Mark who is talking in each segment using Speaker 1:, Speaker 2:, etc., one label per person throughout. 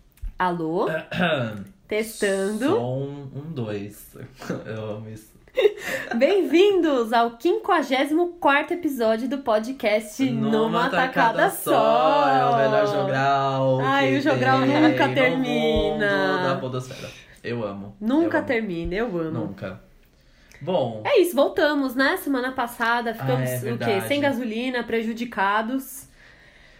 Speaker 1: Alô? Testando.
Speaker 2: Som, um, dois. Eu amo isso.
Speaker 1: Bem-vindos ao 54 episódio do podcast Numa Tacada Só.
Speaker 2: É o melhor jogral.
Speaker 1: Ai,
Speaker 2: que
Speaker 1: o jogral
Speaker 2: tem
Speaker 1: nunca
Speaker 2: no
Speaker 1: termina.
Speaker 2: mundo da podosfera. Eu amo.
Speaker 1: Nunca
Speaker 2: eu amo.
Speaker 1: termina, eu amo.
Speaker 2: Nunca. Bom,
Speaker 1: É isso, voltamos, né? Semana passada
Speaker 2: Ah, é
Speaker 1: ficamos o quê?
Speaker 2: verdade.
Speaker 1: Sem gasolina, prejudicados.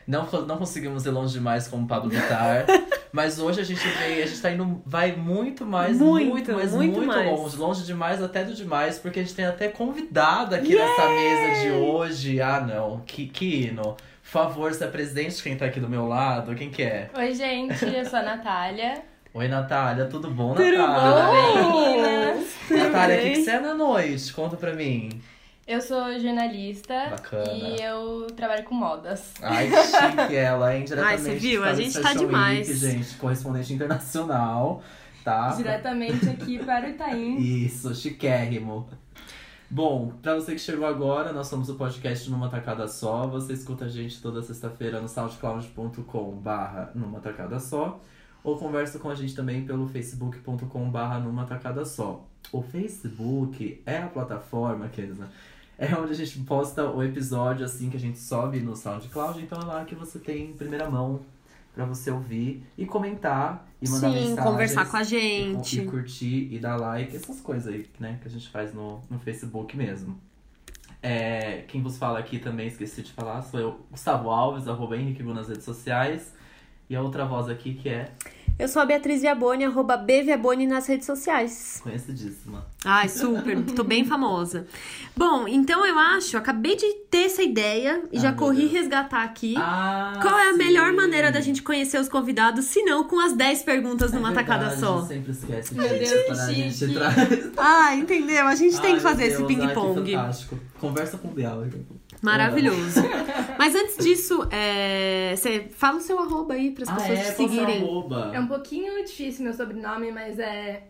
Speaker 2: não, co- não conseguimos ir longe demais com o Pablo Vittar. mas hoje a gente veio, a gente tá indo, vai muito mais,
Speaker 1: Muito,
Speaker 2: muito, mas
Speaker 1: muito
Speaker 2: muito,
Speaker 1: mais.
Speaker 2: longe. Longe demais, até do demais, porque a gente tem até convidada aqui nessa mesa de hoje. Ah, não. Que, que hino. Por favor, se apresente quem tá aqui do meu lado. Quem que é?
Speaker 3: Oi, gente, eu sou a Natália.
Speaker 2: Oi, Natália, tudo bom,
Speaker 1: Tudo
Speaker 2: Natália?
Speaker 1: bom?
Speaker 3: meninas?
Speaker 1: Tudo
Speaker 2: Natália, o que,
Speaker 1: bem?
Speaker 2: que você é na noite? Conta pra mim.
Speaker 3: Eu sou jornalista
Speaker 2: Bacana.
Speaker 3: e eu trabalho com modas.
Speaker 2: Ai, que chique ela, hein?
Speaker 1: Ai,
Speaker 2: Diretamente
Speaker 1: você viu?
Speaker 2: de
Speaker 1: A
Speaker 2: Paris
Speaker 1: gente tá
Speaker 2: Fashion
Speaker 1: demais.
Speaker 2: Week, gente, correspondente internacional, tá?
Speaker 3: Diretamente aqui para o Itaim.
Speaker 2: Isso, chiquérrimo. Bom, pra você que chegou agora, nós somos o podcast Numa Tacada Só. Você escuta a gente toda sexta-feira no soundcloud.com barra Numa Tacada Só. Ou conversa com a gente também pelo facebook.com barra Numa Tacada Só. O Facebook é a plataforma, Kenza, é onde a gente posta o episódio assim que a gente sobe no SoundCloud. Então é lá que você tem em primeira mão pra você ouvir e comentar e mandar
Speaker 1: Sim,
Speaker 2: mensagens
Speaker 1: conversar com a
Speaker 2: e cu-
Speaker 1: gente.
Speaker 2: E curtir e dar like, essas coisas aí, né? Que a gente faz no, no Facebook mesmo. É, quem vos fala aqui também, esqueci de falar, sou eu, Gustavo Alves, arroba Henrique Bu nas redes sociais. E a outra voz aqui que é
Speaker 1: Eu sou a Beatriz Viaboni, arroba B Viaboni nas redes sociais.
Speaker 2: conhecidíssima.
Speaker 1: Ai, super, tô bem famosa. Bom, então eu acho, acabei de ter essa ideia e
Speaker 2: Ah,
Speaker 1: já
Speaker 2: meu
Speaker 1: corri
Speaker 2: Deus.
Speaker 1: resgatar aqui.
Speaker 2: Ah,
Speaker 1: Qual é a
Speaker 2: sim.
Speaker 1: melhor maneira da gente conhecer os convidados, se não com as 10 perguntas
Speaker 2: É
Speaker 1: numa
Speaker 2: verdade,
Speaker 1: tacada
Speaker 2: A
Speaker 1: só?
Speaker 2: gente sempre esquece
Speaker 3: Meu
Speaker 2: disso
Speaker 3: Deus,
Speaker 2: quando a
Speaker 3: que
Speaker 2: gente
Speaker 3: chique.
Speaker 2: traz.
Speaker 1: Ah, entendeu? A gente tem
Speaker 2: tá- Ai,
Speaker 1: que fazer
Speaker 2: meu
Speaker 1: esse
Speaker 2: Deus, ai, que
Speaker 1: ping-pong.
Speaker 2: Fantástico. É Conversa com o Bial.
Speaker 1: Maravilhoso. Mas antes disso, é, você fala o seu arroba aí para as
Speaker 2: Ah,
Speaker 1: pessoas
Speaker 2: é,
Speaker 1: te seguirem.
Speaker 2: Arroba.
Speaker 3: É um pouquinho difícil meu sobrenome, mas é.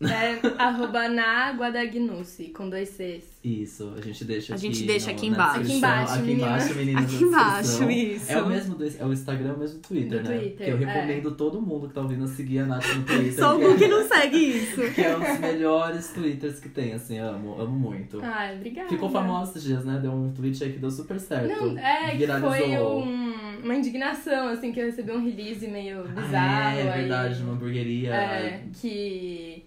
Speaker 3: é arroba na Guadagnucci, com dois Cs.
Speaker 2: Isso, a gente deixa
Speaker 1: A
Speaker 2: aqui.
Speaker 1: gente deixa
Speaker 2: no-
Speaker 1: aqui
Speaker 2: na
Speaker 1: embaixo.
Speaker 2: descrição.
Speaker 3: Aqui embaixo,
Speaker 2: aqui
Speaker 3: meninas.
Speaker 2: embaixo, meninas.
Speaker 1: Aqui
Speaker 2: na
Speaker 1: embaixo,
Speaker 2: descrição.
Speaker 1: isso.
Speaker 2: É o mesmo do, é o Instagram, é o mesmo do Twitter,
Speaker 3: Do
Speaker 2: né?
Speaker 3: Twitter,
Speaker 2: que eu
Speaker 3: é.
Speaker 2: recomendo todo mundo que tá ouvindo a seguir a Nath no Twitter.
Speaker 1: Só
Speaker 2: que é-
Speaker 1: o que não segue isso.
Speaker 2: Que é um dos melhores Twitters que tem, assim, amo, amo muito.
Speaker 3: Ai, obrigada.
Speaker 2: Ficou famoso esses dias, né? Deu um tweet aí que deu super certo.
Speaker 3: Não, é que
Speaker 2: Viralizou. Ah,
Speaker 3: foi um- uma indignação, assim, que eu recebi um release meio
Speaker 2: Ah,
Speaker 3: bizarro.
Speaker 2: é, é
Speaker 3: aí.
Speaker 2: verdade, uma hamburgueria.
Speaker 3: É, que.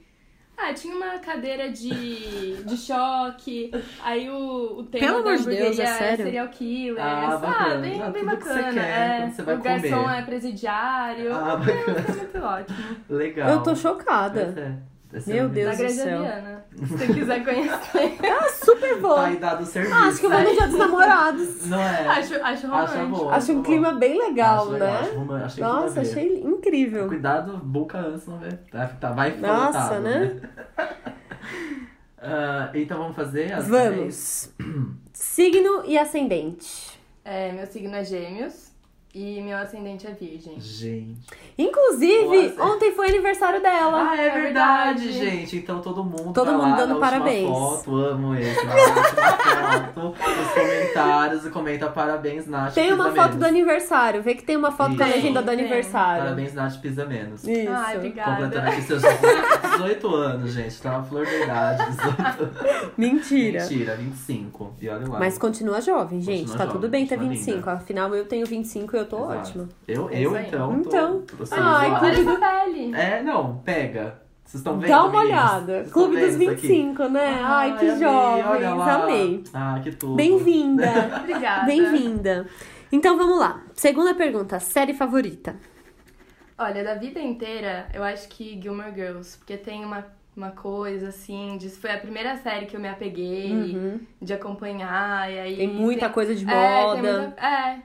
Speaker 3: Ah, tinha uma cadeira de, de choque. Aí o, o tema
Speaker 1: Pelo
Speaker 3: da
Speaker 1: amor de Deus, é
Speaker 3: hamburgueria
Speaker 1: sério?
Speaker 3: serial killer.
Speaker 2: Ah, bacana.
Speaker 3: bem,
Speaker 2: Ah,
Speaker 3: bem
Speaker 2: tudo que você
Speaker 3: bacana.
Speaker 2: quer
Speaker 3: é.
Speaker 2: quando você vai
Speaker 3: o garçom
Speaker 2: comer.
Speaker 3: é presidiário.
Speaker 2: Ah, bacana.
Speaker 3: É, é muito ótimo.
Speaker 2: Legal.
Speaker 1: Eu tô chocada.
Speaker 2: Pois é. Esse
Speaker 1: Meu
Speaker 2: é o
Speaker 1: Deus.
Speaker 3: da
Speaker 1: do
Speaker 3: Granja
Speaker 1: céu.
Speaker 3: Viana. Se você quiser conhecer.
Speaker 1: Ah, super
Speaker 2: Tá
Speaker 1: boa. Ah,
Speaker 2: aí dado o serviço.
Speaker 1: Acho que eu vou no Dia dos Namorados.
Speaker 2: Não é?
Speaker 3: acho, acho
Speaker 2: Acho
Speaker 3: romântico.
Speaker 2: bom.
Speaker 1: Acho um
Speaker 2: bom.
Speaker 1: clima bem legal,
Speaker 2: Acho legal, acho
Speaker 1: né?
Speaker 2: romântico, achei tudo a
Speaker 1: Nossa,
Speaker 2: ver.
Speaker 1: achei incrível.
Speaker 2: Cuidado, boca antes, não vê. Tá, tá, vai ficar
Speaker 1: Nossa,
Speaker 2: lotado,
Speaker 1: né?
Speaker 2: Ah, então vamos fazer as três?
Speaker 1: Vamos. Signo e ascendente.
Speaker 3: É, meu signo é Gêmeos e meu ascendente é Virgem.
Speaker 2: Gente.
Speaker 1: Inclusive,
Speaker 2: Nossa.
Speaker 1: ontem foi aniversário dela.
Speaker 2: Ah, é,
Speaker 3: é
Speaker 2: verdade,
Speaker 3: verdade.
Speaker 2: gente. Então todo mundo.
Speaker 1: Todo
Speaker 2: tá
Speaker 1: mundo
Speaker 2: lá
Speaker 1: dando
Speaker 2: na última
Speaker 1: parabéns.
Speaker 2: Foto, amo esse. Na última foto, os comentários e comenta parabéns, Nath.
Speaker 1: tem uma
Speaker 2: pisa
Speaker 1: foto do
Speaker 2: menos.
Speaker 1: aniversário. Vê que tem uma foto com a
Speaker 2: Isso.
Speaker 1: legenda do
Speaker 3: Tem.
Speaker 1: aniversário.
Speaker 2: Parabéns, Nath, pisa menos.
Speaker 1: Isso.
Speaker 3: Ai,
Speaker 2: Completando
Speaker 3: obrigada.
Speaker 2: aqui seus 18 anos, gente. Tá uma flor da idade. 18.
Speaker 1: Mentira.
Speaker 2: Mentira, 25. E olha lá.
Speaker 1: Mas continua jovem, gente.
Speaker 2: Continua
Speaker 1: tá
Speaker 2: jovem,
Speaker 1: tudo bem ter
Speaker 2: continua
Speaker 1: 25.
Speaker 2: linda.
Speaker 1: Afinal, eu tenho 25 e eu tô
Speaker 2: Exato.
Speaker 1: ótima.
Speaker 2: Eu,
Speaker 3: É
Speaker 2: eu
Speaker 3: isso aí.
Speaker 2: então. tô-
Speaker 1: Então.
Speaker 2: tô sendo
Speaker 1: Ai,
Speaker 2: zoado.
Speaker 3: Olha
Speaker 1: Clube
Speaker 3: essa pele.
Speaker 2: É, não, pega. Vocês estão vendo?
Speaker 1: Dá uma
Speaker 2: meninas?
Speaker 1: olhada.
Speaker 2: Vocês tão
Speaker 1: Clube dos
Speaker 2: vendo isso aqui?
Speaker 1: 25, né? Ai, que
Speaker 2: amei, olha
Speaker 1: jovens.
Speaker 2: lá.
Speaker 1: Amei.
Speaker 2: Ah, que tudo.
Speaker 1: Bem-vinda.
Speaker 3: Obrigada.
Speaker 1: Bem-vinda. Então vamos lá. Segunda pergunta, série favorita.
Speaker 3: Olha, da vida inteira, eu acho que Gilmore Girls, porque tem uma, uma coisa assim, de, foi a primeira série que eu me apeguei,
Speaker 1: Uhum.
Speaker 3: de acompanhar, e aí.
Speaker 1: Tem muita coisa de
Speaker 3: É, tem
Speaker 1: moda.
Speaker 3: muita- é.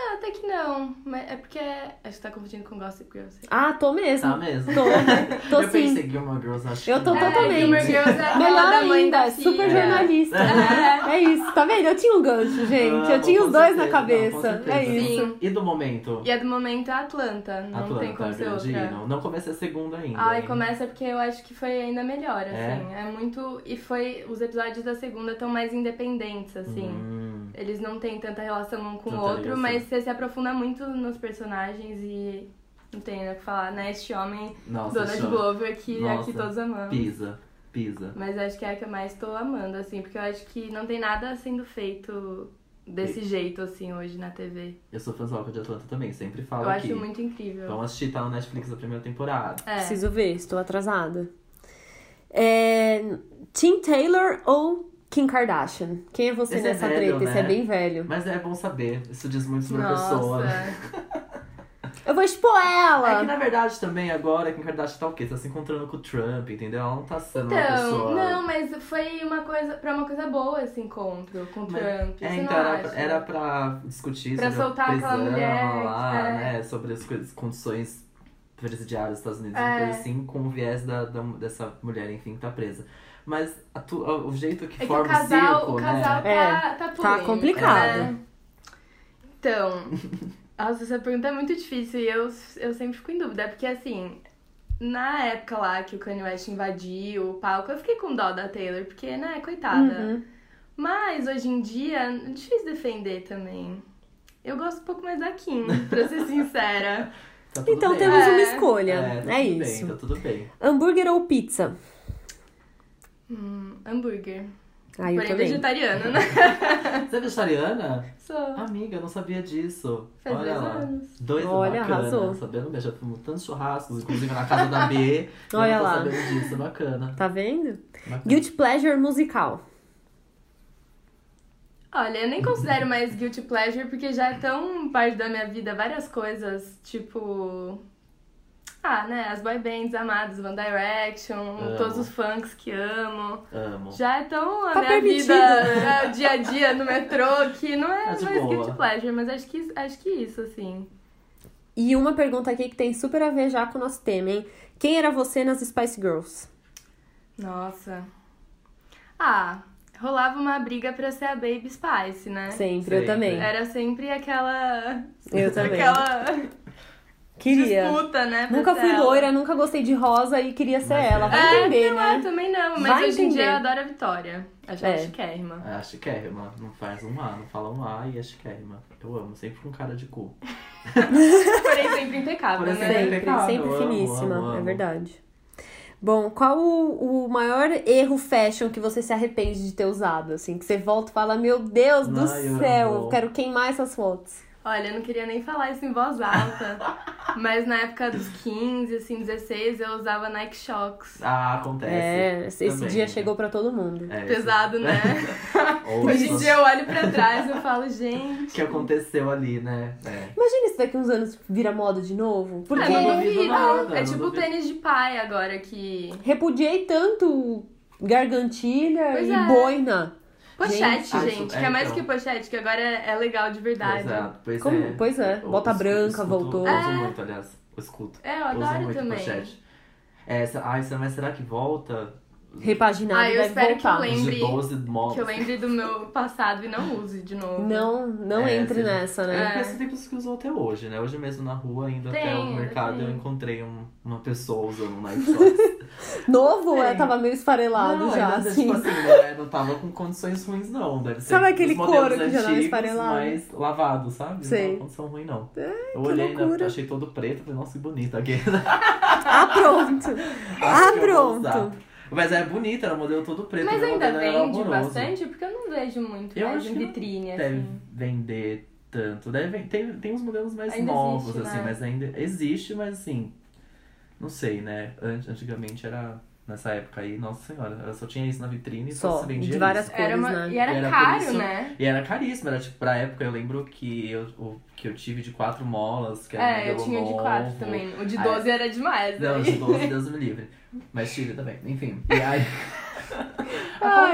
Speaker 3: Não, até que não. Mas é porque. Acho que tá confundindo com Gossip assim. Girls.
Speaker 1: Ah, tô mesmo.
Speaker 2: Tá mesmo?
Speaker 1: Tô, tô
Speaker 2: eu
Speaker 1: sim.
Speaker 2: pensei Gilmore Girls, acho
Speaker 1: Eu
Speaker 2: que
Speaker 1: tô
Speaker 2: não.
Speaker 1: totalmente.
Speaker 3: Gilmore Girls é
Speaker 1: Melhor
Speaker 3: da mãe
Speaker 1: ainda,
Speaker 3: da
Speaker 1: é super
Speaker 3: filha.
Speaker 1: jornalista.
Speaker 3: É.
Speaker 1: É. isso, tá vendo? Eu tinha um gancho, gente. Eu
Speaker 2: Amo,
Speaker 1: tinha
Speaker 2: Ah, com
Speaker 1: os dois na
Speaker 2: certeza, não, com
Speaker 1: cabeça.
Speaker 2: certeza.
Speaker 1: é isso.
Speaker 3: Sim.
Speaker 2: E do momento?
Speaker 3: E a do momento é Atlanta, não
Speaker 2: Atlanta,
Speaker 3: tem como ser
Speaker 2: grande
Speaker 3: outra.
Speaker 2: hino. Não comecei a segunda ainda.
Speaker 3: Ai,
Speaker 2: hein?
Speaker 3: começa porque eu acho que foi ainda melhor,
Speaker 2: É?
Speaker 3: assim. É, muito. E foi. Os episódios da segunda estão mais independentes, assim.
Speaker 2: Hum,
Speaker 3: Eles não têm tanta relação um com o
Speaker 2: Tanta
Speaker 3: outro,
Speaker 2: ligação.
Speaker 3: mas você se aprofunda muito nos personagens e Não tem né, o que falar, né? Este homem,
Speaker 2: Nossa,
Speaker 3: Donald
Speaker 2: chama.
Speaker 3: Glover, que
Speaker 2: Nossa.
Speaker 3: aqui todos amamos.
Speaker 2: Pisa, pisa.
Speaker 3: Mas acho que é a que eu mais tô amando, assim, porque eu acho que não tem nada sendo feito desse jeito, assim, hoje na TV.
Speaker 2: Eu sou fãzoca de Atlanta também, sempre falo
Speaker 3: eu
Speaker 2: aqui.
Speaker 3: acho muito incrível.
Speaker 2: Vamos assistir, tá no Netflix a primeira temporada.
Speaker 3: é.
Speaker 1: Preciso ver, estou atrasada. É, Tim Taylor ou Kim Kardashian? Quem é você
Speaker 2: Esse é
Speaker 1: nessa
Speaker 2: velho,
Speaker 1: treta? Esse é
Speaker 2: né?
Speaker 1: bem velho.
Speaker 2: Mas é bom saber, isso diz muito sobre a pessoa.
Speaker 3: Nossa.
Speaker 2: né?
Speaker 1: Eu vou expor
Speaker 2: É que
Speaker 1: ela!
Speaker 2: na verdade também agora a Kim Kardashian tá o quê? Tá se encontrando com o Trump, entendeu? Ela não tá sendo uma
Speaker 3: Então,
Speaker 2: pessoa.
Speaker 3: não, mas foi uma coisa, pra uma coisa boa esse encontro com o
Speaker 2: Mas-
Speaker 3: Trump.
Speaker 2: É,
Speaker 3: você
Speaker 2: então
Speaker 3: não
Speaker 2: era,
Speaker 3: acha?
Speaker 2: pra- era pra discutir
Speaker 3: Pra
Speaker 2: sobre
Speaker 3: soltar
Speaker 2: a
Speaker 3: aquela
Speaker 2: prisão
Speaker 3: mulher,
Speaker 2: lá,
Speaker 3: é.
Speaker 2: né? Sobre as coisas- condições presidiárias dos Estados Unidos, uma
Speaker 3: É.
Speaker 2: coisa assim, com o viés da, da- dessa mulher, enfim, que tá presa. Mas a tu- a- o jeito que
Speaker 3: É que o
Speaker 2: forma
Speaker 3: casal,
Speaker 2: circo,
Speaker 3: o casal
Speaker 2: né?
Speaker 3: tá, tá polêmico,
Speaker 1: É, complicado.
Speaker 3: né? Então, nossa, essa pergunta é muito difícil e eu, eu sempre fico em dúvida, porque assim, na época lá que o Kanye West invadiu o palco, eu fiquei com dó da Taylor, porque, né, coitada.
Speaker 1: Uhum.
Speaker 3: Mas hoje em dia, é difícil defender também. Eu gosto um pouco mais da Kim, pra ser sincera.
Speaker 2: Tá tudo
Speaker 1: Então
Speaker 2: bem.
Speaker 1: temos uma
Speaker 3: É.
Speaker 1: escolha.
Speaker 2: É, tá
Speaker 1: É,
Speaker 2: tudo
Speaker 1: isso.
Speaker 2: Bem, tá tudo bem.
Speaker 1: Hambúrguer ou pizza?
Speaker 3: Hum, hambúrguer.
Speaker 1: Ah, eu
Speaker 3: Porém,
Speaker 1: também.
Speaker 3: vegetariana, né?
Speaker 2: Você é vegetariana?
Speaker 3: Sou.
Speaker 2: Amiga, eu não sabia disso.
Speaker 3: Faz
Speaker 2: Olha
Speaker 3: dois
Speaker 2: lá.
Speaker 3: anos.
Speaker 2: Dois
Speaker 1: Olha,
Speaker 2: bacana,
Speaker 1: arrasou.
Speaker 2: Sabendo mesmo, já fomos tantos churrascos, inclusive na casa da B. eu
Speaker 1: Olha
Speaker 2: não tô
Speaker 1: lá.
Speaker 2: sabendo disso, bacana.
Speaker 1: Tá vendo?
Speaker 2: bacana.
Speaker 1: Guilty Pleasure musical.
Speaker 3: Olha, eu nem considero mais guilty pleasure porque já é tão parte da minha vida várias coisas, tipo. Ah, né? As boy bands amadas, One Direction,
Speaker 2: Amo.
Speaker 3: todos os funks que amo.
Speaker 2: Amo.
Speaker 3: Já é tão a
Speaker 1: Tá
Speaker 3: minha
Speaker 1: permitido,
Speaker 3: vida,
Speaker 1: né?
Speaker 3: né, o dia a dia no metrô, que não é
Speaker 2: Tá de
Speaker 3: mais
Speaker 2: boa.
Speaker 3: guilty pleasure, mas acho que, acho que isso, assim.
Speaker 1: E uma pergunta aqui que tem super a ver já com o nosso tema, hein? Quem era você nas Spice Girls?
Speaker 3: Nossa. Ah, rolava uma briga pra ser a Baby Spice, né?
Speaker 1: Sempre, eu
Speaker 2: Sempre.
Speaker 1: também.
Speaker 3: Era sempre aquela.
Speaker 1: Eu também.
Speaker 3: aquela
Speaker 1: Queria.
Speaker 3: disputa, né? pra
Speaker 1: Nunca
Speaker 3: ser
Speaker 1: fui
Speaker 3: ela.
Speaker 1: loira, nunca gostei de rosa e queria ser
Speaker 2: Mas é.
Speaker 1: ela. Vai
Speaker 3: É,
Speaker 1: entender,
Speaker 3: não, eu
Speaker 1: né?
Speaker 3: também não. Mas
Speaker 1: Vai
Speaker 3: hoje em dia eu
Speaker 1: entender.
Speaker 3: adoro a Vitória. Acho
Speaker 1: É.
Speaker 3: ela chiquérrima.
Speaker 2: É a chiquérrima. Não faz um A, não fala um A e é chiquérrima. Eu amo, sempre com cara de cu.
Speaker 3: Porém, sempre impecável,
Speaker 2: Porém,
Speaker 3: né?
Speaker 2: sempre.
Speaker 1: Sempre,
Speaker 2: é impecável,
Speaker 1: sempre
Speaker 2: eu amo,
Speaker 1: finíssima,
Speaker 2: amo,
Speaker 1: é
Speaker 2: amo.
Speaker 1: verdade. Bom, qual o, o maior erro fashion que você se arrepende de ter usado? Assim, que você volta e fala, meu Deus do
Speaker 2: Ai, eu
Speaker 1: céu,
Speaker 2: amo.
Speaker 1: eu quero queimar essas fotos.
Speaker 3: Olha, eu não queria nem falar isso em voz alta. mas na época dos 15, assim, 16, eu usava Nike Shocks.
Speaker 2: Ah, acontece.
Speaker 1: é, esse
Speaker 2: também,
Speaker 1: dia
Speaker 2: né?
Speaker 1: chegou pra todo mundo.
Speaker 2: É,
Speaker 3: Pesado, né?
Speaker 2: isso- ou
Speaker 3: Hoje em
Speaker 2: isso
Speaker 3: dia eu olho pra trás e eu falo, gente.
Speaker 2: que aconteceu ali, né? É.
Speaker 1: Imagina isso daqui uns anos vira moda de novo. Porque
Speaker 3: Ah, não
Speaker 2: não
Speaker 3: duvido.
Speaker 2: duvido nada,
Speaker 3: é
Speaker 2: não
Speaker 3: tipo o
Speaker 2: duvido.
Speaker 3: tênis de pai agora que.
Speaker 1: repudiei tanto gargantilha
Speaker 3: Pois
Speaker 1: e
Speaker 3: é.
Speaker 1: boina.
Speaker 3: Pochete,
Speaker 2: ah, isso-
Speaker 3: gente. que é,
Speaker 2: é,
Speaker 3: mais
Speaker 2: então.
Speaker 3: que pochete, que agora é é legal de verdade.
Speaker 2: Exato, pois
Speaker 1: Como-
Speaker 2: é.
Speaker 1: pois é,
Speaker 2: Eu
Speaker 1: bota
Speaker 2: escuto-
Speaker 1: branca,
Speaker 2: escuto-
Speaker 1: voltou.
Speaker 2: Eu uso
Speaker 3: É.
Speaker 2: muito, aliás. Eu escuto.
Speaker 3: É, eu
Speaker 2: Eu uso
Speaker 3: adoro
Speaker 2: muito
Speaker 3: também.
Speaker 2: pochete. É, se- ai, se- mas será que volta?
Speaker 1: Repaginada
Speaker 3: Ah, eu
Speaker 1: deve
Speaker 3: espero que
Speaker 1: voltar.
Speaker 3: eu lembre. Lembre
Speaker 2: De 12 modos.
Speaker 3: Que eu lembre do meu passado e não use de novo.
Speaker 1: Não, não
Speaker 2: É,
Speaker 1: entre
Speaker 2: seja-
Speaker 1: nessa,
Speaker 2: É,
Speaker 1: né?
Speaker 2: porque assim, tem pessoas que usam até hoje, né? Hoje mesmo na rua, ainda
Speaker 3: Tem,
Speaker 2: até o
Speaker 3: ainda
Speaker 2: mercado,
Speaker 3: tem.
Speaker 2: eu encontrei um- uma pessoa usando um Nike Socks.
Speaker 1: Novo,
Speaker 2: É.
Speaker 1: eu tava meio esfarelado
Speaker 2: não,
Speaker 1: já,
Speaker 2: ainda,
Speaker 1: assim.
Speaker 2: Tipo assim, né? Não tava com condições ruins, não. Deve ser
Speaker 1: Sabe aquele
Speaker 2: dos modelos
Speaker 1: couro que já dava
Speaker 2: antigos,
Speaker 1: esfarelado?
Speaker 2: Mas lavado, sabe? Não
Speaker 1: Sei. É,
Speaker 2: tava com condição ruim, não. eu
Speaker 1: que
Speaker 2: olhei, ainda,
Speaker 1: loucura.
Speaker 2: achei todo preto, falei, nossa, que bonito aquele.
Speaker 1: Ah, pronto.
Speaker 2: Acho que eu vou
Speaker 1: Ah, pronto.
Speaker 2: usar. Mas é bonito, era um modelo todo preto.
Speaker 3: Mas
Speaker 2: meu
Speaker 3: ainda
Speaker 2: modelo era
Speaker 3: vende
Speaker 2: horroroso.
Speaker 3: bastante, porque eu não vejo muito
Speaker 2: Eu
Speaker 3: né,
Speaker 2: acho
Speaker 3: em
Speaker 2: que não
Speaker 3: vitrine,
Speaker 2: deve
Speaker 3: assim.
Speaker 2: vender tanto. Deve, ven- tem, tem uns modelos mais
Speaker 3: Ainda
Speaker 2: novos,
Speaker 3: existe,
Speaker 2: assim,
Speaker 3: né?
Speaker 2: mas ainda existe, mas assim. Não sei, né? Ant- Antigamente era. Nessa época aí, nossa senhora, ela só tinha isso na vitrine e só,
Speaker 1: Só,
Speaker 2: se vendia
Speaker 1: de várias
Speaker 2: isso.
Speaker 1: cores,
Speaker 3: Era uma...
Speaker 1: né?
Speaker 3: E era,
Speaker 2: E era por
Speaker 3: caro,
Speaker 2: isso-
Speaker 3: né?
Speaker 2: E era caríssimo, era tipo, pra época eu lembro que eu, o, que eu tive de quatro molas, que era um
Speaker 3: É, eu
Speaker 2: modelo
Speaker 3: tinha o de
Speaker 2: novo.
Speaker 3: 4 também. né? O de
Speaker 2: Ah,
Speaker 3: 12 era demais.
Speaker 2: Não,
Speaker 3: né?
Speaker 2: de 12, Deus me livre. Mas tive também, enfim. E aí.
Speaker 1: Ai,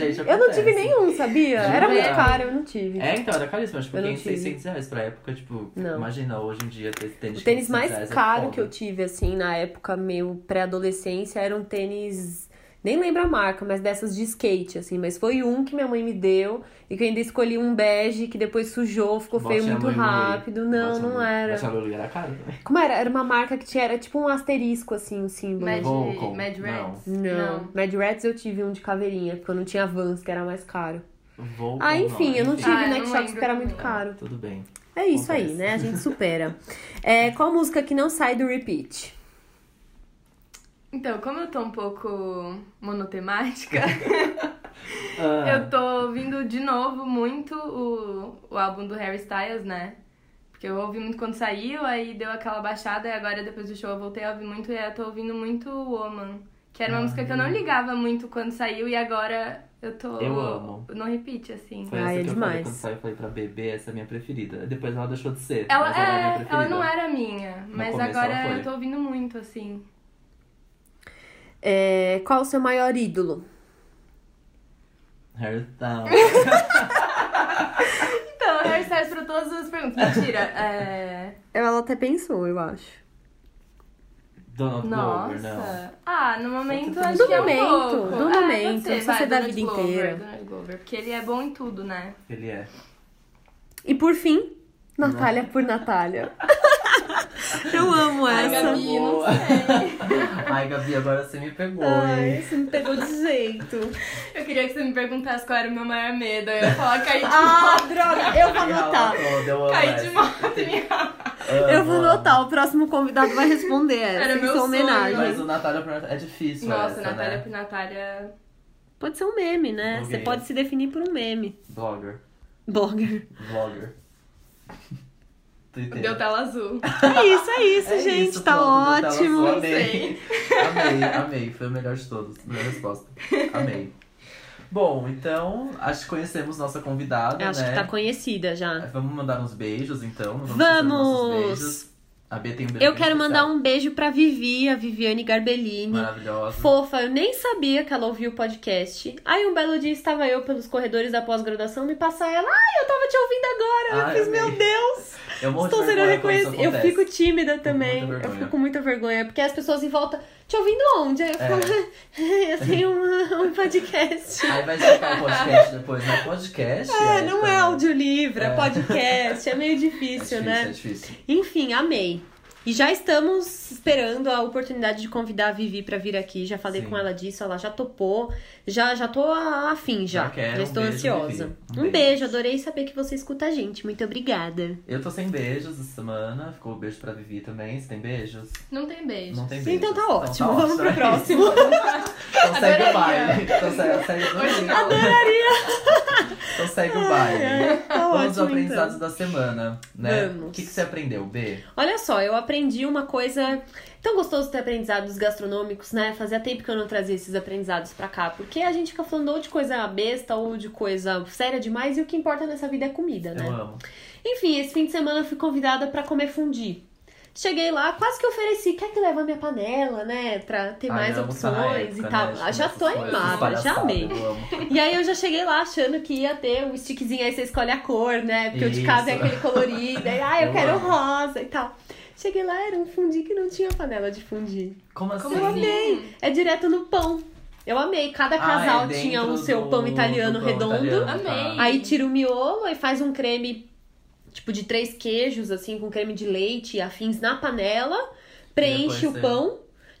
Speaker 1: ai.
Speaker 2: acontece, gente,
Speaker 1: Eu não tive
Speaker 2: acontece.
Speaker 1: nenhum, sabia?
Speaker 2: De
Speaker 1: Era muito
Speaker 2: verdade.
Speaker 1: caro, eu não tive.
Speaker 2: É, então, era caríssimo. Acho que
Speaker 1: Eu não
Speaker 2: eu 500,
Speaker 1: tive.
Speaker 2: 600 reais pra época. Tipo,
Speaker 1: Não.
Speaker 2: imagina hoje em dia ter esse tênis
Speaker 1: O
Speaker 2: de
Speaker 1: tênis
Speaker 2: 500
Speaker 1: mais
Speaker 2: reais é
Speaker 1: caro
Speaker 2: foda.
Speaker 1: que eu tive, assim, na época meu pré-adolescência, era um tênis. Nem lembro a marca, mas dessas de skate, assim. Mas foi um que minha mãe me deu e que eu ainda escolhi um bege que depois sujou, ficou
Speaker 2: Bote
Speaker 1: feio
Speaker 2: a
Speaker 1: muito
Speaker 2: mãe no olho.
Speaker 1: rápido. Não,
Speaker 2: Bote a
Speaker 1: não
Speaker 2: mão-
Speaker 1: era.
Speaker 2: Bote a mão no olho, era caro também.
Speaker 1: Como era? Era uma marca que tinha, era tipo um asterisco, assim, o símbolo.
Speaker 3: Mad,
Speaker 2: Vocal,
Speaker 3: Mad
Speaker 2: não.
Speaker 3: Reds.
Speaker 1: Não. Mad Rats eu tive um de caveirinha, porque eu não tinha Vans, que era mais caro.
Speaker 2: Vou
Speaker 1: Ah,
Speaker 2: ou
Speaker 1: enfim, eu não tive
Speaker 3: Ah, eu
Speaker 1: Nike
Speaker 3: não
Speaker 1: Shox, que
Speaker 3: lembro
Speaker 1: era
Speaker 3: também.
Speaker 1: muito caro.
Speaker 2: Tudo bem.
Speaker 1: É isso aí,
Speaker 2: Acontece.
Speaker 1: né? A gente supera. É, qual música que não sai do repeat?
Speaker 3: Então, como eu tô um pouco monotemática,
Speaker 2: Ah,
Speaker 3: eu tô ouvindo de novo muito o, o álbum do Harry Styles, né? Porque eu ouvi muito quando saiu, aí deu aquela baixada, e agora depois do show eu voltei a ouvir muito, e eu tô ouvindo muito Woman. Que era uma
Speaker 2: Ah,
Speaker 3: música que eu não
Speaker 2: eu-
Speaker 3: ligava muito quando saiu, e agora eu tô.
Speaker 2: Eu amo.
Speaker 3: Não repite, assim.
Speaker 2: Foi
Speaker 1: Ai,
Speaker 2: essa
Speaker 1: é
Speaker 2: que eu
Speaker 1: demais.
Speaker 2: falei quando saiu, eu falei pra bebê, essa é a minha preferida. Depois ela deixou de ser.
Speaker 3: Ela,
Speaker 2: mas ela é a minha
Speaker 3: é,
Speaker 2: preferida.
Speaker 3: ela não era minha, mas
Speaker 2: começo ela
Speaker 3: agora
Speaker 2: foi.
Speaker 3: eu tô ouvindo muito, assim.
Speaker 1: É, qual o seu maior ídolo?
Speaker 3: é.
Speaker 2: Harry Styles.
Speaker 3: Então, Harry Styles pra todas as perguntas. Mentira, é.
Speaker 1: Ela até pensou, eu acho.
Speaker 2: Donald Glover, não.
Speaker 3: Nossa. Ah, no momento
Speaker 2: Do
Speaker 3: acho que é um
Speaker 1: momento,
Speaker 3: pouco.
Speaker 1: do
Speaker 3: Ah, pode
Speaker 1: momento, não precisa
Speaker 3: vai,
Speaker 1: ser da
Speaker 3: Donald
Speaker 1: vida
Speaker 3: Glover,
Speaker 1: inteira.
Speaker 3: Donald Glover, porque ele é bom em tudo, né?
Speaker 2: Ele é.
Speaker 1: E por fim, Natália por Natália.
Speaker 4: Eu amo
Speaker 2: Ai,
Speaker 1: é
Speaker 4: essa.
Speaker 2: Gabi.
Speaker 3: Gabi, não
Speaker 2: boa.
Speaker 3: sei.
Speaker 2: Ai, Gabi, agora você me pegou, hein?
Speaker 1: você me pegou de jeito.
Speaker 3: Eu queria que você me perguntasse qual era o meu maior medo. Eu ia falar cair de
Speaker 1: Ah,
Speaker 3: moto.
Speaker 1: droga, eu vou
Speaker 2: Me rala
Speaker 1: anotar.
Speaker 2: toda, eu amo
Speaker 3: Cair de
Speaker 2: essa.
Speaker 3: moto. me rala.
Speaker 2: Amo,
Speaker 1: Eu vou
Speaker 2: amo.
Speaker 1: anotar, o próximo convidado vai responder essa,
Speaker 3: Era
Speaker 1: em
Speaker 3: meu
Speaker 1: sua
Speaker 3: sonho.
Speaker 1: homenagem.
Speaker 2: Mas o Natália pra Natália é difícil essa,
Speaker 3: Nossa, Natália
Speaker 1: é
Speaker 2: né?
Speaker 3: por Natália.
Speaker 1: Pode ser um meme, né? Você
Speaker 2: Blogueira.
Speaker 1: pode se definir por um meme.
Speaker 2: Blogger.
Speaker 1: Blogger.
Speaker 2: Vlogger. Twitter.
Speaker 3: Deu tela azul.
Speaker 1: É isso, é isso, gente. tá
Speaker 2: pronto, deu tela
Speaker 1: ótimo.
Speaker 2: azul, Amei. amei, amei. Foi o melhor de todos. Minha resposta. Amei. Bom, então, acho que conhecemos nossa convidada,
Speaker 1: Acho
Speaker 2: né?
Speaker 1: que tá conhecida já.
Speaker 2: Vamos mandar uns beijos, então? fazer nossos
Speaker 1: Vamos!
Speaker 2: beijos. A Bia tem um beijo
Speaker 1: Eu quero mandar
Speaker 2: especial.
Speaker 1: um beijo pra Vivi, a Viviane Garbellini.
Speaker 2: Maravilhosa.
Speaker 1: Fofa, eu nem sabia que ela ouvia o podcast. Aí um belo dia estava eu pelos corredores da pós-graduação, me passar ela. Ai, eu tava te ouvindo agora.
Speaker 2: Ai,
Speaker 1: eu fiz,
Speaker 2: amei.
Speaker 1: meu Deus,
Speaker 2: Eu morro Um de
Speaker 1: estou sendo
Speaker 2: vergonha quando isso
Speaker 1: reconhecida. Eu
Speaker 2: acontece.
Speaker 1: fico tímida
Speaker 2: muita
Speaker 1: também. Eu
Speaker 2: vergonha.
Speaker 1: fico com muita vergonha, porque as pessoas em volta, te ouvindo onde? Aí eu
Speaker 2: É.
Speaker 1: fico, eu tenho um, um podcast.
Speaker 2: Aí vai escutar o podcast depois, né? Podcast?
Speaker 1: É, não é
Speaker 2: tá.
Speaker 1: audiolivro, é
Speaker 2: É.
Speaker 1: podcast, é meio
Speaker 2: É
Speaker 1: difícil,
Speaker 2: difícil,
Speaker 1: né?
Speaker 2: é difícil.
Speaker 1: Enfim, amei. E já estamos esperando a oportunidade de convidar a Vivi pra vir aqui. Já falei
Speaker 2: Sim.
Speaker 1: com ela disso, ela já topou. Já já tô a- afim já.
Speaker 2: Já quero, um
Speaker 1: estou
Speaker 2: beijo,
Speaker 1: ansiosa.
Speaker 2: Vivi.
Speaker 1: Um, beijo.
Speaker 2: Um beijo.
Speaker 1: adorei saber que você escuta a gente. Muito obrigada.
Speaker 2: Eu tô sem beijos essa semana. Ficou um beijo pra Vivi também. Você tem beijos?
Speaker 3: Não tem beijo.
Speaker 2: Não tem beijos.
Speaker 1: Então tá ótimo. Vamos pro
Speaker 2: ótimo. é
Speaker 1: próximo.
Speaker 2: Então segue o
Speaker 3: Adoraria.
Speaker 2: baile. Então segue, segue o baile.
Speaker 3: Hoje não.
Speaker 2: Então segue o
Speaker 1: Ai,
Speaker 2: baile.
Speaker 1: ai, tá
Speaker 2: Vamos aos
Speaker 1: ótimo, então.
Speaker 2: aprendizados da semana, né?
Speaker 1: Vamos.
Speaker 2: O que, que você aprendeu, B?
Speaker 1: Olha só, eu aprendi uma coisa tão gostoso ter aprendizados gastronômicos, né? Fazia tempo que eu não trazia esses aprendizados pra cá, porque a gente fica falando ou de coisa besta ou de coisa séria demais e o que importa nessa vida é comida, né?
Speaker 2: Eu amo.
Speaker 1: Enfim, esse fim de semana eu fui convidada pra comer fundi. Cheguei lá, quase que ofereci, quer que leve a minha panela, né? Pra ter
Speaker 2: Ai,
Speaker 1: mais
Speaker 2: eu amo essa
Speaker 1: opções e
Speaker 2: época,
Speaker 1: tal.
Speaker 2: né?
Speaker 1: Ah, já
Speaker 2: Essas
Speaker 1: tô
Speaker 2: coisas,
Speaker 1: animada, já
Speaker 2: palhaçada,
Speaker 1: amei.
Speaker 2: Eu amo.
Speaker 1: E aí eu já cheguei lá achando que ia ter um stickzinho, aí você escolhe a cor, né? Porque o de
Speaker 2: Isso.
Speaker 1: casa é aquele colorido, aí ah, eu
Speaker 2: Eu
Speaker 1: quero
Speaker 2: amo.
Speaker 1: rosa e tal. Cheguei lá, era um fundi que não tinha panela de fundi.
Speaker 2: Como assim?
Speaker 3: Como
Speaker 1: Eu
Speaker 3: assim?
Speaker 1: amei. É direto no pão. Eu amei. Cada
Speaker 2: Ah, é
Speaker 1: casal
Speaker 2: dentro
Speaker 1: tinha o seu
Speaker 2: do-
Speaker 1: pão
Speaker 2: do
Speaker 1: italiano
Speaker 2: pão
Speaker 1: redondo.
Speaker 2: italiano, tá.
Speaker 3: Amei.
Speaker 1: Aí tira o miolo e faz um creme tipo de três queijos, assim, com creme de leite e afins na panela. Preenche
Speaker 2: Depois
Speaker 1: o
Speaker 2: você-
Speaker 1: pão,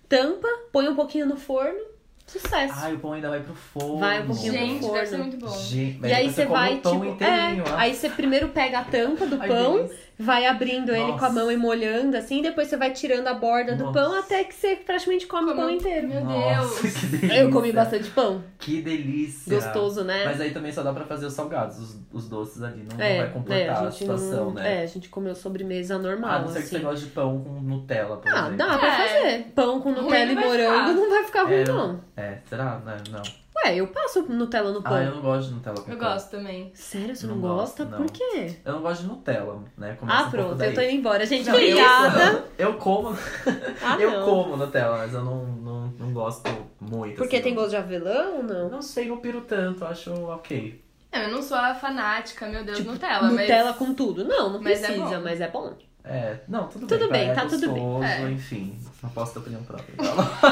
Speaker 1: tampa, põe um pouquinho no forno. Sucesso.
Speaker 2: Ai, o pão ainda vai pro forno.
Speaker 1: Vai um pouquinho pro
Speaker 3: Gente, deve ser
Speaker 1: forno.
Speaker 3: muito bom.
Speaker 2: Gente, mas
Speaker 1: e aí
Speaker 2: depois
Speaker 1: você
Speaker 2: come
Speaker 1: vai,
Speaker 2: o pão
Speaker 1: tipo.
Speaker 2: inteirinho,
Speaker 1: é,
Speaker 2: ó.
Speaker 1: aí você primeiro pega a tampa do
Speaker 2: Ai,
Speaker 1: pão,
Speaker 2: delícia.
Speaker 1: vai abrindo ele com a
Speaker 2: Nossa.
Speaker 1: mão e molhando, assim, e depois você vai tirando a borda do
Speaker 2: Nossa.
Speaker 1: pão até que você praticamente come o
Speaker 3: Como-
Speaker 1: pão inteiro.
Speaker 3: Meu
Speaker 2: Nossa,
Speaker 3: Deus.
Speaker 2: que delícia.
Speaker 1: Eu comi bastante pão.
Speaker 2: Que delícia.
Speaker 1: Gostoso, né?
Speaker 2: Mas aí também só dá pra fazer os salgados, os, os doces ali. Não, não
Speaker 1: É,
Speaker 2: vai completar
Speaker 1: é,
Speaker 2: a situação,
Speaker 1: não-
Speaker 2: né?
Speaker 1: É, a gente comeu sobremesa normal,
Speaker 2: a não ser que você
Speaker 1: assim.
Speaker 2: goste de pão com Nutella, por
Speaker 1: Ah,
Speaker 2: exemplo.
Speaker 1: dá pra
Speaker 3: É.
Speaker 1: fazer. Pão com
Speaker 3: Ruim
Speaker 1: Nutella e
Speaker 3: não vai
Speaker 1: morango
Speaker 3: ficar.
Speaker 1: não vai ficar ruim,
Speaker 2: É.
Speaker 1: não.
Speaker 2: É, será? Não, não.
Speaker 1: Ué, eu passo Nutella no pão.
Speaker 2: Ah, eu não gosto de Nutella com
Speaker 3: Eu
Speaker 2: pão.
Speaker 3: gosto também.
Speaker 1: Sério, você não,
Speaker 2: Não gosto,
Speaker 1: gosta?
Speaker 2: não.
Speaker 1: Por quê?
Speaker 2: Eu não gosto de Nutella, né? Começa
Speaker 1: Ah,
Speaker 2: um pouco
Speaker 1: pronto,
Speaker 2: daí.
Speaker 1: eu tô indo embora. Gente,
Speaker 2: Não, eu-
Speaker 1: obrigada.
Speaker 2: Eu, como,
Speaker 1: Ah, não.
Speaker 2: eu como Nutella, mas eu não, não, não gosto muito.
Speaker 1: Porque
Speaker 2: assim.
Speaker 1: tem gosto de avelã ou não?
Speaker 2: Não sei, não piro tanto, acho ok.
Speaker 3: É, Eu não sou a fanática, meu Deus,
Speaker 1: Tipo,
Speaker 3: Nutella, mas.
Speaker 1: Nutella com tudo. Não, não
Speaker 3: Mas é
Speaker 1: precisa,
Speaker 3: bom.
Speaker 1: mas é bom.
Speaker 2: É, não, tudo,
Speaker 1: Tudo
Speaker 2: vai,
Speaker 1: bem,
Speaker 2: é
Speaker 1: tá tudo bem.
Speaker 2: gostoso,
Speaker 3: É.
Speaker 2: Enfim, não posso ter opinião própria.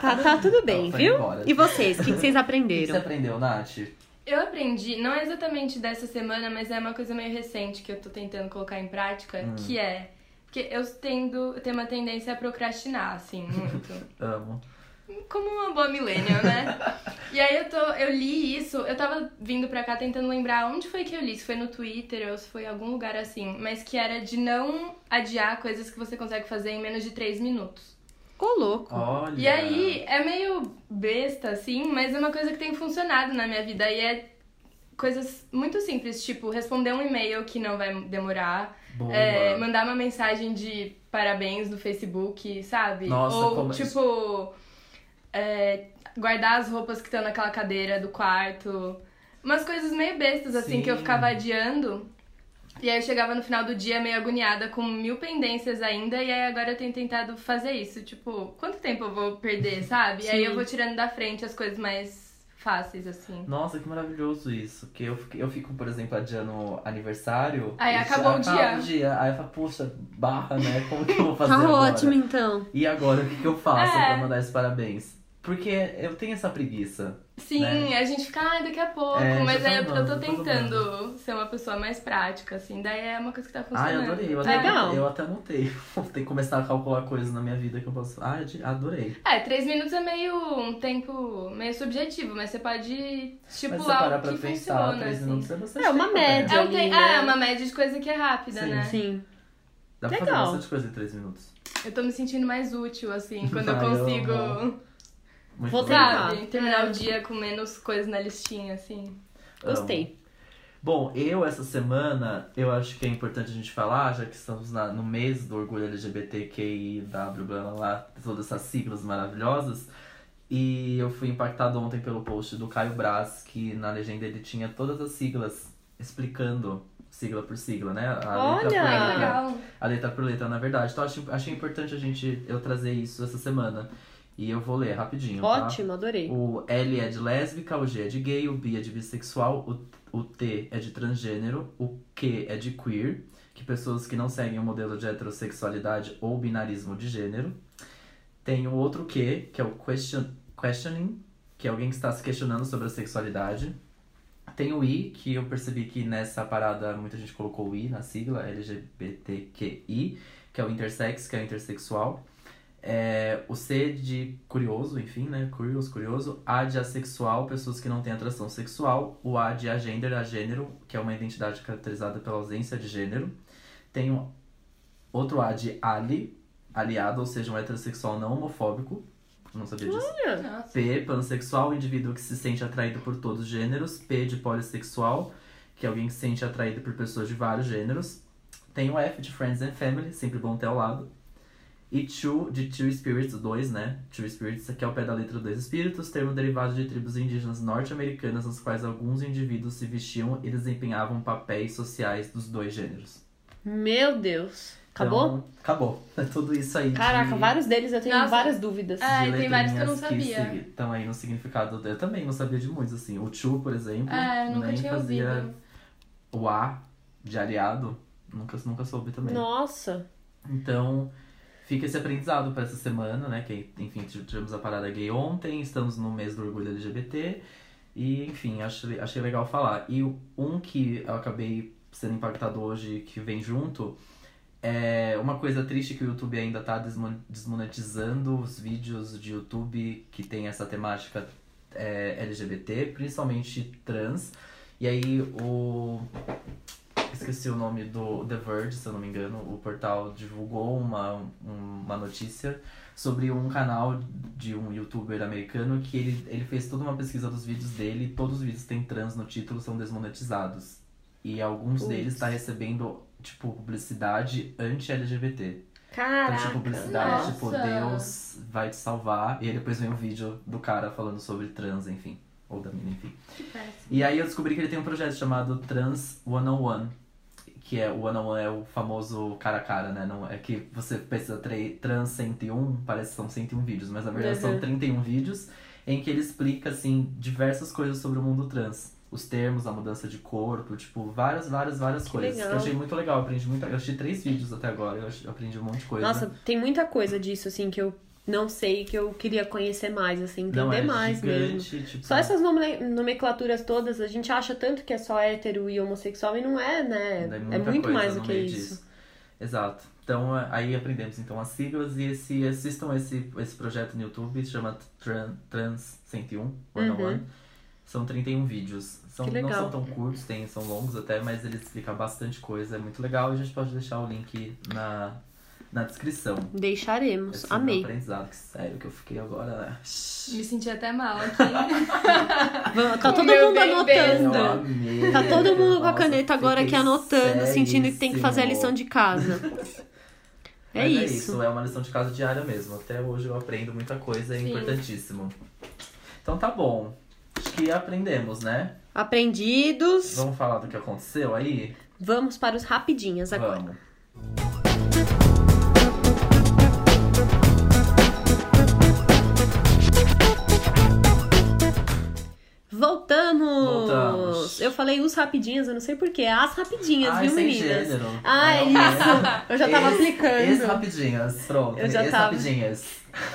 Speaker 1: Tá, tá tudo bem,
Speaker 2: foi
Speaker 1: viu?
Speaker 2: embora.
Speaker 1: E vocês, o que que vocês
Speaker 2: O que você
Speaker 1: aprenderam?
Speaker 2: aprendeu, Nath?
Speaker 3: Eu aprendi, não é exatamente dessa semana, mas é uma coisa meio recente que eu tô tentando colocar em prática, que é. Porque eu tendo, eu tenho uma tendência a procrastinar, assim, muito.
Speaker 2: Amo.
Speaker 3: Como uma boa millennial, né? E aí eu, tô, eu li isso, eu tava vindo pra cá tentando lembrar onde foi que eu li, se foi no Twitter ou se foi em algum lugar assim, mas que era de não adiar coisas que você consegue fazer em menos de 3 minutos.
Speaker 2: é
Speaker 1: Ô, louco.
Speaker 2: Olha.
Speaker 3: E aí é meio besta assim, mas é uma coisa que tem funcionado na minha vida e é coisas muito simples, tipo responder um e-mail que não vai demorar,
Speaker 2: Boa.
Speaker 3: é, mandar uma mensagem de parabéns no Facebook, sabe?
Speaker 2: Nossa,
Speaker 3: Ou
Speaker 2: como isso-
Speaker 3: tipo é, guardar as roupas que estão naquela cadeira do quarto. Umas coisas meio bestas, assim,
Speaker 2: Sim.
Speaker 3: que eu ficava adiando. E aí eu chegava no final do dia meio agoniada, com mil pendências ainda, e aí agora eu tenho tentado fazer isso. Tipo, quanto tempo eu vou perder, sabe? E aí
Speaker 1: Sim.
Speaker 3: eu vou tirando da frente as coisas mais fáceis, assim.
Speaker 2: Nossa, que maravilhoso isso. Porque eu fico, eu fico, por exemplo, adiando aniversário.
Speaker 3: Aí
Speaker 2: e
Speaker 3: acabou o
Speaker 2: já
Speaker 3: dia.
Speaker 2: acaba Aí eu falo, poxa, barra, né? Como que eu vou fazer
Speaker 1: Tá
Speaker 2: agora?
Speaker 1: ótimo, então.
Speaker 2: E agora, o que, que eu faço
Speaker 3: É.
Speaker 2: pra mandar esses parabéns? Porque eu tenho essa preguiça.
Speaker 3: Sim,
Speaker 2: Né?
Speaker 3: a gente fica, ah, daqui a pouco.
Speaker 2: É, já
Speaker 3: mas
Speaker 2: tá
Speaker 3: aí eu, eu tô
Speaker 2: andando, todo
Speaker 3: tentando ser uma pessoa mais prática, assim. Daí é uma coisa que tá funcionando.
Speaker 2: Ai, adorei. Ah, Eu até,
Speaker 1: Legal.
Speaker 2: eu até anotei. Vou ter que começar a calcular coisas na minha vida que eu posso. Ai, ad- adorei.
Speaker 3: É, três minutos é meio um tempo meio subjetivo, mas você pode
Speaker 2: Mas se
Speaker 3: estipular
Speaker 2: parar
Speaker 3: Tipo o que
Speaker 2: pra pensar,
Speaker 3: funciona.
Speaker 2: três
Speaker 3: assim.
Speaker 2: minutos é bastante
Speaker 1: É, uma
Speaker 2: tempo, né?
Speaker 1: média.
Speaker 3: É, um tem...
Speaker 1: ali,
Speaker 3: ah,
Speaker 1: né?
Speaker 3: é uma média de coisa que é rápida,
Speaker 2: Sim.
Speaker 3: né?
Speaker 1: Sim.
Speaker 2: Dá pra fazer
Speaker 1: Legal.
Speaker 2: bastante coisa em três minutos.
Speaker 3: Eu tô me sentindo mais útil, assim, quando eu
Speaker 2: Ai, Ah, eu
Speaker 3: consigo,
Speaker 2: amo. Muito
Speaker 1: Vou
Speaker 2: bom.
Speaker 1: tentar.
Speaker 3: sabe, terminar o dia com menos coisas na listinha, assim.
Speaker 2: Amo.
Speaker 1: Gostei.
Speaker 2: Bom, eu essa semana, eu acho que é importante a gente falar, já que estamos na- no mês do orgulho LGBTQI, W, blá, blá, blá, todas essas siglas maravilhosas. E eu fui impactado ontem pelo post do Caio Braz, que na legenda ele tinha todas as siglas explicando sigla por sigla, né? A letra
Speaker 1: Olha!
Speaker 2: por
Speaker 3: Ah,
Speaker 2: letra.
Speaker 3: que legal.
Speaker 2: A letra por letra, na verdade. Então achei, achei importante a gente eu trazer isso essa semana. E eu vou ler rapidinho. tá?
Speaker 1: Ótimo, adorei.
Speaker 2: O L é de lésbica, o G é de gay, o B é de bissexual, o, o T é de transgênero, o Q é de queer, que pessoas que não seguem o modelo de heterossexualidade ou binarismo de gênero. Tem o outro Q, que é o question, questioning, que é alguém que está se questionando sobre a sexualidade. Tem o I, que eu percebi que nessa parada muita gente colocou o I na sigla, LGBTQI, que é o intersex, que é o intersexual. É, o C de curioso, enfim, né? Curious, curioso. A de assexual, pessoas que não têm atração sexual. O A de agender, agênero, que é uma identidade caracterizada pela ausência de gênero. Tem um outro A de ali, aliado, ou seja, um heterossexual não homofóbico. Não sabia disso.
Speaker 3: Nossa.
Speaker 2: P, pansexual, um indivíduo que se sente atraído por todos os gêneros. P de polissexual, que é alguém que se sente atraído por pessoas de vários gêneros. Tem o F de Friends and Family, sempre bom ter ao lado. E Two, de Two Spirits, dois, né? Two Spirits, que é o pé da letra dois espíritos, termo derivado de tribos indígenas norte-americanas, nas quais alguns indivíduos se vestiam e desempenhavam papéis sociais dos dois gêneros.
Speaker 1: Meu Deus. Acabou?
Speaker 2: Então, acabou. É tudo isso aí. de-
Speaker 1: Caraca, vários deles eu tenho
Speaker 3: Nossa.
Speaker 1: várias dúvidas.
Speaker 3: Ah, Ai,
Speaker 2: de
Speaker 3: tem vários que eu não
Speaker 2: letrinhas
Speaker 3: sabia.
Speaker 2: segui- Estão aí no significado. do- Eu também não sabia de muitos, assim. O Chu, por exemplo.
Speaker 3: É, nunca
Speaker 2: nem
Speaker 3: tinha
Speaker 2: fazia
Speaker 3: ouvido.
Speaker 2: O A de aliado. Nunca, nunca soube também.
Speaker 1: Nossa.
Speaker 2: Então, fica esse aprendizado para essa semana, né? Que, enfim, tivemos a parada gay ontem, estamos no mês do orgulho LGBT. E, enfim, achei, achei legal falar. E o- um que eu acabei sendo impactado hoje, que vem junto, é uma coisa triste que o YouTube ainda tá desmo- desmonetizando os vídeos de YouTube que tem essa temática é, LGBT, principalmente trans. E aí, o esqueci o nome do The Verge, se eu não me engano, o portal divulgou uma, um- uma notícia sobre um canal de um youtuber americano que ele, ele fez toda uma pesquisa dos vídeos dele, e todos os vídeos que tem trans no título são desmonetizados. E alguns
Speaker 1: Putz.
Speaker 2: deles tá recebendo, tipo, publicidade anti-LGBT. Então, tipo,
Speaker 1: Caraca.
Speaker 2: publicidade, tipo,
Speaker 3: Nossa.
Speaker 2: Deus vai te salvar. E aí depois vem um vídeo do cara falando sobre trans, enfim. Ou da mina, enfim.
Speaker 3: Que péssimo.
Speaker 2: E aí eu descobri que ele tem um projeto chamado Trans 101. Que é, o 101 é o famoso cara a cara, né? Não, é que você pensa tre- Trans 101, parece que são 101 vídeos, mas na verdade são
Speaker 1: Uhum.
Speaker 2: 31 vídeos em que ele explica, assim, diversas coisas sobre o mundo trans. Os termos, a mudança de corpo, tipo, várias, várias, várias coisas. Que eu
Speaker 1: legal.
Speaker 2: achei muito legal, eu aprendi muito. Eu achei três vídeos até agora, eu ach- eu aprendi um monte de coisa.
Speaker 1: Nossa, tem muita coisa disso, assim, que eu não sei, que eu queria conhecer mais, assim, entender
Speaker 2: não é
Speaker 1: mais mesmo.
Speaker 2: gigante, tipo.
Speaker 1: Só essas nome- nomenclaturas todas, a gente acha tanto que é só hétero e homossexual e não é, né?
Speaker 2: Daí
Speaker 1: é
Speaker 2: muita
Speaker 1: muito
Speaker 2: coisa
Speaker 1: mais do
Speaker 2: no
Speaker 1: que
Speaker 2: meio
Speaker 1: isso.
Speaker 2: disso. Exato. Então, é, aí aprendemos então as siglas e esse, assistam esse, esse projeto no YouTube, se chama Tran, Trans 101, 101. São 31 vídeos. São,
Speaker 1: Uhum. Que
Speaker 2: não
Speaker 1: legal.
Speaker 2: são tão curtos, tem, são longos até, mas eles explicam bastante coisa, é muito legal. E a gente pode deixar o link na, na descrição.
Speaker 1: Deixaremos.
Speaker 2: Esse é o meu
Speaker 1: Amei.
Speaker 2: aprendizado, que sério que eu fiquei agora, né?
Speaker 3: Me senti até mal aqui.
Speaker 1: Vamos- Tá
Speaker 3: O
Speaker 1: todo
Speaker 3: meu
Speaker 1: mundo
Speaker 3: bem
Speaker 1: anotando.
Speaker 2: Eu amei.
Speaker 1: Tá todo mundo com a
Speaker 2: Nossa,
Speaker 1: caneta agora aqui
Speaker 2: fiquei
Speaker 1: anotando, sentindo que tem que fazer a
Speaker 2: seríssimo.
Speaker 1: lição de casa. É
Speaker 2: Mas É
Speaker 1: isso.
Speaker 2: isso, é uma lição de casa diária mesmo. Até hoje eu aprendo muita coisa, é
Speaker 1: Sim.
Speaker 2: importantíssimo. Então tá bom. Acho que aprendemos, né?
Speaker 1: Aprendidos.
Speaker 2: Vamos falar do que aconteceu aí?
Speaker 1: Vamos para os rapidinhas agora.
Speaker 2: Vamos.
Speaker 1: Voltamos.
Speaker 2: Voltamos.
Speaker 1: Eu falei os rapidinhas, eu não sei porquê. As rapidinhas,
Speaker 2: Ai,
Speaker 1: viu,
Speaker 2: sem
Speaker 1: meninas?
Speaker 2: gênero.
Speaker 1: Ah, é
Speaker 2: Não,
Speaker 1: isso. Eu já tava
Speaker 2: Esse-
Speaker 1: aplicando.
Speaker 2: Esse rapidinhas, pronto.
Speaker 1: Eu já
Speaker 2: esse
Speaker 1: tava.
Speaker 2: rapidinhas.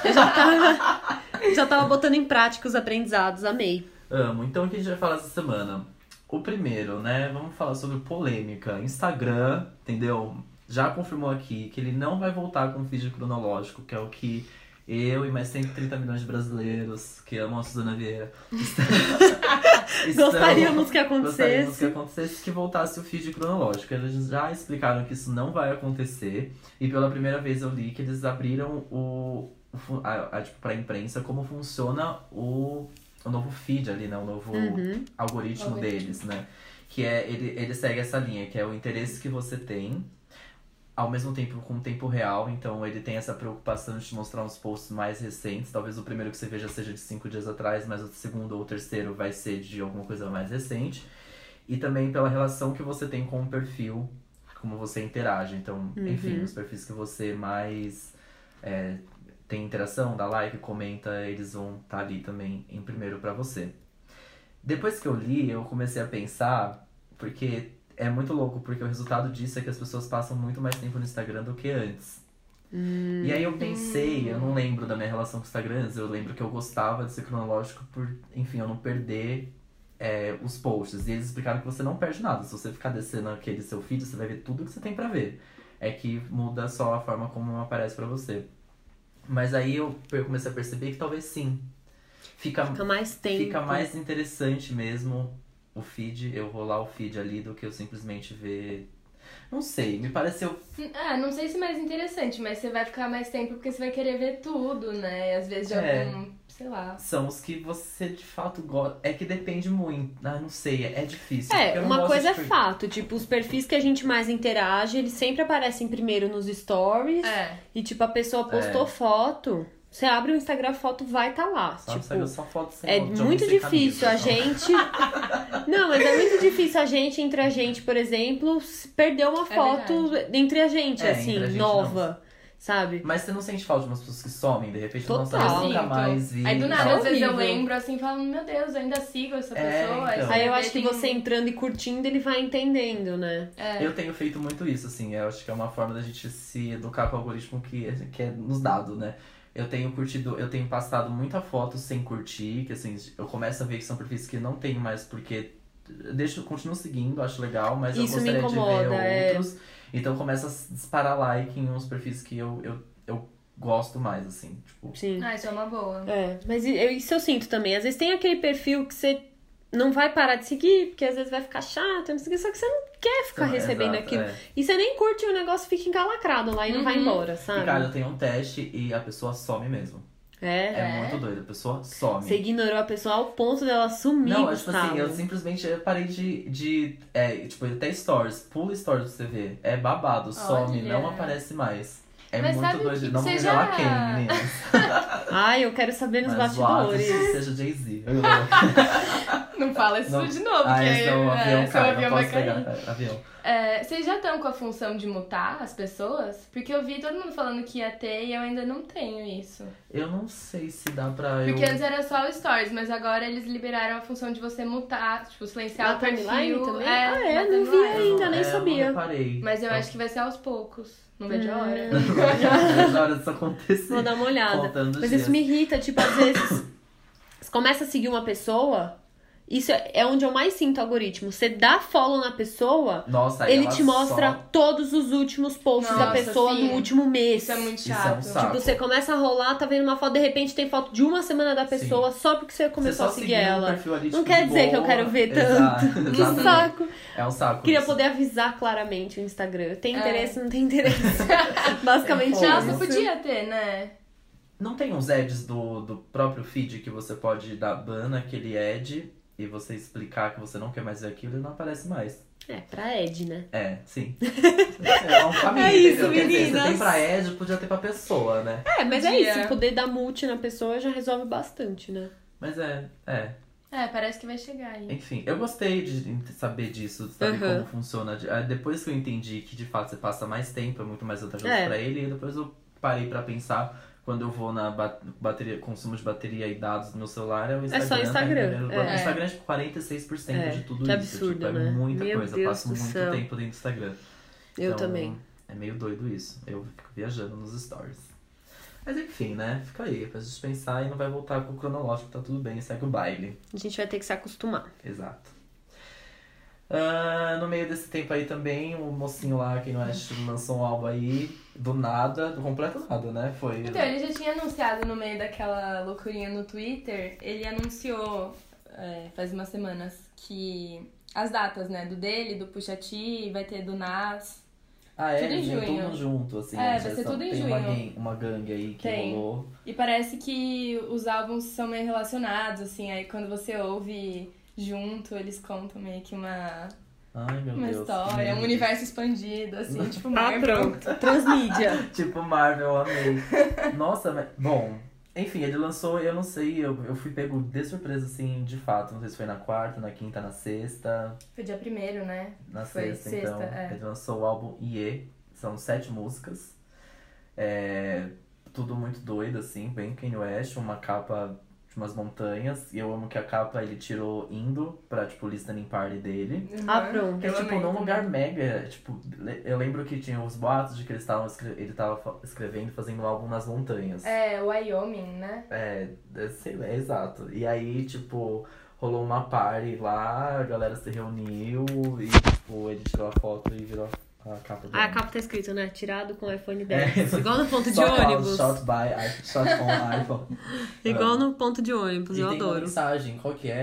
Speaker 1: Eu já tava, já tava botando em prática os aprendizados, amei.
Speaker 2: Amo. Então o que a gente vai falar essa semana? O primeiro, né? Vamos falar sobre polêmica. Instagram, entendeu? Já confirmou aqui que ele não vai voltar com o vídeo cronológico, que é o que eu e mais 130 milhões de brasileiros que amam a Suzana Vieira.
Speaker 1: Gostaríamos que
Speaker 2: estão- Gostaríamos que
Speaker 1: acontecesse.
Speaker 2: acontecesse que voltasse o feed cronológico. Eles já explicaram que isso não vai acontecer. E pela primeira vez eu li que eles abriram o, o fu- a, a, tipo, pra imprensa como funciona o, o novo feed ali, né? O novo
Speaker 1: Uhum.
Speaker 2: algoritmo
Speaker 3: Algoritmo.
Speaker 2: deles, né? Que é, ele, ele segue essa linha, que é o interesse que você tem, ao mesmo tempo com o tempo real. Então ele tem essa preocupação de te mostrar uns posts mais recentes. Talvez o primeiro que você veja seja de cinco dias atrás, mas o segundo ou o terceiro vai ser de alguma coisa mais recente. E também pela relação que você tem com o perfil, como você interage. Então, enfim, os perfis que você mais é, tem interação, dá like, comenta, eles vão estar ali também em primeiro pra você. Depois que eu li, eu comecei a pensar, porque é muito louco, porque o resultado disso é que as pessoas passam muito mais tempo no Instagram do que antes. E aí eu pensei, eu não lembro da minha relação com o Instagram, antes, eu lembro que eu gostava de ser cronológico por, enfim, eu não perder é, os posts. E eles explicaram que você não perde nada. Se você ficar descendo aquele seu feed, você vai ver tudo que você tem pra ver. É que muda só a forma como aparece pra você. Mas aí eu per- comecei a perceber que talvez sim.
Speaker 1: Fica mais tempo.
Speaker 2: Fica mais interessante mesmo o feed, eu rolar o feed ali do que eu simplesmente ver. Não sei, me pareceu.
Speaker 3: ah, não sei se mais interessante, mas você vai ficar mais tempo porque você vai querer ver tudo, né? E às vezes de
Speaker 2: É.
Speaker 3: algum, sei lá.
Speaker 2: São os que você de fato gosta. É que depende muito. Ah, não sei, é é difícil. porque
Speaker 1: É,
Speaker 2: eu não
Speaker 1: uma
Speaker 2: gosto
Speaker 1: coisa é
Speaker 2: de per-
Speaker 1: fato, tipo, os perfis que a gente mais interage, eles sempre aparecem primeiro nos stories.
Speaker 3: É.
Speaker 1: E tipo, a pessoa postou
Speaker 2: É.
Speaker 1: foto, você abre o Instagram, a foto vai tá lá.
Speaker 2: Só,
Speaker 1: tipo,
Speaker 2: saiu só foto sem
Speaker 1: É
Speaker 2: de homem
Speaker 1: muito
Speaker 2: sem
Speaker 1: difícil a
Speaker 2: camisa, só.
Speaker 1: gente. Não, mas é muito difícil a gente, entre a gente, por exemplo, se perder
Speaker 3: É
Speaker 1: uma foto entre a gente,
Speaker 2: É,
Speaker 1: assim,
Speaker 2: entre a gente,
Speaker 1: nova. Sabe?
Speaker 2: Mas você não sente falta de umas pessoas que somem, de repente eu não
Speaker 1: Total.
Speaker 2: sabe nunca
Speaker 3: Sinto.
Speaker 2: mais vi.
Speaker 3: Aí do
Speaker 2: e
Speaker 3: nada,
Speaker 2: tal.
Speaker 3: às vezes eu
Speaker 1: Horrível.
Speaker 3: lembro assim e falo, meu Deus, eu ainda sigo essa
Speaker 2: É,
Speaker 3: pessoa.
Speaker 2: então.
Speaker 3: você
Speaker 1: Aí eu
Speaker 3: vê,
Speaker 1: acho que
Speaker 3: tem- um-
Speaker 1: você entrando e curtindo, ele vai entendendo, né?
Speaker 3: É.
Speaker 2: Eu tenho feito muito isso, assim. Eu acho que é uma forma da gente se educar com o algoritmo que, que é nos dado, né? Eu tenho curtido, eu tenho passado muita foto sem curtir, que assim, eu começo a ver que são perfis que não tenho mais porque. eu Deixo, continuo seguindo, acho legal, mas eu
Speaker 1: Isso me
Speaker 2: gostaria de
Speaker 1: incomoda,
Speaker 2: ver
Speaker 1: é.
Speaker 2: outros. Então começa a disparar like em uns perfis que eu, eu, eu gosto mais, assim, tipo.
Speaker 1: Sim.
Speaker 3: Ah, isso é uma boa.
Speaker 1: É, mas i- eu- isso eu sinto também. Às vezes tem aquele perfil que você não vai parar de seguir, porque às vezes vai ficar chato, não sei o que, só que você não quer ficar
Speaker 2: sei lá,
Speaker 1: recebendo
Speaker 2: exato,
Speaker 1: aquilo.
Speaker 2: é.
Speaker 1: E você nem curte o negócio, fica encalacrado lá e não vai
Speaker 3: Uhum.
Speaker 1: embora,
Speaker 2: E, cara,
Speaker 1: sabe?
Speaker 2: eu tenho um teste e a pessoa some mesmo.
Speaker 1: É.
Speaker 2: É,
Speaker 3: É?
Speaker 2: muito doido, a pessoa some.
Speaker 1: Você ignorou a pessoa ao ponto dela sumir,
Speaker 2: Não, é tipo
Speaker 1: Gustavo.
Speaker 2: assim, eu simplesmente parei de. de é, tipo, até stories. Pula stories pra você ver. É babado, some,
Speaker 3: Olha.
Speaker 2: não aparece mais. É
Speaker 3: Mas
Speaker 2: muito
Speaker 3: sabe
Speaker 2: doido.
Speaker 3: que
Speaker 2: Não vou
Speaker 3: você
Speaker 2: revelar
Speaker 3: já-
Speaker 2: quem, meninas.
Speaker 1: Ai, eu quero saber nos
Speaker 2: Mas boatos
Speaker 1: bastidores.
Speaker 2: que seja Jay-Z.
Speaker 3: Não fala isso
Speaker 2: Não.
Speaker 3: de novo,
Speaker 2: ah,
Speaker 3: que
Speaker 2: esse é o avião,
Speaker 3: seu
Speaker 2: cara.
Speaker 3: um avião
Speaker 2: não
Speaker 3: vai
Speaker 2: posso
Speaker 3: cair.
Speaker 2: pegar é, avião.
Speaker 3: É, vocês já estão com a função de mutar as pessoas? Porque eu vi todo mundo falando que ia ter e eu ainda não tenho isso.
Speaker 2: Eu não sei se dá pra
Speaker 3: Porque
Speaker 2: eu.
Speaker 3: antes era só o Stories, mas agora eles liberaram a função de você mutar, tipo, silenciar
Speaker 1: Na
Speaker 3: o perfil.
Speaker 1: timeline também? Ah, é,
Speaker 3: na
Speaker 1: não vi
Speaker 3: timeline.
Speaker 1: ainda, nem
Speaker 2: é,
Speaker 1: sabia.
Speaker 2: Eu não reparei.
Speaker 3: Mas eu
Speaker 2: Então,
Speaker 3: acho que vai ser aos poucos. Não é
Speaker 1: É.
Speaker 3: vejo a hora.
Speaker 2: Mas na hora disso acontecer.
Speaker 1: Vou dar uma olhada.
Speaker 2: Contando os
Speaker 1: Mas
Speaker 2: dias.
Speaker 1: isso me irrita, tipo, às vezes você começa a seguir uma pessoa Isso é é onde eu mais sinto algoritmo. Você dá follow na pessoa,
Speaker 2: Nossa, aí
Speaker 1: ele
Speaker 2: Tá, ela
Speaker 1: te mostra
Speaker 2: só-
Speaker 1: todos os últimos posts da
Speaker 3: Nossa,
Speaker 1: pessoa
Speaker 3: sim.
Speaker 1: no último mês.
Speaker 3: Isso é muito
Speaker 2: Isso é um
Speaker 3: chato.
Speaker 2: saco.
Speaker 1: Tipo, você começa a rolar, tá vendo uma foto, de repente tem foto de uma semana da pessoa só porque você
Speaker 2: Você
Speaker 1: começou
Speaker 2: só
Speaker 1: a seguir
Speaker 2: seguiu um
Speaker 1: ela.
Speaker 2: perfil ali,
Speaker 1: Não
Speaker 2: tipo,
Speaker 1: quer
Speaker 2: de
Speaker 1: dizer que eu
Speaker 2: boa.
Speaker 1: quero ver
Speaker 2: Exato,
Speaker 1: Que
Speaker 2: exatamente.
Speaker 1: saco!
Speaker 2: É um saco.
Speaker 1: Queria
Speaker 2: isso.
Speaker 1: poder avisar claramente o Instagram. Tem
Speaker 3: É.
Speaker 1: interesse, não tem interesse. Basicamente
Speaker 2: É,
Speaker 1: é,
Speaker 2: pô,
Speaker 1: isso.
Speaker 3: Nossa, podia ter, né?
Speaker 2: Não tem uns ads do, do próprio feed que você pode dar ban naquele ad e você explicar que você não quer mais ver aquilo e não aparece mais.
Speaker 1: É, pra Ed, né?
Speaker 2: É, sim. é um caminho,
Speaker 1: É isso,
Speaker 2: entendeu? Quer dizer,
Speaker 1: meninas.
Speaker 2: Você tem pra ad, podia ter pra pessoa, né?
Speaker 1: É, mas
Speaker 3: Podia.
Speaker 1: é isso. Poder dar multi na pessoa já resolve bastante, né?
Speaker 2: Mas é, é.
Speaker 3: É, parece que vai chegar aí.
Speaker 2: Enfim, eu gostei de ent- saber disso, de saber
Speaker 1: Uhum.
Speaker 2: como funciona. De- ah, Depois que eu entendi que de fato você passa mais tempo, é muito mais vantajoso
Speaker 1: É.
Speaker 2: pra ele, e depois eu parei pra pensar quando eu vou na ba- bateria, consumo de bateria e dados do meu celular, é o Instagram.
Speaker 1: só
Speaker 2: tá em
Speaker 1: Instagram,
Speaker 2: primeiro lugar.
Speaker 3: é.
Speaker 2: O Instagram é tipo 46%
Speaker 1: É,
Speaker 2: de tudo
Speaker 1: que
Speaker 2: isso.
Speaker 1: absurdo,
Speaker 2: tipo, é
Speaker 1: né?
Speaker 2: muita
Speaker 1: Meu
Speaker 2: coisa.
Speaker 1: Deus
Speaker 2: eu passo
Speaker 1: do
Speaker 2: muito
Speaker 1: céu.
Speaker 2: tempo dentro do Instagram.
Speaker 1: Eu
Speaker 2: Então,
Speaker 1: também.
Speaker 2: É meio doido isso. Eu fico viajando nos stories. Mas enfim, né? Fica aí, pra gente pensar e não vai voltar com o cronológico, tá tudo bem, segue o baile.
Speaker 1: A gente vai ter que se acostumar.
Speaker 2: Exato. Ah, no meio desse tempo aí também, o mocinho lá, quem não é, lançou um álbum aí, do nada, do completo nada, né? Foi.
Speaker 3: Então, ele já tinha anunciado no meio daquela loucurinha no Twitter, ele anunciou é, faz umas semanas que as datas, né, do dele, do Puxati, vai ter do Nas.
Speaker 2: ah, é,
Speaker 3: tudo em
Speaker 2: junto,
Speaker 3: junho.
Speaker 2: tudo junto, assim.
Speaker 3: É,
Speaker 2: né?
Speaker 3: vai ser
Speaker 2: Essa-
Speaker 3: tudo em
Speaker 2: tem Uma,
Speaker 3: junho.
Speaker 2: gang- uma gangue aí que
Speaker 3: Tem.
Speaker 2: rolou.
Speaker 3: E parece que os álbuns são meio relacionados, assim, aí quando você ouve junto, eles contam meio que uma,
Speaker 2: Ai, meu
Speaker 3: uma
Speaker 2: Deus.
Speaker 3: história, um
Speaker 2: Meu
Speaker 3: universo expandido, assim, tipo
Speaker 1: Ah,
Speaker 3: Marvel.
Speaker 1: pronto. Transmídia.
Speaker 2: Tipo Marvel, amei. Nossa, mas, bom. Enfim, ele lançou, eu não sei, eu, eu fui pego de surpresa, assim, de fato. Não sei se foi na quarta, na quinta, na sexta.
Speaker 3: Foi dia primeiro, né?
Speaker 2: Na
Speaker 3: Foi
Speaker 2: sexta,
Speaker 3: sexta,
Speaker 2: então.
Speaker 3: é.
Speaker 2: Ele lançou o álbum IE, são sete músicas. É, tudo muito doido, assim, bem Kanye West, uma capa de umas montanhas. E eu amo que a capa ele tirou indo pra, tipo, listening party dele.
Speaker 1: Ah,
Speaker 3: Uhum.
Speaker 1: pronto.
Speaker 2: É,
Speaker 3: Eu
Speaker 2: tipo,
Speaker 3: amei
Speaker 2: num
Speaker 3: também.
Speaker 2: lugar mega, tipo, le- eu lembro que tinha os boatos de que eles estavam escre- ele tava fa- escrevendo, fazendo um álbum nas montanhas.
Speaker 3: É, Wyoming, né?
Speaker 2: É, é, sei lá, é exato. E aí, tipo, rolou uma party lá, a galera se reuniu e, tipo, ele tirou a foto e virou a capa do
Speaker 1: Ah, a
Speaker 2: álbum.
Speaker 1: capa tá escrito, né? Tirado com iPhone
Speaker 2: É.
Speaker 1: 10. Igual no ponto de
Speaker 2: Só É. fala
Speaker 1: ônibus.
Speaker 2: Shot by, i- shot on iPhone.
Speaker 1: Igual no ponto de ônibus,
Speaker 2: E
Speaker 1: eu
Speaker 2: tem uma
Speaker 1: adoro.
Speaker 2: mensagem, qual que é?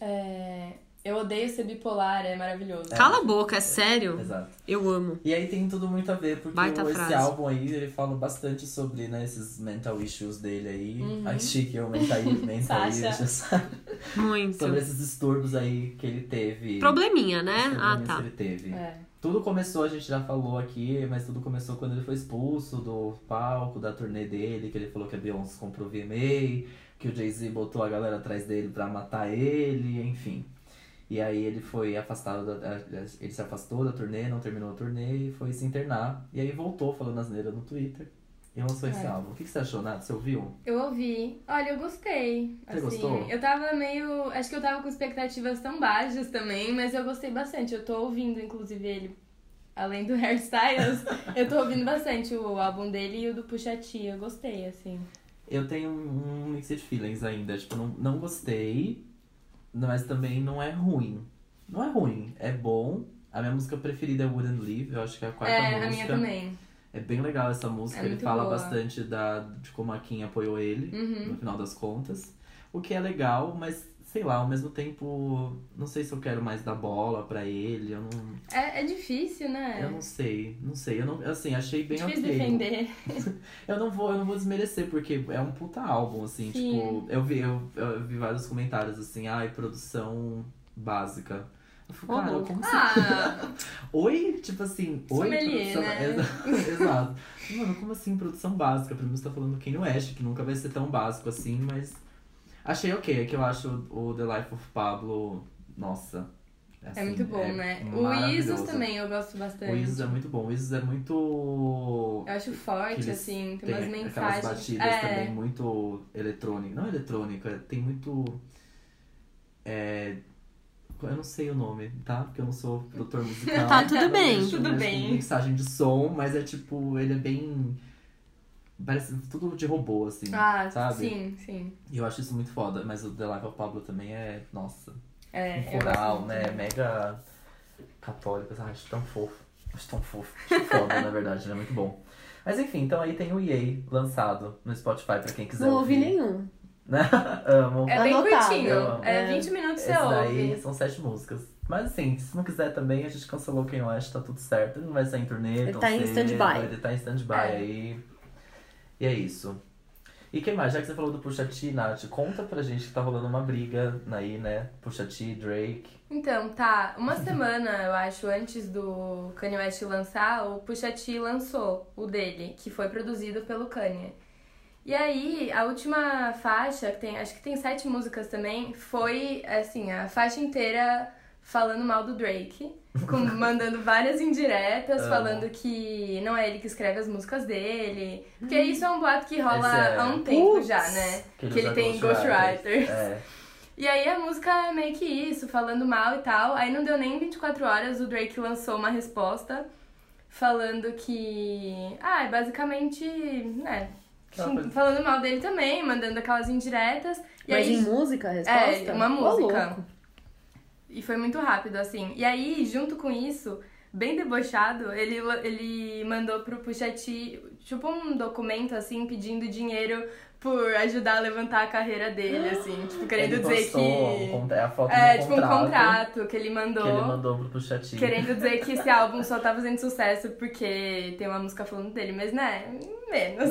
Speaker 2: É,
Speaker 3: É, eu odeio ser bipolar, é maravilhoso.
Speaker 1: Cala a boca, é sério.
Speaker 2: Exato.
Speaker 1: Eu amo.
Speaker 2: E aí tem tudo muito a ver, porque
Speaker 1: Baita
Speaker 2: o- esse
Speaker 1: frase.
Speaker 2: álbum aí, ele fala bastante sobre, né, esses mental issues dele aí.
Speaker 3: Uhum.
Speaker 2: Ai, chique, eu mental, mental
Speaker 3: Sasha.
Speaker 2: issues.
Speaker 1: Muito.
Speaker 2: sobre esses distúrbios aí que ele teve.
Speaker 1: Probleminha, né?
Speaker 2: Esses
Speaker 1: Ah,
Speaker 2: problemas que
Speaker 1: tá.
Speaker 2: ele teve.
Speaker 3: É.
Speaker 2: Tudo começou, a gente já falou aqui, mas tudo começou quando ele foi expulso do palco, da turnê dele, que ele falou que a Beyoncé comprou VMA, que o Jay-Z botou a galera atrás dele pra matar ele, enfim. E aí ele foi afastado, da, da- ele se afastou da turnê, não terminou a turnê e foi se internar. E aí voltou falando asneira no Twitter e lançou esse
Speaker 3: É.
Speaker 2: álbum. O que, que você achou, Nath? Você ouviu?
Speaker 3: Eu ouvi. Olha, eu gostei.
Speaker 2: Você
Speaker 3: assim,
Speaker 2: gostou?
Speaker 3: Eu tava meio. Acho que eu tava com expectativas tão baixas também, mas eu gostei bastante. Eu tô ouvindo, inclusive, ele. Além do Hairstyles, eu tô ouvindo bastante o álbum dele e o do Puxa T. Eu gostei, assim.
Speaker 2: Eu tenho um mixed feelings ainda. Tipo, não, não gostei, mas também não é ruim. Não é ruim, é bom. A minha música preferida é Wouldn't Leave, eu acho que é a quarta
Speaker 3: é,
Speaker 2: música.
Speaker 3: a minha também.
Speaker 2: É bem legal essa música,
Speaker 3: É
Speaker 2: ele
Speaker 3: muito
Speaker 2: fala
Speaker 3: boa.
Speaker 2: bastante da, de como a Kim apoiou ele,
Speaker 3: Uhum.
Speaker 2: no final das contas. O que é legal, mas sei lá, ao mesmo tempo, não sei se eu quero mais dar bola pra ele, eu não,
Speaker 3: É, é difícil, né?
Speaker 2: eu não sei, não sei. Eu não, assim, achei bem
Speaker 3: Difícil
Speaker 2: ok.
Speaker 3: defender.
Speaker 2: Eu não vou, eu não vou desmerecer, porque é um puta álbum, assim,
Speaker 3: Sim.
Speaker 2: tipo, eu vi, eu, eu vi vários comentários assim, ai, produção básica. Eu falo,
Speaker 1: Ô,
Speaker 2: cara,
Speaker 1: louco.
Speaker 2: como assim?
Speaker 3: Ah,
Speaker 2: Oi? Tipo assim, oi,
Speaker 3: Sommelier,
Speaker 2: produção.
Speaker 3: né?
Speaker 2: Exa- Exato. Mano, como assim produção básica? Primeiro você tá falando Kanye West, que nunca vai ser tão básico assim, mas. Achei ok, é que eu acho o The Life of Pablo. Nossa.
Speaker 3: é muito bom, né? O
Speaker 2: Assim, maravilhoso.
Speaker 3: Isos também eu gosto
Speaker 2: O
Speaker 3: bastante.
Speaker 2: Isus é muito bom, o Isus é muito.
Speaker 3: Eu acho
Speaker 2: que
Speaker 3: forte,
Speaker 2: eles
Speaker 3: assim, tem
Speaker 2: Tem
Speaker 3: umas
Speaker 2: aquelas
Speaker 3: mensagens.
Speaker 2: batidas
Speaker 3: é,
Speaker 2: também muito eletrônica. Não eletrônica, tem muito. É. Eu não sei o nome, tá? Porque eu não sou produtor musical.
Speaker 1: Tá, tudo
Speaker 2: Eu
Speaker 1: bem.
Speaker 2: mexo-
Speaker 3: Tudo
Speaker 2: mexo com
Speaker 3: bem.
Speaker 2: Mixagem de som, mas é tipo, ele é bem. Parece tudo de robô, assim.
Speaker 3: Ah,
Speaker 2: sabe?
Speaker 3: sim, sim.
Speaker 2: E eu acho isso muito foda, mas o The Life of Pablo também é. Nossa,
Speaker 3: É,
Speaker 2: um
Speaker 3: eu gosto
Speaker 2: coral,
Speaker 3: muito.
Speaker 2: né? Mega católicas. Ai, acho tão fofo. Acho tão fofo. Acho foda, na verdade, ele é muito bom. Mas enfim, então aí tem o EA lançado no Spotify pra quem quiser
Speaker 1: Não ouvi
Speaker 2: ouvir.
Speaker 1: nenhum.
Speaker 2: Né? Amo.
Speaker 3: É bem
Speaker 1: Anotado.
Speaker 3: curtinho. É
Speaker 1: É.
Speaker 3: 20 minutos você
Speaker 2: Esses daí
Speaker 3: ouve.
Speaker 2: são sete músicas. Mas assim, se não quiser também, a gente cancelou quem eu acho, tá tudo certo. Ele não vai sair em turnê,
Speaker 1: Ele
Speaker 2: tão
Speaker 1: tá em
Speaker 2: cedo,
Speaker 1: stand-by.
Speaker 2: Ele tá em stand-by
Speaker 3: É.
Speaker 2: aí. E é isso. E quem mais? Já que você falou do Pusha T, Nath, conta pra gente que tá rolando uma briga aí, né? Pusha T, Drake.
Speaker 3: Então, tá. Uma semana, eu acho, antes do Kanye West lançar, o Pusha T lançou o dele, que foi produzido pelo Kanye. E aí, a última faixa, que tem, acho que tem sete músicas também, foi, assim, a faixa inteira falando mal do Drake. com- mandando várias indiretas,
Speaker 2: Amo.
Speaker 3: falando que não é ele que escreve as músicas dele. Porque isso é um boato que rola
Speaker 2: Hum. Esse é-
Speaker 3: há um tempo
Speaker 1: Putz!
Speaker 3: já, né?
Speaker 2: Que ele é
Speaker 3: que ele
Speaker 2: usa
Speaker 3: tem
Speaker 2: ghostwriters.
Speaker 3: ghostwriters.
Speaker 2: É.
Speaker 3: E aí a música é meio que isso, falando mal e tal. Aí não deu nem 24 horas, o Drake lançou uma resposta falando que. Ah, é basicamente. né?
Speaker 2: Ah,
Speaker 3: xing-
Speaker 2: mas-
Speaker 3: Falando mal dele também, mandando aquelas indiretas. E
Speaker 1: Mas
Speaker 3: aí.
Speaker 1: em música, a resposta?
Speaker 3: É, uma
Speaker 1: Ô,
Speaker 3: música.
Speaker 1: louco.
Speaker 3: E foi muito rápido, assim. E aí, junto com isso, bem debochado, ele, ele mandou pro Puxati, tipo, um documento, assim, pedindo dinheiro por ajudar a levantar a carreira dele, assim. Tipo, querendo
Speaker 2: ele
Speaker 3: dizer
Speaker 2: postou um
Speaker 3: que.
Speaker 2: contra- a foto
Speaker 3: É,
Speaker 2: do
Speaker 3: tipo, um contrato que ele mandou.
Speaker 2: que ele mandou pro Pusha T.
Speaker 3: Querendo dizer que esse álbum só tá fazendo sucesso porque tem uma música falando dele, mas né, menos.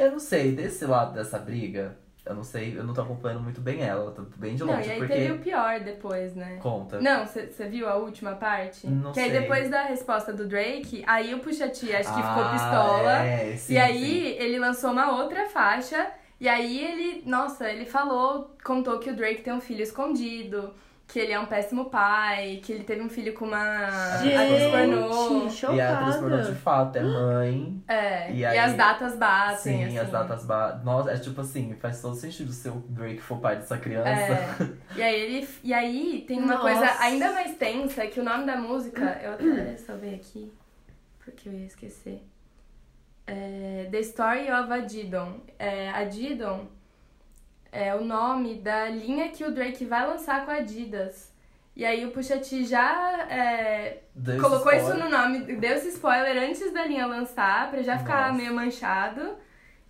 Speaker 2: Eu não sei, desse lado dessa briga, eu não sei, eu não tô acompanhando muito bem ela, eu tô bem de
Speaker 3: Não,
Speaker 2: longe,
Speaker 3: e aí
Speaker 2: porque.
Speaker 3: teve o pior depois, né?
Speaker 2: Conta.
Speaker 3: Não, você viu a última parte?
Speaker 2: Não
Speaker 3: que
Speaker 2: sei.
Speaker 3: aí depois da resposta do Drake, aí o Pusha T acho que ficou
Speaker 2: Ah,
Speaker 3: pistola.
Speaker 2: é, sim,
Speaker 3: e aí
Speaker 2: sim.
Speaker 3: ele lançou uma outra faixa. E aí ele, nossa, ele falou, contou que o Drake tem um filho escondido, que ele é um péssimo pai, que ele teve um filho com uma atriz pornô.
Speaker 1: Gente,
Speaker 2: E a atriz pornô, de
Speaker 1: chocada.
Speaker 2: fato é mãe.
Speaker 3: É,
Speaker 2: E
Speaker 3: e,
Speaker 2: aí-
Speaker 3: as datas batem,
Speaker 2: sim,
Speaker 3: assim.
Speaker 2: as datas ba... Nossa, é tipo assim, faz todo sentido se o Drake for pai dessa criança.
Speaker 3: É. E aí, ele, e aí tem uma
Speaker 1: Nossa.
Speaker 3: coisa ainda mais tensa, que o nome da música, eu até salvei aqui, porque eu ia esquecer. É, The Story of Adidon. É, Adidon é o nome da linha que o Drake vai lançar com a Adidas. E aí o Pusha T já é,
Speaker 2: Deu esse
Speaker 3: colocou isso
Speaker 2: spoiler.
Speaker 3: no nome, deu esse spoiler antes da linha lançar, pra já ficar
Speaker 2: Nossa.
Speaker 3: meio manchado.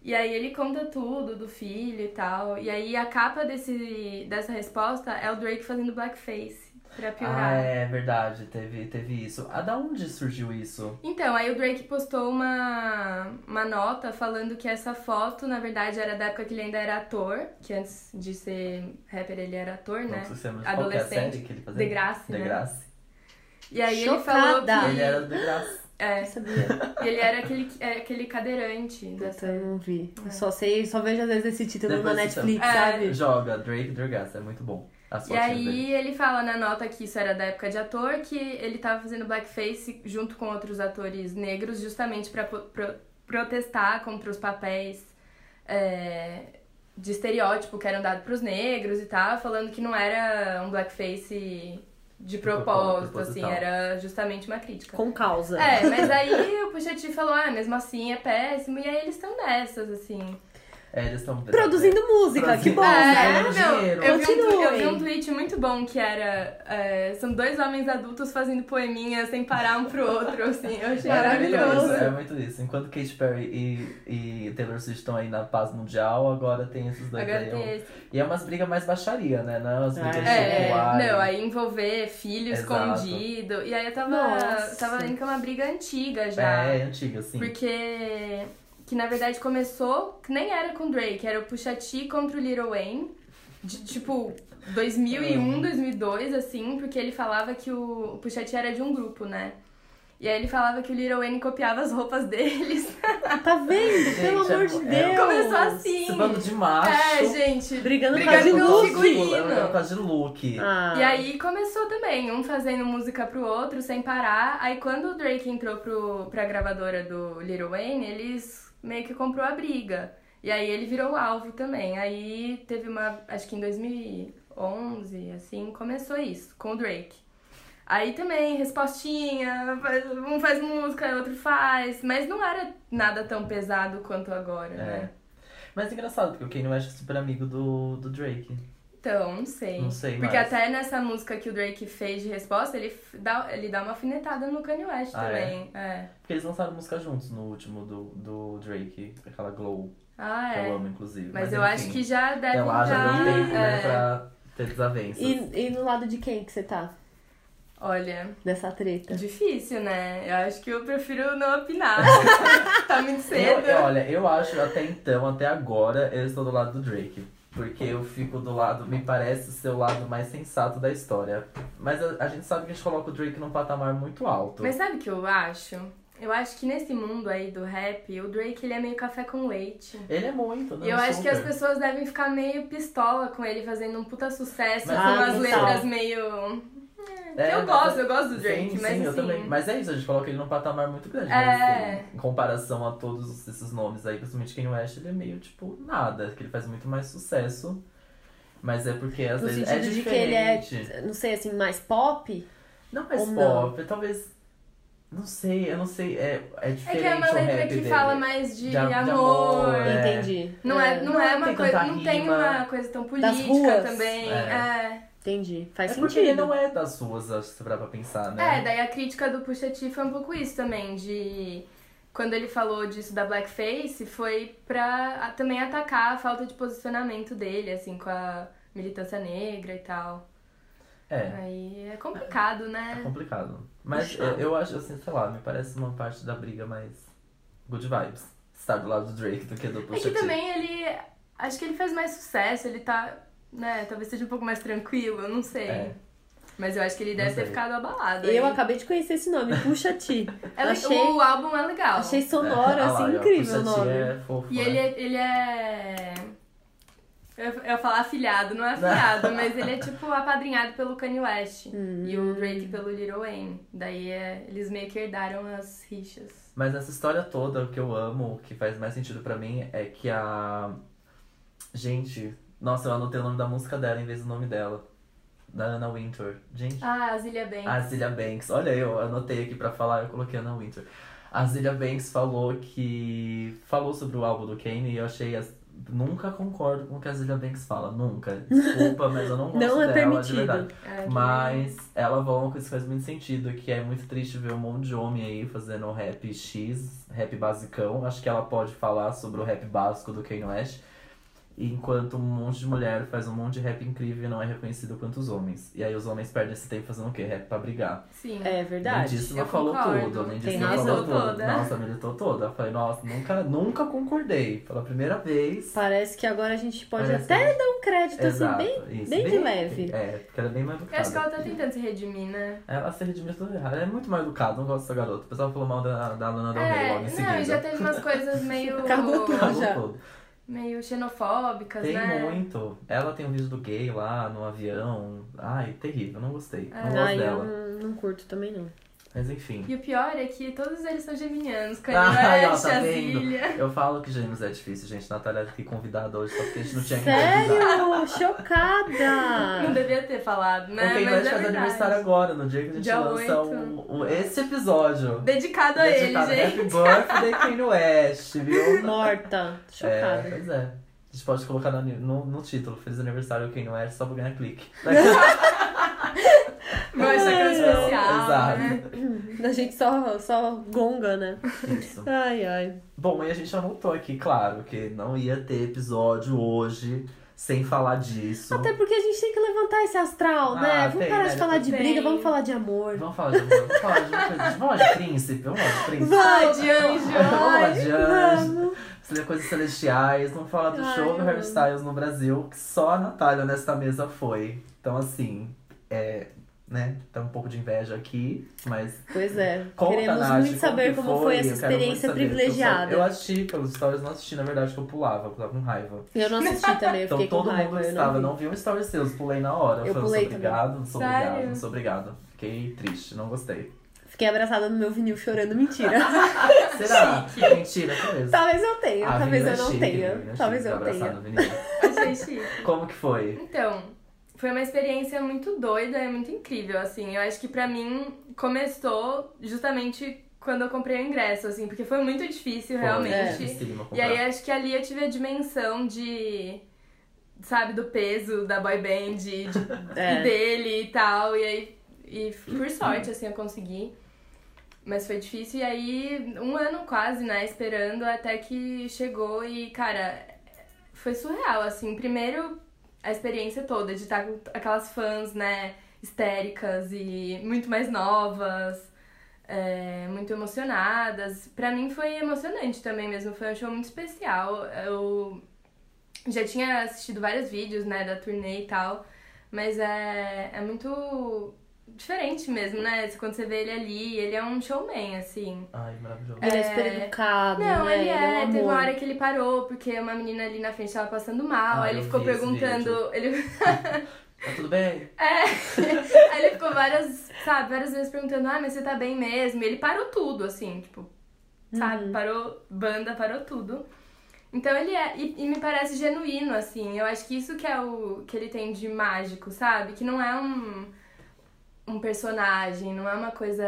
Speaker 3: E aí ele conta tudo do filho e tal. E aí a capa desse, dessa resposta é o Drake fazendo blackface, pra piorar.
Speaker 2: Ah, é verdade, teve, teve isso. Ah, da onde surgiu isso?
Speaker 3: Então, aí o Drake postou uma, uma nota falando que essa foto, na verdade, era da época que ele ainda era ator, que antes de ser rapper ele era ator, né?
Speaker 2: Não sei, mas qual que é a
Speaker 3: Adolescente.
Speaker 2: série que ele fazia?
Speaker 3: De graça,
Speaker 2: De
Speaker 3: né?
Speaker 2: graça.
Speaker 3: E aí ele falou
Speaker 1: Chocada.
Speaker 3: que.
Speaker 2: Ele era do De graça.
Speaker 3: É,
Speaker 1: Eu sabia.
Speaker 3: e ele era aquele, é, aquele cadeirante
Speaker 1: Puta,
Speaker 3: dessa
Speaker 1: eu não vi. Eu só sei, só vejo às vezes esse título
Speaker 2: Depois
Speaker 1: na
Speaker 2: você
Speaker 1: Netflix,
Speaker 3: sabe.
Speaker 1: sabe?
Speaker 2: Joga Drake De graça, é muito bom. As
Speaker 3: E
Speaker 2: fotinhas dele.
Speaker 3: aí ele fala na nota que isso era da época de ator, que ele tava fazendo blackface junto com outros atores negros justamente pra po- pro- protestar contra os papéis é, de estereótipo que eram dados pros negros e tal, falando que não era um blackface de propósito,
Speaker 2: propósito,
Speaker 3: assim,
Speaker 2: proposital.
Speaker 3: era justamente uma crítica.
Speaker 1: Com causa.
Speaker 3: É, mas aí o Pusha T falou, ah, mesmo assim é péssimo, e aí eles estão nessas, assim.
Speaker 2: É, eles estão
Speaker 1: Produzindo música, que bom, né?
Speaker 3: É, não,
Speaker 2: dinheiro.
Speaker 3: eu, vi um, tu- eu
Speaker 1: Continue.
Speaker 3: vi um tweet muito bom que era: é, são dois homens adultos fazendo poeminha sem parar um pro outro, assim. Eu achei
Speaker 2: É muito isso,
Speaker 3: maravilhoso.
Speaker 2: é muito isso. Enquanto Katy Perry e, e Taylor Swift estão aí na paz mundial, agora tem esses dois
Speaker 3: Agora
Speaker 2: aí.
Speaker 3: tem esse.
Speaker 2: E é umas brigas mais baixaria, né? Não é umas brigas
Speaker 1: É.
Speaker 2: de
Speaker 3: É,
Speaker 2: ai,
Speaker 3: não, aí envolver filho
Speaker 2: Exato.
Speaker 3: escondido. E aí eu tava,
Speaker 1: Nossa.
Speaker 3: tava vendo que é uma briga antiga já.
Speaker 2: É, é antiga, assim.
Speaker 3: Porque. Que na verdade começou, que nem era com Drake, era o Pusha T contra o Lil Wayne, de tipo 2001, 2002, assim, porque ele falava que o, o Pusha T era de um grupo, né? E aí ele falava que o Lil Wayne copiava as roupas deles.
Speaker 1: Tá vendo?
Speaker 2: Gente,
Speaker 1: Pelo
Speaker 2: é-
Speaker 1: amor de
Speaker 2: é-
Speaker 1: Deus.
Speaker 3: Começou
Speaker 2: Esse
Speaker 3: assim.
Speaker 2: bando tá de macho.
Speaker 3: É, gente.
Speaker 1: Brigando por
Speaker 3: Brigando
Speaker 1: causa de
Speaker 3: pelo
Speaker 1: look.
Speaker 3: figurino.
Speaker 2: Por causa de É, look.
Speaker 1: Ah.
Speaker 3: E aí começou também, um fazendo música pro outro sem parar. Aí quando o Drake entrou pro, pra gravadora do Lil Wayne, eles meio que comprou a briga. E aí ele virou alvo também. Aí teve uma, acho que em 2011, assim, começou isso, com o Drake. Aí também, respostinha, faz- um faz música, outro faz. Mas não era nada tão pesado quanto agora,
Speaker 2: É.
Speaker 3: né?
Speaker 2: Mas é engraçado, porque o Kanye West é super amigo do, do Drake.
Speaker 3: Então, não sei.
Speaker 2: Não sei
Speaker 3: Porque
Speaker 2: mais.
Speaker 3: até nessa música que o Drake fez de resposta, ele f- dá, ele dá uma afinetada no Kanye West
Speaker 2: Ah, é?
Speaker 3: também. É.
Speaker 2: Porque eles lançaram música juntos no último do, do Drake, aquela Glow,
Speaker 3: Ah,
Speaker 2: que eu
Speaker 3: é.
Speaker 2: amo, inclusive.
Speaker 3: Mas eu acho que já deve
Speaker 2: Até lá já deu
Speaker 3: dar-
Speaker 2: tempo, né,
Speaker 3: é.
Speaker 2: pra ter desavenças.
Speaker 1: E, e no lado de quem que você tá
Speaker 3: Olha,
Speaker 1: nessa treta?
Speaker 3: difícil, né? Eu acho que eu prefiro não opinar. tá muito
Speaker 2: Eu-
Speaker 3: cedo.
Speaker 2: eu- olha, eu acho até então, até agora, eu estou do lado do Drake. Porque eu fico do lado, me parece ser o lado mais sensato da história. Mas a, a gente sabe que a gente coloca o Drake num patamar muito alto.
Speaker 3: Mas sabe o que eu acho? Eu acho que nesse mundo aí do rap, o Drake ele é meio café com leite.
Speaker 2: Ele é muito, né?
Speaker 3: E eu acho que
Speaker 2: super.
Speaker 3: as pessoas devem ficar meio pistola com ele fazendo um puta sucesso,
Speaker 2: Mas- então.
Speaker 3: com
Speaker 1: Ah,
Speaker 3: umas
Speaker 1: total.
Speaker 3: letras meio.
Speaker 2: É,
Speaker 3: eu
Speaker 2: mas-
Speaker 3: gosto, eu gosto do Drake,
Speaker 2: sim,
Speaker 3: mas
Speaker 2: sim, eu
Speaker 3: assim.
Speaker 2: também. Mas é isso, a gente coloca ele num patamar muito grande.
Speaker 3: É.
Speaker 2: Mas, assim, em comparação a todos esses nomes aí, principalmente Kanye West, ele é meio tipo nada. Que ele faz muito mais sucesso. Mas é porque às
Speaker 1: No
Speaker 2: vezes é
Speaker 1: sentido
Speaker 2: diferente.
Speaker 1: de que ele é, não sei, assim, mais pop?
Speaker 2: Não mais
Speaker 1: Ou não?
Speaker 2: pop, é talvez. Não sei, eu não sei. É, é
Speaker 3: É
Speaker 2: diferente
Speaker 3: que é uma
Speaker 2: o
Speaker 3: letra
Speaker 2: rap
Speaker 3: que
Speaker 2: dele.
Speaker 3: fala mais de,
Speaker 2: De a- de
Speaker 3: amor.
Speaker 2: amor, É.
Speaker 1: Entendi.
Speaker 3: Não é, não é
Speaker 2: Não
Speaker 3: uma
Speaker 2: tem
Speaker 3: coisa.
Speaker 2: tanta
Speaker 3: Não tem
Speaker 2: rima.
Speaker 3: uma coisa tão
Speaker 1: Das
Speaker 3: política
Speaker 1: ruas.
Speaker 3: também.
Speaker 2: É.
Speaker 3: É.
Speaker 1: Entendi. Faz
Speaker 2: É porque ele
Speaker 1: sentido.
Speaker 2: não é das suas, acho, se parar pra pensar,
Speaker 3: É,
Speaker 2: né?
Speaker 3: daí a crítica do Pusha T foi um pouco isso também, de quando ele falou disso da blackface, foi pra a- também atacar a falta de posicionamento dele, assim, com a militância negra e tal.
Speaker 2: É,
Speaker 3: Aí é complicado,
Speaker 2: é
Speaker 3: né?
Speaker 2: complicado. Mas
Speaker 1: Puxado.
Speaker 2: eu, eu acho, assim, sei lá, me parece uma parte da briga mais good vibes. Estar do lado do Drake do que do
Speaker 3: É
Speaker 2: Pusha
Speaker 3: que
Speaker 2: T.
Speaker 3: também ele. Acho que ele fez mais sucesso, ele tá. né, talvez seja um pouco mais tranquilo, eu não sei.
Speaker 2: É.
Speaker 3: Mas eu acho que ele
Speaker 2: Não
Speaker 3: deve ter
Speaker 2: sei.
Speaker 3: ficado abalado.
Speaker 1: Eu
Speaker 3: aí.
Speaker 1: acabei de conhecer esse nome, Puxa Ti.
Speaker 3: É le-
Speaker 1: achei-
Speaker 3: O álbum é legal.
Speaker 1: Achei
Speaker 2: Ah
Speaker 1: sonoro, assim, incrível o nome.
Speaker 2: É fofo,
Speaker 3: E
Speaker 2: né?
Speaker 3: ele, é- ele é. Eu eu ia falar afilhado, não é afilhado, mas ele é tipo apadrinhado pelo Kanye West e
Speaker 1: Hum.
Speaker 3: o Drake pelo Lil Wayne. Daí é- eles meio que herdaram as rixas.
Speaker 2: Mas nessa história toda, o que eu amo, o que faz mais sentido pra mim é que a. Gente, nossa, eu anotei o nome da música dela em vez do nome dela. Da Anna Wintour. Gente.
Speaker 3: Ah, as Ilha Bem.
Speaker 2: A Zilia Banks, olha eu anotei aqui pra falar, eu coloquei Anna Winter. A Zilia Banks falou que falou sobre o álbum do Kanye e eu achei as- nunca concordo com o que a Zilia Banks fala, nunca. Desculpa, mas eu não gosto
Speaker 1: Não é
Speaker 2: dela, de
Speaker 1: permitido. Ah,
Speaker 2: verdade.
Speaker 3: É, que-
Speaker 2: Mas ela falou uma coisa que faz muito sentido, que é muito triste ver um monte de homem aí fazendo rap X, rap basicão. Acho que ela pode falar sobre o rap básico do Kanye West. Enquanto um monte de mulher faz um monte de rap incrível e não é reconhecido quanto os homens. E aí os homens perdem esse tempo fazendo o quê? Rap pra brigar.
Speaker 3: Sim.
Speaker 1: É verdade.
Speaker 2: Nem disso não
Speaker 3: Eu
Speaker 2: falou
Speaker 3: concordo.
Speaker 2: tudo. Nem disso
Speaker 1: Tem
Speaker 2: não
Speaker 1: razão.
Speaker 2: falou tudo.
Speaker 3: toda.
Speaker 2: Nossa, militou toda. Eu falei, nossa, nunca, nunca concordei. Pela primeira vez.
Speaker 1: Parece que agora a gente pode
Speaker 2: Parece
Speaker 1: até dar um crédito,
Speaker 2: assim, Exato,
Speaker 1: assim, bem...
Speaker 2: isso,
Speaker 1: bem de leve.
Speaker 2: É, porque ela é bem mais
Speaker 3: Eu acho que ela
Speaker 2: educada. É,
Speaker 3: tá tentando se redimir, né?
Speaker 2: Ela se redimiu tudo errado. Ela é muito mal educada, não gosto dessa garota. O pessoal falou mal da, da Lana Del Rey logo em
Speaker 3: é, não, e já
Speaker 2: seguida.
Speaker 3: teve umas coisas meio.
Speaker 1: Cagou tudo.
Speaker 2: Acabou
Speaker 1: já.
Speaker 2: tudo.
Speaker 3: meio xenofóbicas,
Speaker 2: Tem
Speaker 3: né?
Speaker 2: muito. Ela tem um vídeo do gay lá no avião. Ai, terrível, não gostei.
Speaker 3: É.
Speaker 2: Não gosto
Speaker 1: Ai, eu
Speaker 2: dela.
Speaker 1: não, não curto também, não.
Speaker 2: Mas enfim.
Speaker 3: E o pior é que todos eles são geminianos, Kanye
Speaker 2: Ai, ó,
Speaker 3: West,
Speaker 2: tá
Speaker 3: as
Speaker 2: vendo?
Speaker 3: Ilha.
Speaker 2: Eu falo que gêmeos é difícil, gente. Natália aqui convidada hoje, só porque a gente não tinha que convidar.
Speaker 1: Sério?
Speaker 3: Não
Speaker 1: Chocada!
Speaker 3: devia ter falado, né?
Speaker 2: Ah. O Kanye
Speaker 3: Mas
Speaker 2: West
Speaker 3: é
Speaker 2: faz
Speaker 3: verdade.
Speaker 2: aniversário agora, no dia que a gente
Speaker 3: Dia
Speaker 2: lança
Speaker 3: oito.
Speaker 2: o- o- esse episódio.
Speaker 3: Dedicado a
Speaker 2: Dedicado né?
Speaker 3: ele, gente.
Speaker 2: Happy Birthday Kanye West, viu?
Speaker 1: Morta.
Speaker 2: É,
Speaker 1: Chocada.
Speaker 2: pois é. A gente pode colocar no, no, no título, Feliz Aniversário Kanye West, só pra ganhar clique.
Speaker 3: Meu Instagram
Speaker 1: É,
Speaker 3: especial,
Speaker 2: exato.
Speaker 3: né?
Speaker 1: A gente só, só gonga, né?
Speaker 2: É. Isso.
Speaker 1: Ai, ai.
Speaker 2: Bom, e a gente anotou aqui, claro, que não ia ter episódio hoje sem falar disso.
Speaker 1: Até porque a gente tem que levantar esse astral,
Speaker 2: Então- Ah,
Speaker 1: né? Vamos
Speaker 2: tem,
Speaker 1: parar
Speaker 2: né?
Speaker 1: de falar de
Speaker 3: Tem.
Speaker 1: briga, vamos falar de amor.
Speaker 2: Vamos falar de amor, vamos falar de uma coisa. Vamos falar de príncipe, vamos falar de príncipe.
Speaker 3: Ai, de anjo.
Speaker 2: Vamos falar
Speaker 1: Ai,
Speaker 2: de
Speaker 1: vamos.
Speaker 2: anjo, coisas celestiais, vamos falar do
Speaker 1: Ai,
Speaker 2: show do
Speaker 1: eu amo.
Speaker 2: Hairstyles no Brasil, que só a Natália nesta mesa foi. Então, assim, é, né, tá um pouco de inveja aqui, mas
Speaker 1: Pois é.
Speaker 2: conta,
Speaker 1: Queremos
Speaker 2: Nath,
Speaker 1: muito saber
Speaker 2: que
Speaker 1: como foi, essa
Speaker 2: eu quero muito
Speaker 1: experiência
Speaker 2: saber, porque eu só-
Speaker 1: privilegiada.
Speaker 2: Eu, assisti, pelos stories, não assisti, na verdade, que eu pulava, eu tava com raiva.
Speaker 1: Eu não assisti também, eu
Speaker 2: Então,
Speaker 1: fiquei
Speaker 2: todo
Speaker 1: com raiva.
Speaker 2: mundo
Speaker 1: eu
Speaker 2: estava,
Speaker 1: vi.
Speaker 2: não vi um story seus, pulei na hora.
Speaker 1: Eu
Speaker 2: falei,
Speaker 1: pulei
Speaker 2: não sou
Speaker 1: também.
Speaker 2: obrigado, não sou
Speaker 3: Sério?
Speaker 2: obrigado, não sou obrigado. Fiquei triste, não gostei.
Speaker 1: Fiquei abraçada no meu vinil chorando, mentira.
Speaker 2: Ah, Será? É Mentira, talvez.
Speaker 1: talvez eu tenha,
Speaker 2: Ah,
Speaker 1: talvez
Speaker 2: Vini,
Speaker 1: eu não
Speaker 2: chique,
Speaker 1: tenha.
Speaker 2: Vini,
Speaker 1: Talvez
Speaker 2: chique,
Speaker 1: eu
Speaker 2: abraçar
Speaker 1: tenha.
Speaker 2: no Vini.
Speaker 3: Achei chique.
Speaker 2: Como que foi?
Speaker 3: Então, foi uma experiência muito doida, é muito incrível, assim. Eu acho que pra mim começou justamente quando eu comprei o ingresso, assim, porque foi muito
Speaker 2: Foi
Speaker 3: difícil,
Speaker 2: é,
Speaker 3: realmente.
Speaker 2: dificílimo
Speaker 3: E é-
Speaker 2: comprar.
Speaker 3: aí acho que ali eu tive a dimensão de sabe, do peso da boy band, de-
Speaker 1: É.
Speaker 3: e dele e tal. E aí, e por sorte, assim, eu consegui. Mas foi difícil. E aí, um ano quase, né, esperando até que chegou e, cara, foi surreal, assim. Primeiro, a experiência toda de estar com aquelas fãs, né, histéricas e muito mais novas. é, muito emocionadas. Pra mim foi emocionante também mesmo. Foi um show muito especial. Eu já tinha assistido vários vídeos, né, da turnê e tal. Mas é, é muito diferente mesmo, né? Quando você vê ele ali, ele é um showman, assim.
Speaker 2: Ai, maravilhoso.
Speaker 1: Ele é,
Speaker 3: É.
Speaker 1: super educado,
Speaker 3: Não,
Speaker 1: né?
Speaker 3: ele
Speaker 1: um
Speaker 3: é.
Speaker 1: amor.
Speaker 3: Teve uma hora que ele parou, porque uma menina ali na frente tava passando mal.
Speaker 2: Ah,
Speaker 3: aí ele
Speaker 2: eu
Speaker 3: ficou
Speaker 2: vi esse
Speaker 3: perguntando. Ele...
Speaker 2: Tá tudo bem?
Speaker 3: É. aí ele ficou várias, sabe, várias vezes perguntando, ah, mas você tá bem mesmo? E ele parou tudo, assim, tipo, sabe? Parou banda, parou tudo. Então ele é. E, e me parece genuíno, assim. Eu acho que isso que é o que ele tem de mágico, sabe? Que não é um, um personagem, não é uma coisa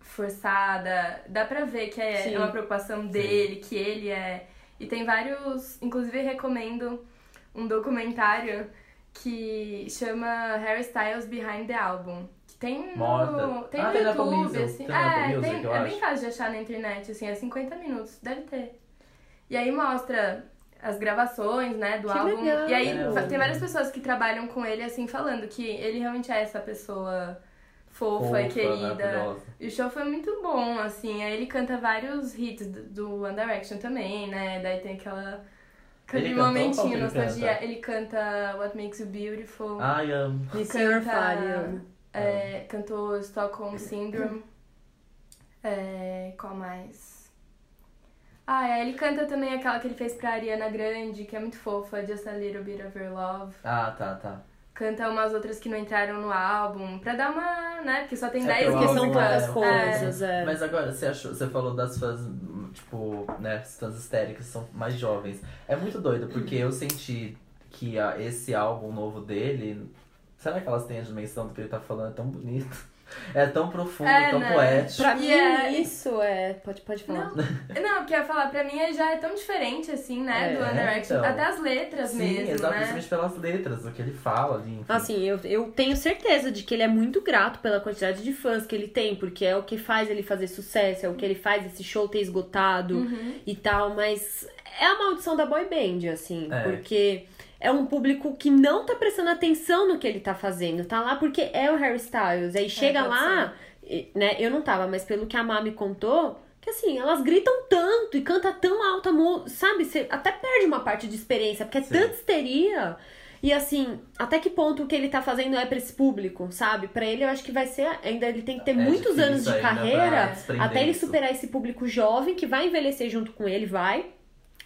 Speaker 3: forçada. Dá pra ver que é,
Speaker 1: Sim.
Speaker 3: é uma preocupação dele, que ele é. E tem vários. Inclusive recomendo um documentário que chama Hairstyles Behind the Album. Que tem no,
Speaker 2: Mostra.
Speaker 3: tem
Speaker 2: Ah,
Speaker 3: no
Speaker 2: tem na Apple
Speaker 3: YouTube,
Speaker 2: Music.
Speaker 3: assim.
Speaker 2: Tem na Apple
Speaker 3: é,
Speaker 2: Music,
Speaker 3: tem,
Speaker 2: eu
Speaker 3: é
Speaker 2: acho.
Speaker 3: bem fácil de achar na internet, assim, é 50 minutos, deve ter. E aí mostra as gravações, né, do
Speaker 1: Que
Speaker 3: álbum.
Speaker 1: legal.
Speaker 3: E aí
Speaker 2: É,
Speaker 3: va-
Speaker 2: o-
Speaker 3: tem várias pessoas que trabalham com ele, assim, falando que ele realmente é essa pessoa fofa, e querida.
Speaker 2: maravilhosa.
Speaker 3: E o show foi muito bom, assim. Aí ele canta vários hits do, do One Direction também, né? Daí tem aquela.
Speaker 2: Ele
Speaker 3: aquele
Speaker 2: cantou? Qual que
Speaker 3: momentinho,
Speaker 2: ele
Speaker 3: nostalgia.
Speaker 2: canta? Ah.
Speaker 3: Ele canta What Makes You Beautiful.
Speaker 2: Ai, amo.
Speaker 1: Me Senhor
Speaker 3: canta-
Speaker 1: Fale, amo.
Speaker 3: é, cantou Stockholm Syndrome. É, qual mais? Ah, é, ele canta também aquela que ele fez pra Ariana Grande, que é muito fofa, Just a Little Bit of Your Love.
Speaker 2: Ah, tá, tá.
Speaker 3: Canta umas outras que não entraram no álbum, pra dar uma, né? Porque só tem
Speaker 2: É
Speaker 3: 10
Speaker 2: que o
Speaker 1: Porque
Speaker 2: álbum
Speaker 1: são
Speaker 2: é-
Speaker 3: músicas.
Speaker 1: poucas coisas, é.
Speaker 2: Mas agora, você, achou, você falou das fãs, hum, tipo, né, as fãs histéricas são mais jovens. É muito doido, porque eu senti que a- esse álbum novo dele. Será que elas têm a dimensão do que ele tá falando? É tão bonito. É tão profundo,
Speaker 3: É,
Speaker 2: tão
Speaker 3: né?
Speaker 2: poético.
Speaker 1: Pra mim,
Speaker 3: é-
Speaker 1: isso é... Pode, pode falar.
Speaker 3: Não, não, porque eu ia falar, pra mim já é tão diferente, assim, né?
Speaker 1: É,
Speaker 3: do One Direction.
Speaker 2: então.
Speaker 3: Até as letras
Speaker 2: Sim,
Speaker 3: mesmo,
Speaker 2: exato,
Speaker 3: né?
Speaker 2: principalmente pelas letras, o que ele fala ali. enfim.
Speaker 1: Assim, eu, eu tenho certeza de que ele é muito grato pela quantidade de fãs que ele tem, porque é o que faz ele fazer sucesso, é o que ele faz esse show ter esgotado
Speaker 3: Uhum.
Speaker 1: e tal, mas é a maldição da boy band, assim,
Speaker 2: É.
Speaker 1: porque é um público que não tá prestando atenção no que ele tá fazendo, tá lá porque é o Harry Styles, aí chega
Speaker 3: pode
Speaker 1: lá, e, né, eu não tava, mas pelo que a Má me contou, que assim, elas gritam tanto e canta tão alta, mu- sabe, você até perde uma parte de experiência, porque é
Speaker 2: Sim.
Speaker 1: tanta histeria... E assim, até que ponto o que ele tá fazendo é pra esse público, sabe? Pra ele eu acho que vai ser. Ainda ele tem que ter
Speaker 2: É
Speaker 1: muitos
Speaker 2: difícil
Speaker 1: anos de
Speaker 2: ainda pra
Speaker 1: carreira
Speaker 2: desprender
Speaker 1: até ele
Speaker 2: isso.
Speaker 1: superar esse público jovem que vai envelhecer junto com ele, vai.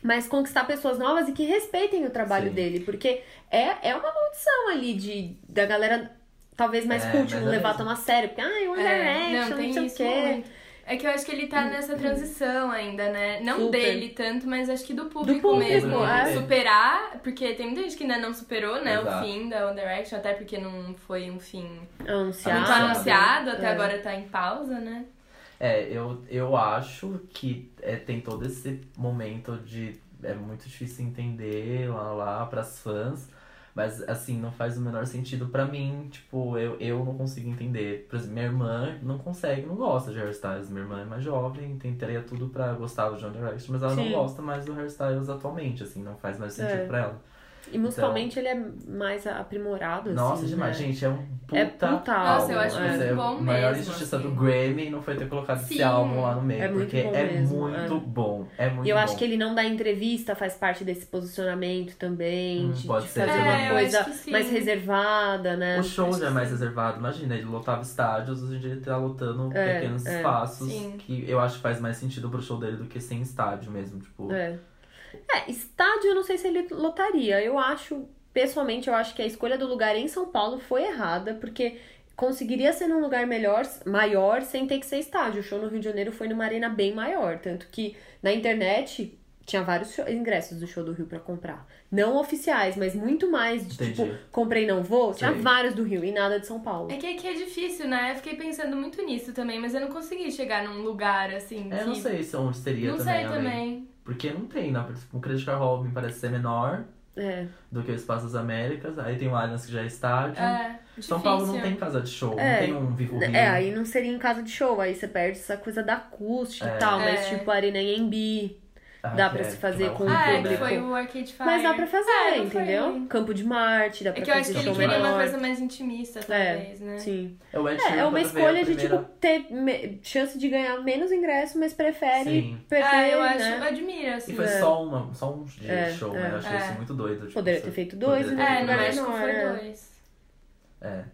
Speaker 1: Mas conquistar pessoas novas e que respeitem o trabalho
Speaker 2: Sim.
Speaker 1: dele. Porque é, é uma maldição ali de, da galera talvez mais
Speaker 2: É,
Speaker 1: cult,
Speaker 2: mas
Speaker 1: não
Speaker 2: é
Speaker 1: levar
Speaker 2: mesmo.
Speaker 1: tão a sério. Porque, ai, One
Speaker 3: É,
Speaker 1: Direction, não, sei o quê.
Speaker 3: muito. É que eu acho que ele
Speaker 2: Uhum.
Speaker 3: tá nessa transição ainda, né? Não
Speaker 1: Super.
Speaker 3: dele tanto, mas acho que do público,
Speaker 1: público,
Speaker 3: mesmo.
Speaker 2: é.
Speaker 3: Superar, porque tem muita gente que ainda não superou, né?
Speaker 2: Exato.
Speaker 3: O fim da One Direction, até porque não foi um fim
Speaker 2: Ah,
Speaker 1: Anunciado.
Speaker 3: muito anunciado, até
Speaker 1: É.
Speaker 3: agora tá em pausa, né?
Speaker 2: É, eu, eu acho que é, tem todo esse momento de. É muito difícil entender lá, lá pras fãs. Mas assim, não faz o menor sentido pra mim. Tipo, eu, eu não consigo entender. Por exemplo, minha irmã não consegue, não gosta de hairstyles. Minha irmã é mais jovem, tentaria tudo pra gostar do John Direction, mas ela
Speaker 1: Sim.
Speaker 2: não gosta mais do hairstyles atualmente, assim, não faz mais sentido
Speaker 1: É.
Speaker 2: pra ela.
Speaker 1: E musicalmente ele é mais aprimorado.
Speaker 2: Nossa,
Speaker 1: assim,
Speaker 2: demais,
Speaker 1: né?
Speaker 2: gente, é um puta.
Speaker 1: É puta
Speaker 3: Nossa,
Speaker 2: álbum,
Speaker 3: eu acho
Speaker 2: né?
Speaker 3: muito
Speaker 2: é
Speaker 3: bom
Speaker 2: A maior
Speaker 3: mesmo,
Speaker 2: injustiça
Speaker 3: assim.
Speaker 2: do Grammy não foi ter colocado
Speaker 3: Sim.
Speaker 2: esse álbum lá no meio,
Speaker 1: É muito
Speaker 2: porque
Speaker 1: bom
Speaker 2: é
Speaker 1: mesmo,
Speaker 2: muito
Speaker 1: é.
Speaker 2: bom. É muito
Speaker 1: E eu
Speaker 2: bom.
Speaker 1: acho que ele não dá entrevista, faz parte desse posicionamento também,
Speaker 2: Hum,
Speaker 1: de,
Speaker 2: pode
Speaker 1: de
Speaker 2: ser.
Speaker 1: fazer
Speaker 2: É, eu
Speaker 1: uma
Speaker 2: acho
Speaker 1: coisa
Speaker 3: que sim.
Speaker 1: mais reservada, né?
Speaker 2: O show
Speaker 3: acho
Speaker 2: já é
Speaker 3: que
Speaker 2: mais
Speaker 3: sim.
Speaker 2: reservado, imagina, ele lotava estádios, hoje em dia ele tá lotando
Speaker 1: É,
Speaker 2: pequenos
Speaker 1: é.
Speaker 2: espaços,
Speaker 3: Sim.
Speaker 2: que eu acho que faz mais sentido pro show dele do que sem estádio mesmo, tipo...
Speaker 1: É. É, estádio eu não sei se ele lotaria. Eu acho, pessoalmente, eu acho que a escolha do lugar em São Paulo foi errada, porque conseguiria ser num lugar melhor, maior, sem ter que ser estádio. O show no Rio de Janeiro foi numa arena bem maior, tanto que na internet tinha vários show- ingressos do show do Rio pra comprar. Não oficiais, mas muito mais de
Speaker 2: Entendi.
Speaker 1: tipo, comprei não vou, tinha
Speaker 2: Sei.
Speaker 1: vários do Rio e nada de São Paulo.
Speaker 3: É que aqui é difícil, né? Eu fiquei pensando muito nisso também, mas eu não consegui chegar num lugar assim.
Speaker 2: É,
Speaker 3: que...
Speaker 2: não sei se onde seria
Speaker 3: Não
Speaker 2: também,
Speaker 3: sei
Speaker 2: além.
Speaker 3: também.
Speaker 2: um Porque não tem, né? O Credit Card Hall me parece ser menor,
Speaker 1: É.
Speaker 2: do que o Espaço das Américas. Aí tem o Allianz que já é estádio.
Speaker 3: É,
Speaker 2: São Paulo não tem casa de show,
Speaker 1: É.
Speaker 2: não tem um Vivo Rio.
Speaker 1: É, aí não seria em casa de show, aí você perde essa coisa da acústica e tal, mas
Speaker 3: É.
Speaker 1: tipo Arena Embi,
Speaker 2: Ah,
Speaker 1: dá
Speaker 2: que
Speaker 1: pra
Speaker 2: é-
Speaker 1: se
Speaker 2: que
Speaker 1: fazer
Speaker 2: vai
Speaker 1: com o
Speaker 2: horrível,
Speaker 3: Ah, é,
Speaker 2: né?
Speaker 3: que foi o Arcade Fire.
Speaker 1: mas dá pra fazer,
Speaker 3: É, não foi
Speaker 1: entendeu?
Speaker 3: ruim.
Speaker 1: Campo de Marte, dá
Speaker 3: É
Speaker 1: pra
Speaker 3: que eu acho
Speaker 1: fazer
Speaker 3: que ele
Speaker 1: show
Speaker 3: queria uma
Speaker 1: menor.
Speaker 3: coisa mais intimista, talvez, né?
Speaker 1: Sim.
Speaker 2: É, o Ed
Speaker 1: É, é
Speaker 2: Sheeran,
Speaker 1: uma
Speaker 2: quando veio a
Speaker 1: escolha de tipo
Speaker 2: primeira-
Speaker 1: ter me- chance de ganhar menos ingresso, mas prefere
Speaker 2: Sim.
Speaker 1: perder,
Speaker 3: É, eu acho, eu
Speaker 1: né?
Speaker 3: admiro, assim.
Speaker 2: E foi só, uma, só um dia
Speaker 1: É,
Speaker 2: de show,
Speaker 1: é.
Speaker 2: né? Eu achei
Speaker 3: É.
Speaker 2: isso muito doido. Tipo,
Speaker 1: Poderia
Speaker 2: você-
Speaker 1: ter feito dois,
Speaker 2: poderia
Speaker 1: né?
Speaker 2: ter
Speaker 3: É, no
Speaker 2: feito
Speaker 1: Mas
Speaker 2: dois.
Speaker 1: não
Speaker 3: México foi
Speaker 1: era.
Speaker 3: dois.
Speaker 2: É.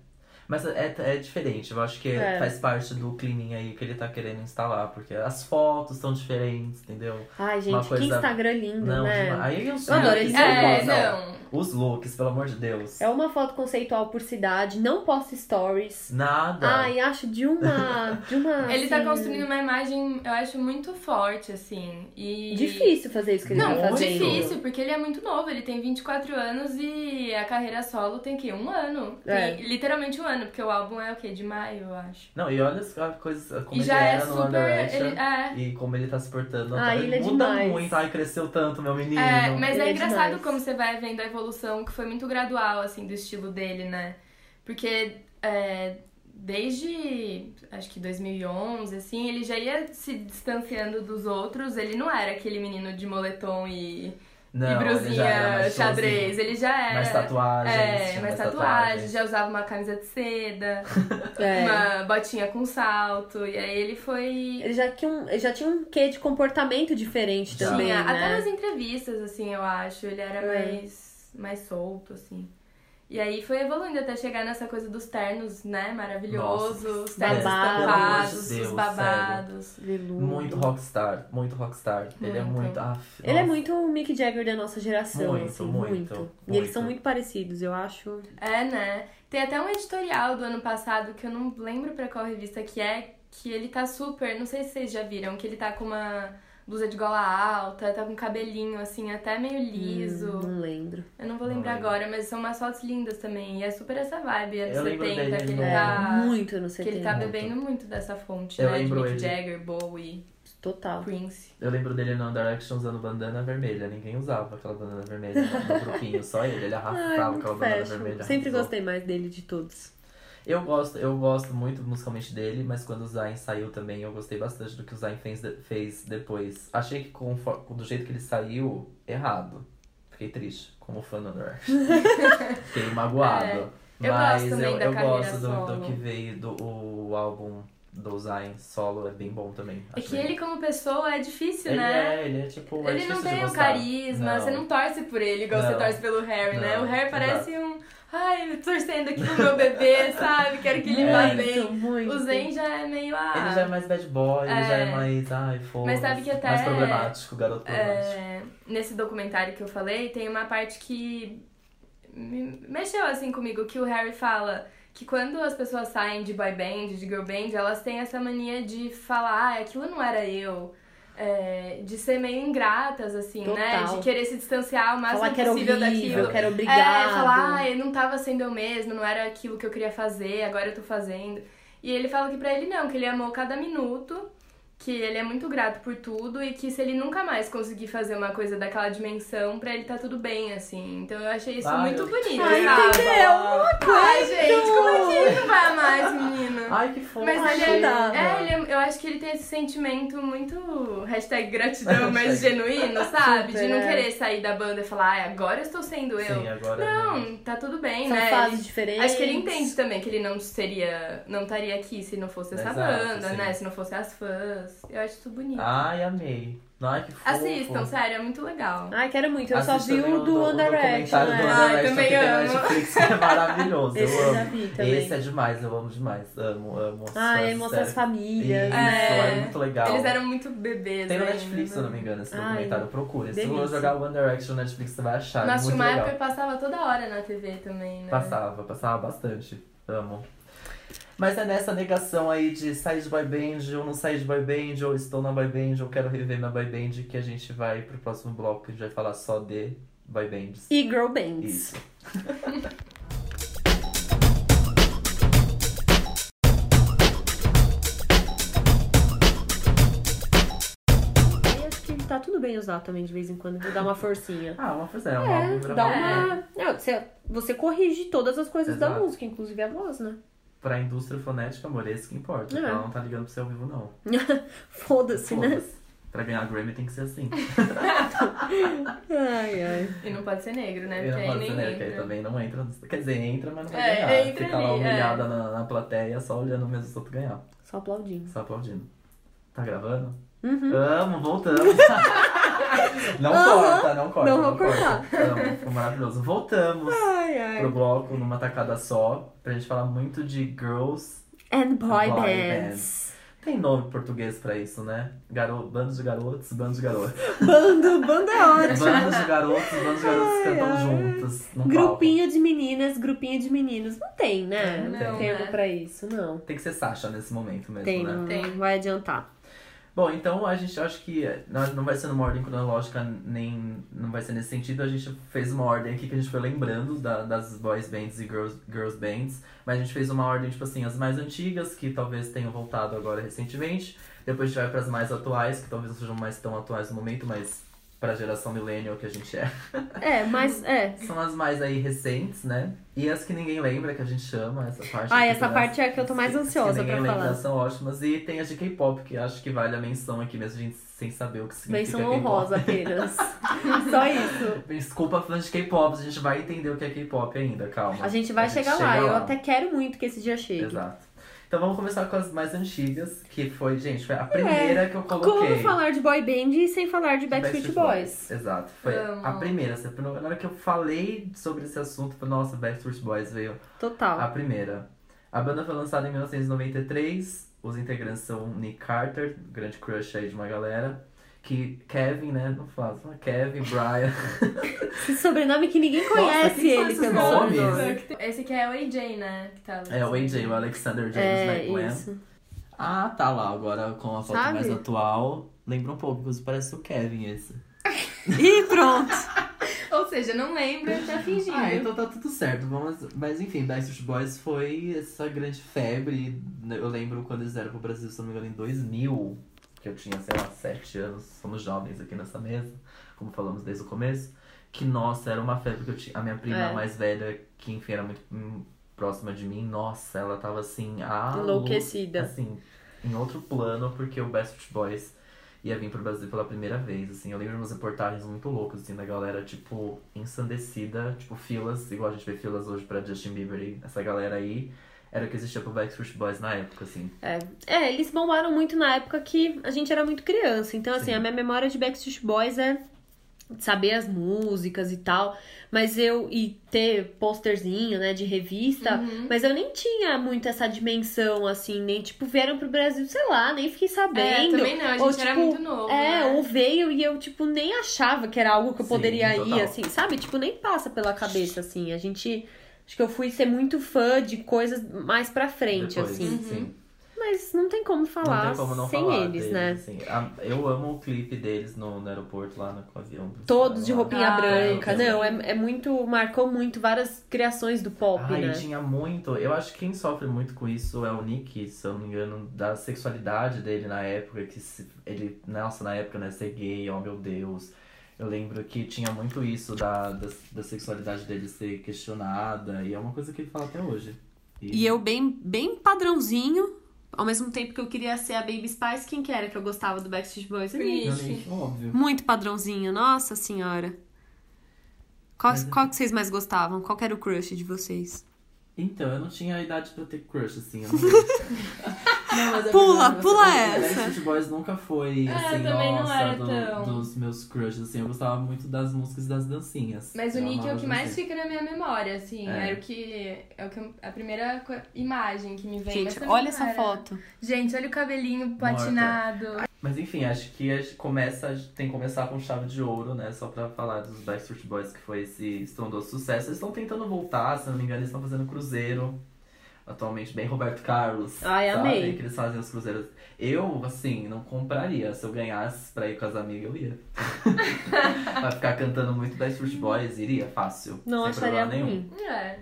Speaker 2: Mas é, é diferente, eu acho que
Speaker 1: É.
Speaker 2: faz parte do cleaning aí que ele tá querendo instalar, porque as fotos são diferentes, entendeu?
Speaker 1: Ai,
Speaker 2: Uma
Speaker 1: gente,
Speaker 2: coisa-
Speaker 1: que Instagram lindo,
Speaker 2: não,
Speaker 1: né?
Speaker 2: demais. aí os
Speaker 1: Eu adoro, eles
Speaker 2: looks,
Speaker 3: É,
Speaker 2: não, não.
Speaker 3: não.
Speaker 2: Os looks, pelo amor de Deus.
Speaker 1: É uma foto conceitual por cidade, não posta stories.
Speaker 2: Nada.
Speaker 1: Ai, acho de uma. De uma
Speaker 3: Ele tá
Speaker 1: assim,
Speaker 3: construindo uma imagem, eu acho, muito forte, assim. E...
Speaker 1: Difícil fazer isso que ele
Speaker 3: Não,
Speaker 1: tá fazendo.
Speaker 3: difícil, porque ele é muito novo, ele tem 24 anos e a carreira solo tem que um ano.
Speaker 1: É.
Speaker 3: Tem literalmente um ano, porque o álbum é o quê? De maio, eu acho.
Speaker 2: Não, e olha as- a coisa, como
Speaker 3: e
Speaker 2: ele
Speaker 3: já
Speaker 2: era
Speaker 3: é
Speaker 2: no
Speaker 3: super.
Speaker 2: One Direction.
Speaker 3: Ele, é.
Speaker 2: E como ele tá se portando.
Speaker 1: Ah,
Speaker 2: tá-
Speaker 1: ele é
Speaker 2: muda
Speaker 1: demais.
Speaker 2: muito. Ai, cresceu tanto, meu menino.
Speaker 3: É, mas
Speaker 1: Ele
Speaker 3: é
Speaker 1: é
Speaker 3: engraçado
Speaker 1: demais.
Speaker 3: como você vai vendo a evolução, que foi muito gradual, assim, do estilo dele, né? Porque é, desde, acho que 2011, assim, ele já ia se distanciando dos outros. Ele não era aquele menino de moletom e,
Speaker 2: Não, ele já
Speaker 3: e
Speaker 2: era
Speaker 3: brusinha
Speaker 2: mais
Speaker 3: xadrez.
Speaker 2: showzinho.
Speaker 3: Ele já era...
Speaker 2: Mais assim, tatuagens.
Speaker 3: É,
Speaker 2: tinha
Speaker 3: mais tatuagem,
Speaker 2: tatuagens.
Speaker 3: já usava uma camisa de seda,
Speaker 1: É.
Speaker 3: uma botinha com salto, e aí ele foi.
Speaker 1: Ele já, tinha um, ele já tinha um quê de comportamento diferente
Speaker 2: Tinha,
Speaker 1: também.
Speaker 3: Tinha,
Speaker 1: né?
Speaker 3: até nas entrevistas, assim, eu acho, ele era
Speaker 1: É.
Speaker 3: mais, mais solto, assim. E aí foi evoluindo até chegar nessa coisa dos ternos, né?
Speaker 2: Nossa,
Speaker 3: Maravilhoso, os ternos
Speaker 1: babados.
Speaker 3: estampados,
Speaker 2: Pelo amor de Deus,
Speaker 3: os babados.
Speaker 1: Veludo.
Speaker 2: Muito rockstar, muito rockstar. Ele é
Speaker 3: Muito.
Speaker 2: muito. af,
Speaker 1: Ele é
Speaker 2: nossa.
Speaker 1: muito o Mick Jagger da nossa geração,
Speaker 2: Muito,
Speaker 1: assim,
Speaker 2: muito,
Speaker 1: E eles
Speaker 2: muito.
Speaker 1: são muito parecidos, eu acho.
Speaker 3: É, né? Tem até um editorial do ano passado que eu não lembro pra qual revista que é, que ele tá super, não sei se vocês já viram, que ele tá com uma blusa de gola alta, tá com cabelinho assim, até meio liso.
Speaker 1: Não lembro.
Speaker 3: Eu não vou lembrar
Speaker 2: Não lembro.
Speaker 3: agora, mas são umas fotos lindas também. E é super essa vibe, anos
Speaker 2: Eu lembro
Speaker 3: 70, que
Speaker 2: dele no-
Speaker 3: ele tá.
Speaker 1: É, Muito no
Speaker 3: Que ele
Speaker 1: 70.
Speaker 3: tá
Speaker 2: Muito.
Speaker 3: bebendo muito dessa fonte,
Speaker 2: Eu
Speaker 3: né? De
Speaker 2: lembro
Speaker 3: Mick
Speaker 2: ele.
Speaker 3: Jagger, Bowie,
Speaker 1: Total.
Speaker 3: Prince.
Speaker 2: Eu lembro dele no One Direction usando bandana vermelha. Ninguém usava aquela bandana vermelha no no grupinho, só ele. Ele
Speaker 1: Ai,
Speaker 2: arrastava
Speaker 1: muito
Speaker 2: aquela bandana
Speaker 1: fashion.
Speaker 2: é vermelha.
Speaker 1: Sempre
Speaker 2: arrasou.
Speaker 1: gostei mais dele de todos.
Speaker 2: Eu gosto, eu gosto muito musicalmente dele, mas quando o Zayn saiu também, eu gostei bastante do que o Zayn fez, fez depois. Achei que confo- do jeito que ele saiu, errado. Fiquei triste, como fã do Under. Fiquei magoado.
Speaker 3: É, eu
Speaker 2: mas
Speaker 3: gosto também
Speaker 2: eu,
Speaker 3: da
Speaker 2: eu
Speaker 3: carreira
Speaker 2: gosto do, do
Speaker 3: solo.
Speaker 2: que veio do o álbum do Zayn solo, é bem bom também.
Speaker 3: É
Speaker 2: acho
Speaker 3: que
Speaker 2: bem
Speaker 3: ele, como pessoa, é difícil,
Speaker 2: ele
Speaker 3: né?
Speaker 2: é, ele é tipo. é
Speaker 3: Ele não
Speaker 2: difícil de
Speaker 3: tem o
Speaker 2: gostar.
Speaker 3: carisma, você não torce por ele igual você
Speaker 2: Não.
Speaker 3: torce pelo Harry, né?
Speaker 2: Não,
Speaker 3: O Harry parece um. Ai, eu tô torcendo aqui pro meu bebê, sabe? Quero que ele
Speaker 2: É.
Speaker 3: vá
Speaker 1: Muito,
Speaker 3: bem.
Speaker 1: muito.
Speaker 3: O Zen já é meio. Ah,
Speaker 2: Ele já é mais bad boy, ele já
Speaker 3: É.
Speaker 2: é mais. Ai, foda
Speaker 3: sabe que até-
Speaker 2: Mais problemático, garoto problemático.
Speaker 3: É, nesse documentário que eu falei, tem uma parte que me- mexeu assim comigo, que o Harry fala que quando as pessoas saem de boy band, de girl band, elas têm essa mania de falar, ah, aquilo não era eu. É, de ser meio ingratas, assim, né?
Speaker 1: Total.
Speaker 3: De querer se distanciar o máximo
Speaker 1: Falar que era
Speaker 3: possível
Speaker 1: horrível,
Speaker 3: daquilo.
Speaker 1: que era
Speaker 3: É,
Speaker 1: obrigado.
Speaker 3: falar, ah, eu não tava sendo eu mesmo, não era aquilo que eu queria fazer, agora eu tô fazendo. E ele fala que pra ele não, que ele amou cada minuto, que ele é muito grato por tudo e que se ele nunca mais conseguir fazer uma coisa daquela dimensão, pra ele tá tudo bem, assim. Então eu achei isso
Speaker 2: Ai,
Speaker 3: muito
Speaker 2: eu-
Speaker 3: bonito,
Speaker 1: Ai,
Speaker 3: sabe?
Speaker 1: entendeu? Não
Speaker 3: Ai,
Speaker 1: aguento.
Speaker 3: gente, como é que ele não vai mais, menino?
Speaker 2: Ai, que fofo.
Speaker 3: Mas
Speaker 1: Ai,
Speaker 3: ele
Speaker 1: não
Speaker 3: é,
Speaker 1: dá.
Speaker 3: é, ele é- eu acho que ele tem esse sentimento muito hashtag gratidão, mas
Speaker 2: Hashtag.
Speaker 3: genuíno, sabe? De
Speaker 1: Super,
Speaker 3: não
Speaker 1: é.
Speaker 3: querer sair da banda e falar, ai, agora eu estou sendo eu.
Speaker 2: Sim, agora. né?
Speaker 3: Não, tá tudo bem,
Speaker 1: São
Speaker 3: né?
Speaker 1: fases
Speaker 3: Ele-
Speaker 1: diferentes.
Speaker 3: Acho que ele entende também que ele não seria. não estaria aqui se não fosse essa
Speaker 2: Exato,
Speaker 3: banda,
Speaker 2: sim.
Speaker 3: né? Se não fosse as fãs. Eu acho isso bonito.
Speaker 2: Ai, amei. Ai, que fofo.
Speaker 3: Assistam, sério, é muito legal.
Speaker 1: Ai, quero muito. Eu só
Speaker 2: Assista
Speaker 1: vi
Speaker 2: também
Speaker 1: o do One Direction.
Speaker 2: documentário do
Speaker 1: né?
Speaker 2: One
Speaker 3: Ai,
Speaker 2: Direction
Speaker 3: também
Speaker 2: que tem na
Speaker 3: amo.
Speaker 2: Netflix, que é maravilhoso.
Speaker 1: Esse
Speaker 2: eu
Speaker 1: eu já
Speaker 2: amo.
Speaker 1: vi também.
Speaker 2: Esse é demais, eu amo demais. Amo, amo. os
Speaker 1: Ai,
Speaker 2: fãs,
Speaker 1: mostra as
Speaker 2: sério.
Speaker 1: famílias.
Speaker 2: Isso,
Speaker 3: né?
Speaker 2: é muito legal.
Speaker 3: Eles eram muito bebês. né?
Speaker 2: Tem no
Speaker 3: ainda,
Speaker 2: Netflix, se eu não me engano, esse
Speaker 1: Ai,
Speaker 2: documentário. Procura. Se você
Speaker 1: delícia.
Speaker 2: jogar One Direction no Netflix, você vai achar. é
Speaker 3: Nossa, tinha
Speaker 2: muito
Speaker 3: uma
Speaker 2: legal.
Speaker 3: época que passava toda hora na TV também, né?
Speaker 2: Passava, passava bastante. Amo. Mas é nessa negação aí de sair de boy band, ou não sair de boy band, ou estou na boy band, ou quero reviver minha boy band, que a gente vai pro próximo bloco, que a gente vai falar só de boy bands.
Speaker 1: E girl bands.
Speaker 2: Isso.
Speaker 1: Aí acho que tá tudo bem os pesar também de vez em quando, vou dar uma forcinha.
Speaker 2: Ah, uma fazer, é um álbum gravado.
Speaker 1: Dá
Speaker 2: né?
Speaker 1: uma. Não, você, você corrige todas as coisas da
Speaker 2: Exato.
Speaker 1: música, inclusive a voz, né?
Speaker 2: Pra indústria fonética, amor, é isso que importa.
Speaker 1: É.
Speaker 2: Ela não tá ligando pro seu ao vivo, não.
Speaker 1: Foda-se, né?
Speaker 2: Foda-se. Pra ganhar Grammy tem que ser assim.
Speaker 1: Ai, ai.
Speaker 3: E não pode ser negro, né?
Speaker 2: Eu
Speaker 3: Porque
Speaker 2: não
Speaker 3: aí
Speaker 2: posso
Speaker 3: nem
Speaker 2: dizer, né? Porque aí
Speaker 3: entra.
Speaker 2: também não entra. Quer dizer, entra, mas não vai
Speaker 3: É,
Speaker 2: ganhar.
Speaker 3: entra
Speaker 2: Fica lá
Speaker 3: ali, é.
Speaker 2: humilhada na, na plateia, só olhando mesmo se outro ganhar.
Speaker 1: Só aplaudindo.
Speaker 2: Só aplaudindo. Tá gravando?
Speaker 1: Uhum.
Speaker 2: Amo, voltamos. não
Speaker 1: Aham.
Speaker 2: corta, não corta.
Speaker 1: Não vou cortar.
Speaker 2: corta. Amo, ficou maravilhoso. Voltamos
Speaker 1: Ai, ai.
Speaker 2: pro bloco numa tacada só, pra gente falar muito de girls.
Speaker 1: And boy,
Speaker 2: Boy
Speaker 1: bands.
Speaker 2: Tem nome português pra isso, né? Garo... Bandos de garotos, bandos de garotos.
Speaker 1: Bando, bando é ótimo.
Speaker 2: Bandos de garotos, bandos de garotos
Speaker 1: Ai,
Speaker 2: cantam
Speaker 1: ai.
Speaker 2: juntos. num
Speaker 1: Grupinho de meninas, grupinho de meninos. Não tem, né?
Speaker 2: Não
Speaker 1: tem
Speaker 2: tem.
Speaker 1: tempo
Speaker 3: né?
Speaker 1: pra isso, não.
Speaker 2: palco. Tem que ser Sasha nesse momento mesmo,
Speaker 1: Tem,
Speaker 2: né?
Speaker 1: não
Speaker 3: Tem.
Speaker 1: vai adiantar.
Speaker 2: Bom, então a gente acho que eh, não não vai ser numa ordem cronológica, nem não vai ser nesse sentido. A gente fez uma ordem aqui que a gente foi lembrando da- das boys bands e girls, girls bands, mas a gente fez uma ordem, tipo assim, as mais antigas, que talvez tenham voltado agora recentemente. Depois a gente vai para as mais atuais, que talvez não sejam mais tão atuais no momento, mas para a geração millennial que a gente é.
Speaker 1: É, mas é.
Speaker 2: São as mais aí recentes, né? E as que ninguém lembra, que a gente chama, essa parte.
Speaker 1: Ah,
Speaker 2: aqui
Speaker 1: essa
Speaker 2: das-
Speaker 1: parte é a que eu tô mais
Speaker 2: as
Speaker 1: ansiosa
Speaker 2: que ninguém
Speaker 1: pra
Speaker 2: lembra
Speaker 1: falar.
Speaker 2: são ótimas. E tem as de K-pop, que acho que vale a menção aqui mesmo, a gente sem saber o que significa
Speaker 1: Menção
Speaker 2: K-pop.
Speaker 1: honrosa apenas. Só isso.
Speaker 2: Desculpa, fãs de K-pop, a gente vai entender o que é K-pop ainda, calma.
Speaker 1: A gente vai chegar
Speaker 2: chega
Speaker 1: lá. Eu até quero muito que esse dia chegue.
Speaker 2: Exato. Então vamos começar com as mais antigas, que foi, gente, foi a primeira que eu coloquei.
Speaker 1: É, Como falar de boy band sem falar de
Speaker 2: Do
Speaker 1: Backstreet Boys?
Speaker 2: Exato. Foi a
Speaker 3: Amo.
Speaker 2: primeira. essa- Na hora que eu falei sobre esse assunto, eu falei, nossa, Backstreet Boys veio A Ah.
Speaker 1: Total.
Speaker 2: primeira. A banda foi lançada em 1993. Os integrantes são Nick Carter, grande crush aí de uma galera. Que Kevin, né? Não fala, só Kevin, Brian.
Speaker 1: Esse sobrenome que ninguém conhece
Speaker 2: quem são
Speaker 1: ele
Speaker 2: esses
Speaker 1: pelo
Speaker 2: nomes?
Speaker 1: sobrenome.
Speaker 3: Esse aqui é o AJ, né? Que tá
Speaker 2: tá É o AJ, o Alexander James
Speaker 1: É,
Speaker 2: McMahon.
Speaker 1: isso.
Speaker 2: Ah, tá lá agora com a foto
Speaker 4: Sabe?
Speaker 2: mais atual. Lembra um pouco, inclusive parece o Kevin esse.
Speaker 4: E pronto.
Speaker 3: Ou seja, não lembra, tá fingindo.
Speaker 2: Ah, então tá tudo certo. Vamos... Mas enfim, Backstreet Boys foi essa grande febre. né? Eu lembro quando eles vieram pro Brasil, se não me engano, em 2000, que eu tinha, sei lá, 7 anos. Somos jovens aqui nessa mesa, como falamos desde o começo. Que nossa, era uma febre que eu tinha. A minha prima
Speaker 1: É.
Speaker 2: mais velha, que enfim era muito hum, próxima de mim, nossa, ela tava assim, ah,
Speaker 1: Enlouquecida.
Speaker 2: assim, em outro plano, porque o Backstreet Boys ia vir pro Brasil pela primeira vez, assim. Eu lembro de umas reportagens muito loucas, assim, da galera, tipo, ensandecida, tipo, filas, igual a gente vê filas hoje pra Justin Bieber e essa galera aí. Era o que existia pro Backstreet Boys na época, assim.
Speaker 1: É, eles bombaram muito na época que a gente era muito criança. Então, assim,
Speaker 2: Sim.
Speaker 1: a minha memória de Backstreet Boys é saber as músicas e tal. Mas eu. E ter posterzinho, né, de revista.
Speaker 3: Uhum.
Speaker 1: Mas eu nem tinha muito essa dimensão, assim, nem, tipo, vieram pro Brasil, sei lá, nem fiquei
Speaker 3: É,
Speaker 1: sabendo.
Speaker 3: também não, a gente
Speaker 1: Tá Ou,
Speaker 3: era
Speaker 1: tipo,
Speaker 3: muito novo.
Speaker 1: É,
Speaker 3: né?
Speaker 1: ou veio e eu, tipo, nem achava que era algo que eu
Speaker 2: Sim,
Speaker 1: poderia ir,
Speaker 2: total.
Speaker 1: assim, sabe? Tipo, nem passa pela cabeça, assim. A gente. Acho que eu fui ser muito fã de coisas mais pra frente,
Speaker 2: Depois,
Speaker 1: assim.
Speaker 2: Sim.
Speaker 1: Mas não tem como falar
Speaker 2: não tem como não
Speaker 1: sem
Speaker 2: falar
Speaker 1: eles,
Speaker 2: deles,
Speaker 1: né?
Speaker 2: assim. A- eu amo o clipe deles no, no aeroporto, lá no com o avião.
Speaker 1: Todos de roupinha
Speaker 3: Ah,
Speaker 1: branca.
Speaker 2: eu
Speaker 1: Não, é, é muito. Marcou muito várias criações do pop,
Speaker 2: Ai,
Speaker 1: né?
Speaker 2: tinha muito. Eu acho que quem sofre muito com isso é o Nick, se eu não me engano, da sexualidade dele na época, que se- ele, nossa, na época, né, ser gay, oh meu Deus. Eu lembro que tinha muito isso da, da, da sexualidade dele ser questionada, e é uma coisa que ele fala até hoje.
Speaker 4: E eu bem, bem padrãozinho. Ao mesmo tempo que eu queria ser a Baby Spice, quem que era que eu gostava do Backstreet Boys? O Nick.
Speaker 2: E o Nick, óbvio.
Speaker 4: Muito padrãozinho, nossa senhora. Qual,
Speaker 2: Mas- é
Speaker 4: qual que vocês mais gostavam? Qual que era o crush de vocês?
Speaker 2: Então, eu não tinha idade pra ter crush, assim. Eu não... não, mas é
Speaker 4: Pula,
Speaker 2: verdade,
Speaker 4: pula
Speaker 2: mas
Speaker 4: essa.
Speaker 2: O Backstreet Boys nunca foi,
Speaker 3: É,
Speaker 2: assim,
Speaker 3: também não
Speaker 2: nossa,
Speaker 3: era
Speaker 2: do-
Speaker 3: tão.
Speaker 2: dos meus crushes, assim. Eu gostava muito das músicas e das dancinhas.
Speaker 3: Mas o
Speaker 2: Eu
Speaker 3: Nick é
Speaker 2: amava
Speaker 3: o que mais
Speaker 2: dancinhas.
Speaker 3: fica na minha memória, assim.
Speaker 2: É.
Speaker 3: É, o que. É o que eu- a primeira co- imagem que me vem. mas
Speaker 4: Gente,
Speaker 3: também
Speaker 4: olha
Speaker 3: não
Speaker 4: essa
Speaker 3: era.
Speaker 4: foto.
Speaker 3: Gente, olha o cabelinho
Speaker 2: Morta.
Speaker 3: patinado.
Speaker 2: Mas enfim, acho que a gente começa, a gente tem que começar com chave de ouro, né? Só pra falar dos Backstreet Boys, que foi esse estrondoso sucesso. Eles estão tentando voltar, se não me engano, eles estão fazendo cruzeiro. Atualmente, bem Roberto Carlos.
Speaker 1: Ai,
Speaker 2: sabe?
Speaker 1: amei.
Speaker 2: Que eles fazem os cruzeiros. Eu, assim, não compraria. Se eu ganhasse pra ir com as amigas, eu ia. pra ficar cantando muito Backstreet Boys, iria, fácil.
Speaker 1: Não
Speaker 2: sem
Speaker 1: acharia
Speaker 2: problema nenhum.
Speaker 1: ruim.
Speaker 3: É.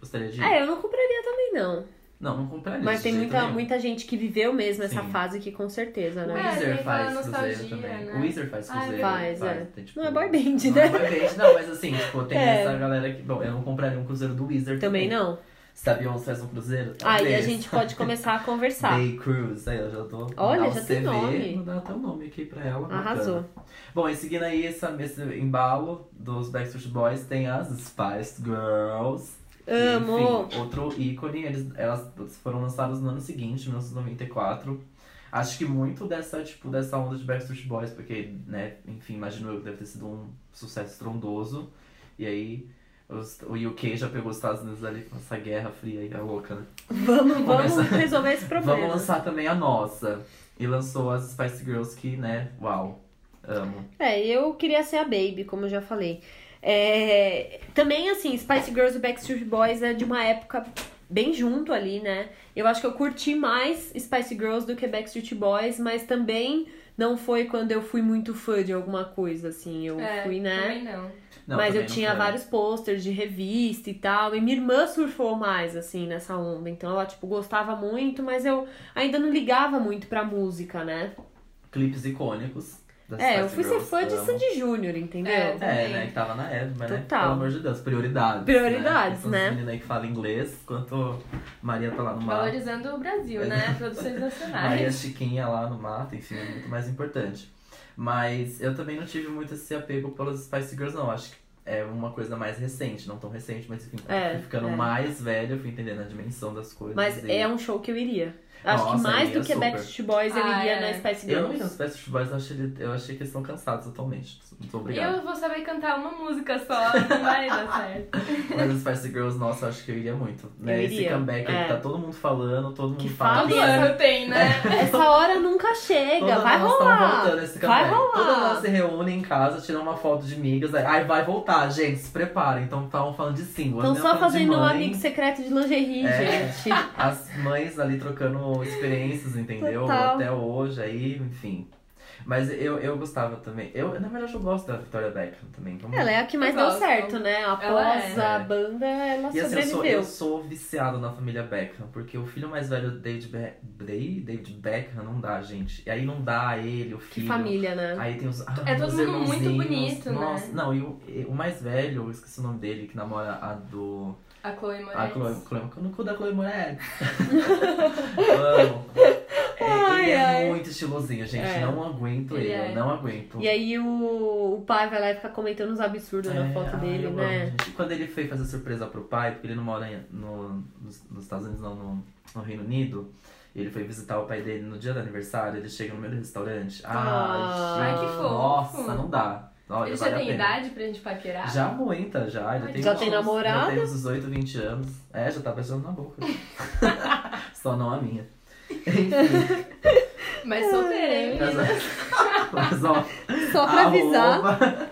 Speaker 2: Gostaria de ir.
Speaker 1: É, eu não compraria também, não.
Speaker 2: Não, não compraria.
Speaker 1: Mas
Speaker 2: de
Speaker 1: tem
Speaker 2: jeito
Speaker 1: muita,
Speaker 2: nenhum.
Speaker 1: muita gente que viveu mesmo essa
Speaker 2: Sim.
Speaker 1: fase que com certeza,
Speaker 2: O
Speaker 1: né?
Speaker 3: É, tem
Speaker 2: Weezer
Speaker 3: aquela
Speaker 2: faz cruzeiro
Speaker 3: nostalgia,
Speaker 2: também.
Speaker 3: né?
Speaker 2: O Weezer faz
Speaker 3: Ah,
Speaker 2: cruzeiro.
Speaker 1: faz, é.
Speaker 2: tem, tipo,
Speaker 1: Não é boy band,
Speaker 2: Não
Speaker 1: né?
Speaker 2: é boy band, não, mas assim, tipo, tem
Speaker 1: É.
Speaker 2: essa galera que. Bom, eu não compraria um cruzeiro do Weezer
Speaker 1: Também não.
Speaker 2: Se a Beyoncé faz um cruzeiro,
Speaker 1: Aí a
Speaker 2: talvez.
Speaker 1: gente pode começar a conversar.
Speaker 2: Day Cruise, aí eu já tô.
Speaker 1: Olha,
Speaker 2: dar um
Speaker 1: já tem
Speaker 2: CV,
Speaker 1: nome.
Speaker 2: Vou dar até um nome aqui pra ela. bacana.
Speaker 1: Arrasou.
Speaker 2: Bom, e seguindo aí essa, esse embalo dos Backstreet Boys, tem as Spice Girls. que,
Speaker 1: Amo.
Speaker 2: Enfim, outro ícone, eles, elas foram lançadas no ano seguinte, 1994. Acho que muito dessa, tipo, dessa onda de Backstreet Boys, porque, né, enfim, imagino eu que deve ter sido um sucesso estrondoso. E aí, os- o UK já pegou os Estados Unidos ali com essa guerra fria aí, é louca, né?
Speaker 1: Vamos, vamos
Speaker 2: Começa-
Speaker 1: resolver esse problema.
Speaker 2: Vamos lançar também a nossa. E lançou as Spice Girls que, né, uau, amo.
Speaker 1: É, eu queria ser a Baby, como eu já falei. É, também, assim, Spice Girls e Backstreet Boys é de uma época bem junto ali, né? Eu acho que eu curti mais Spice Girls do que Backstreet Boys, mas também não foi quando eu fui muito fã de alguma coisa, assim. Eu
Speaker 3: É,
Speaker 1: fui, né?
Speaker 3: também não.
Speaker 2: Não,
Speaker 1: mas
Speaker 2: também
Speaker 1: eu
Speaker 2: não
Speaker 1: tinha
Speaker 2: quero.
Speaker 1: vários posters de revista e tal. E minha irmã surfou mais, assim, nessa onda. Então ela, tipo, gostava muito, mas eu ainda não ligava muito pra música, né?
Speaker 2: Clipes icônicos. das
Speaker 1: É, eu
Speaker 2: Spice
Speaker 1: fui ser
Speaker 2: Girls,
Speaker 1: fã de
Speaker 2: amo.
Speaker 1: Sandy Júnior, entendeu?
Speaker 3: É,
Speaker 2: É, né, que tava na época, né?
Speaker 1: assim, Total.
Speaker 2: Pelo amor de Deus, prioridades.
Speaker 1: Prioridades,
Speaker 2: né?
Speaker 1: né?
Speaker 2: Essas meninas aí que falam inglês, enquanto Maria tá lá no mar.
Speaker 3: Valorizando o Brasil, né? Produções
Speaker 2: Maria
Speaker 3: nacionais.
Speaker 2: Chiquinha lá no mato, enfim, é muito mais importante. Mas eu também não tive muito esse apego pelas Spice Girls, não. Acho que é uma coisa mais recente, não tão recente, mas enfim,
Speaker 1: É,
Speaker 2: fui ficando
Speaker 1: é.
Speaker 2: mais velha, eu fui entendendo a dimensão das coisas.
Speaker 1: Mas
Speaker 2: e-
Speaker 1: é um show que eu iria. Acho que
Speaker 2: Nossa,
Speaker 1: mais
Speaker 2: iria
Speaker 1: do que
Speaker 2: super.
Speaker 1: Backstreet Boys, eu
Speaker 3: Ah,
Speaker 1: iria
Speaker 3: é.
Speaker 1: na Spice
Speaker 2: Eu não ia nos
Speaker 1: Girls.
Speaker 2: Backstreet Boys, eu achei, ele- eu achei que eles estão cansados atualmente. Muito obrigado.
Speaker 3: Eu vou saber cantar uma música só, não vai dar certo.
Speaker 2: Mas as Spice Girls, nossa, eu acho que eu iria muito. Né?
Speaker 1: Eu
Speaker 2: Esse
Speaker 1: iria,
Speaker 2: comeback aí
Speaker 1: é.
Speaker 2: que tá todo mundo falando, todo mundo
Speaker 1: Que
Speaker 2: fala. é.
Speaker 1: fala,
Speaker 3: Todo ano tem, né?
Speaker 1: Essa hora nunca chega,
Speaker 2: Todas
Speaker 1: vai
Speaker 2: elas tão
Speaker 1: rolar.
Speaker 2: voltando esse
Speaker 1: vai
Speaker 2: comeback. Todas elas
Speaker 1: rolar.
Speaker 2: se reúnem em casa, tiram uma foto de migas. aí, Ai, vai voltar, gente, se preparem. Então estavam falando de single.
Speaker 1: Estão
Speaker 2: né?
Speaker 1: só
Speaker 2: Falando de
Speaker 1: fazendo um
Speaker 2: mãe,
Speaker 1: amigo secreto de lingerie,
Speaker 2: É.
Speaker 1: gente.
Speaker 2: As mães ali trocando experiências, entendeu?
Speaker 1: Total.
Speaker 2: Até hoje, aí, enfim. Mas eu, eu gostava também. Eu, na verdade, eu gosto da Victoria Beckham também. então, Vamos
Speaker 1: Ela é a que mais
Speaker 3: Eu
Speaker 1: deu
Speaker 3: gosto.
Speaker 1: certo, né? Após
Speaker 3: Ela
Speaker 2: é.
Speaker 1: a banda, ela
Speaker 2: E assim, eu sou,
Speaker 1: sobreviveu.
Speaker 2: eu sou viciado na família Beckham, porque o filho mais velho do David, Be Dei- David Beckham não dá, gente. E aí não dá a ele, o
Speaker 1: Que
Speaker 2: filho.
Speaker 1: família, né?
Speaker 2: Aí tem os. ah,
Speaker 3: É todo
Speaker 2: os
Speaker 3: mundo muito
Speaker 2: irmãozinhos.
Speaker 3: bonito, né?
Speaker 2: Nossa, Não, e o, e o mais velho, eu esqueci o nome dele, que namora a do.
Speaker 3: A Chloe Moretz.
Speaker 2: A Chloe. Chloe no cu da Chloe Moretz. Eu Amo. É,
Speaker 1: Ai,
Speaker 2: ele é
Speaker 1: ai.
Speaker 2: muito estilosinho, gente.
Speaker 1: É.
Speaker 2: Não aguento ele,
Speaker 3: Ele
Speaker 2: eu
Speaker 3: é.
Speaker 2: não aguento.
Speaker 1: E aí o, o pai vai lá e fica comentando uns absurdos na
Speaker 2: É,
Speaker 1: foto
Speaker 2: ai,
Speaker 1: dele,
Speaker 2: eu
Speaker 1: né?
Speaker 2: amo, gente. Quando ele foi fazer surpresa pro pai, porque ele não mora em- no, nos, nos Estados Unidos, não, no, no Reino Unido. e Ele foi visitar o pai dele no dia do aniversário, ele chega no meio do restaurante.
Speaker 1: Ah.
Speaker 2: Ai,
Speaker 3: Ai, que
Speaker 2: gente,
Speaker 3: fofo.
Speaker 2: nossa, não dá. Olha,
Speaker 3: Ele já
Speaker 2: vale a
Speaker 3: tem
Speaker 2: pena.
Speaker 3: idade pra gente paquerar?
Speaker 2: Já muita, já. Ele
Speaker 3: Ai,
Speaker 2: tem
Speaker 1: já
Speaker 2: uns-
Speaker 1: tem namorada?
Speaker 2: Já tem uns 18, 20 anos. É, já tá beijando na boca. Só não a minha. Enfim,
Speaker 3: Mas solteira, hein?
Speaker 2: mas,
Speaker 3: menina?
Speaker 2: mas ó,
Speaker 1: Só pra avisar.
Speaker 2: Arroba.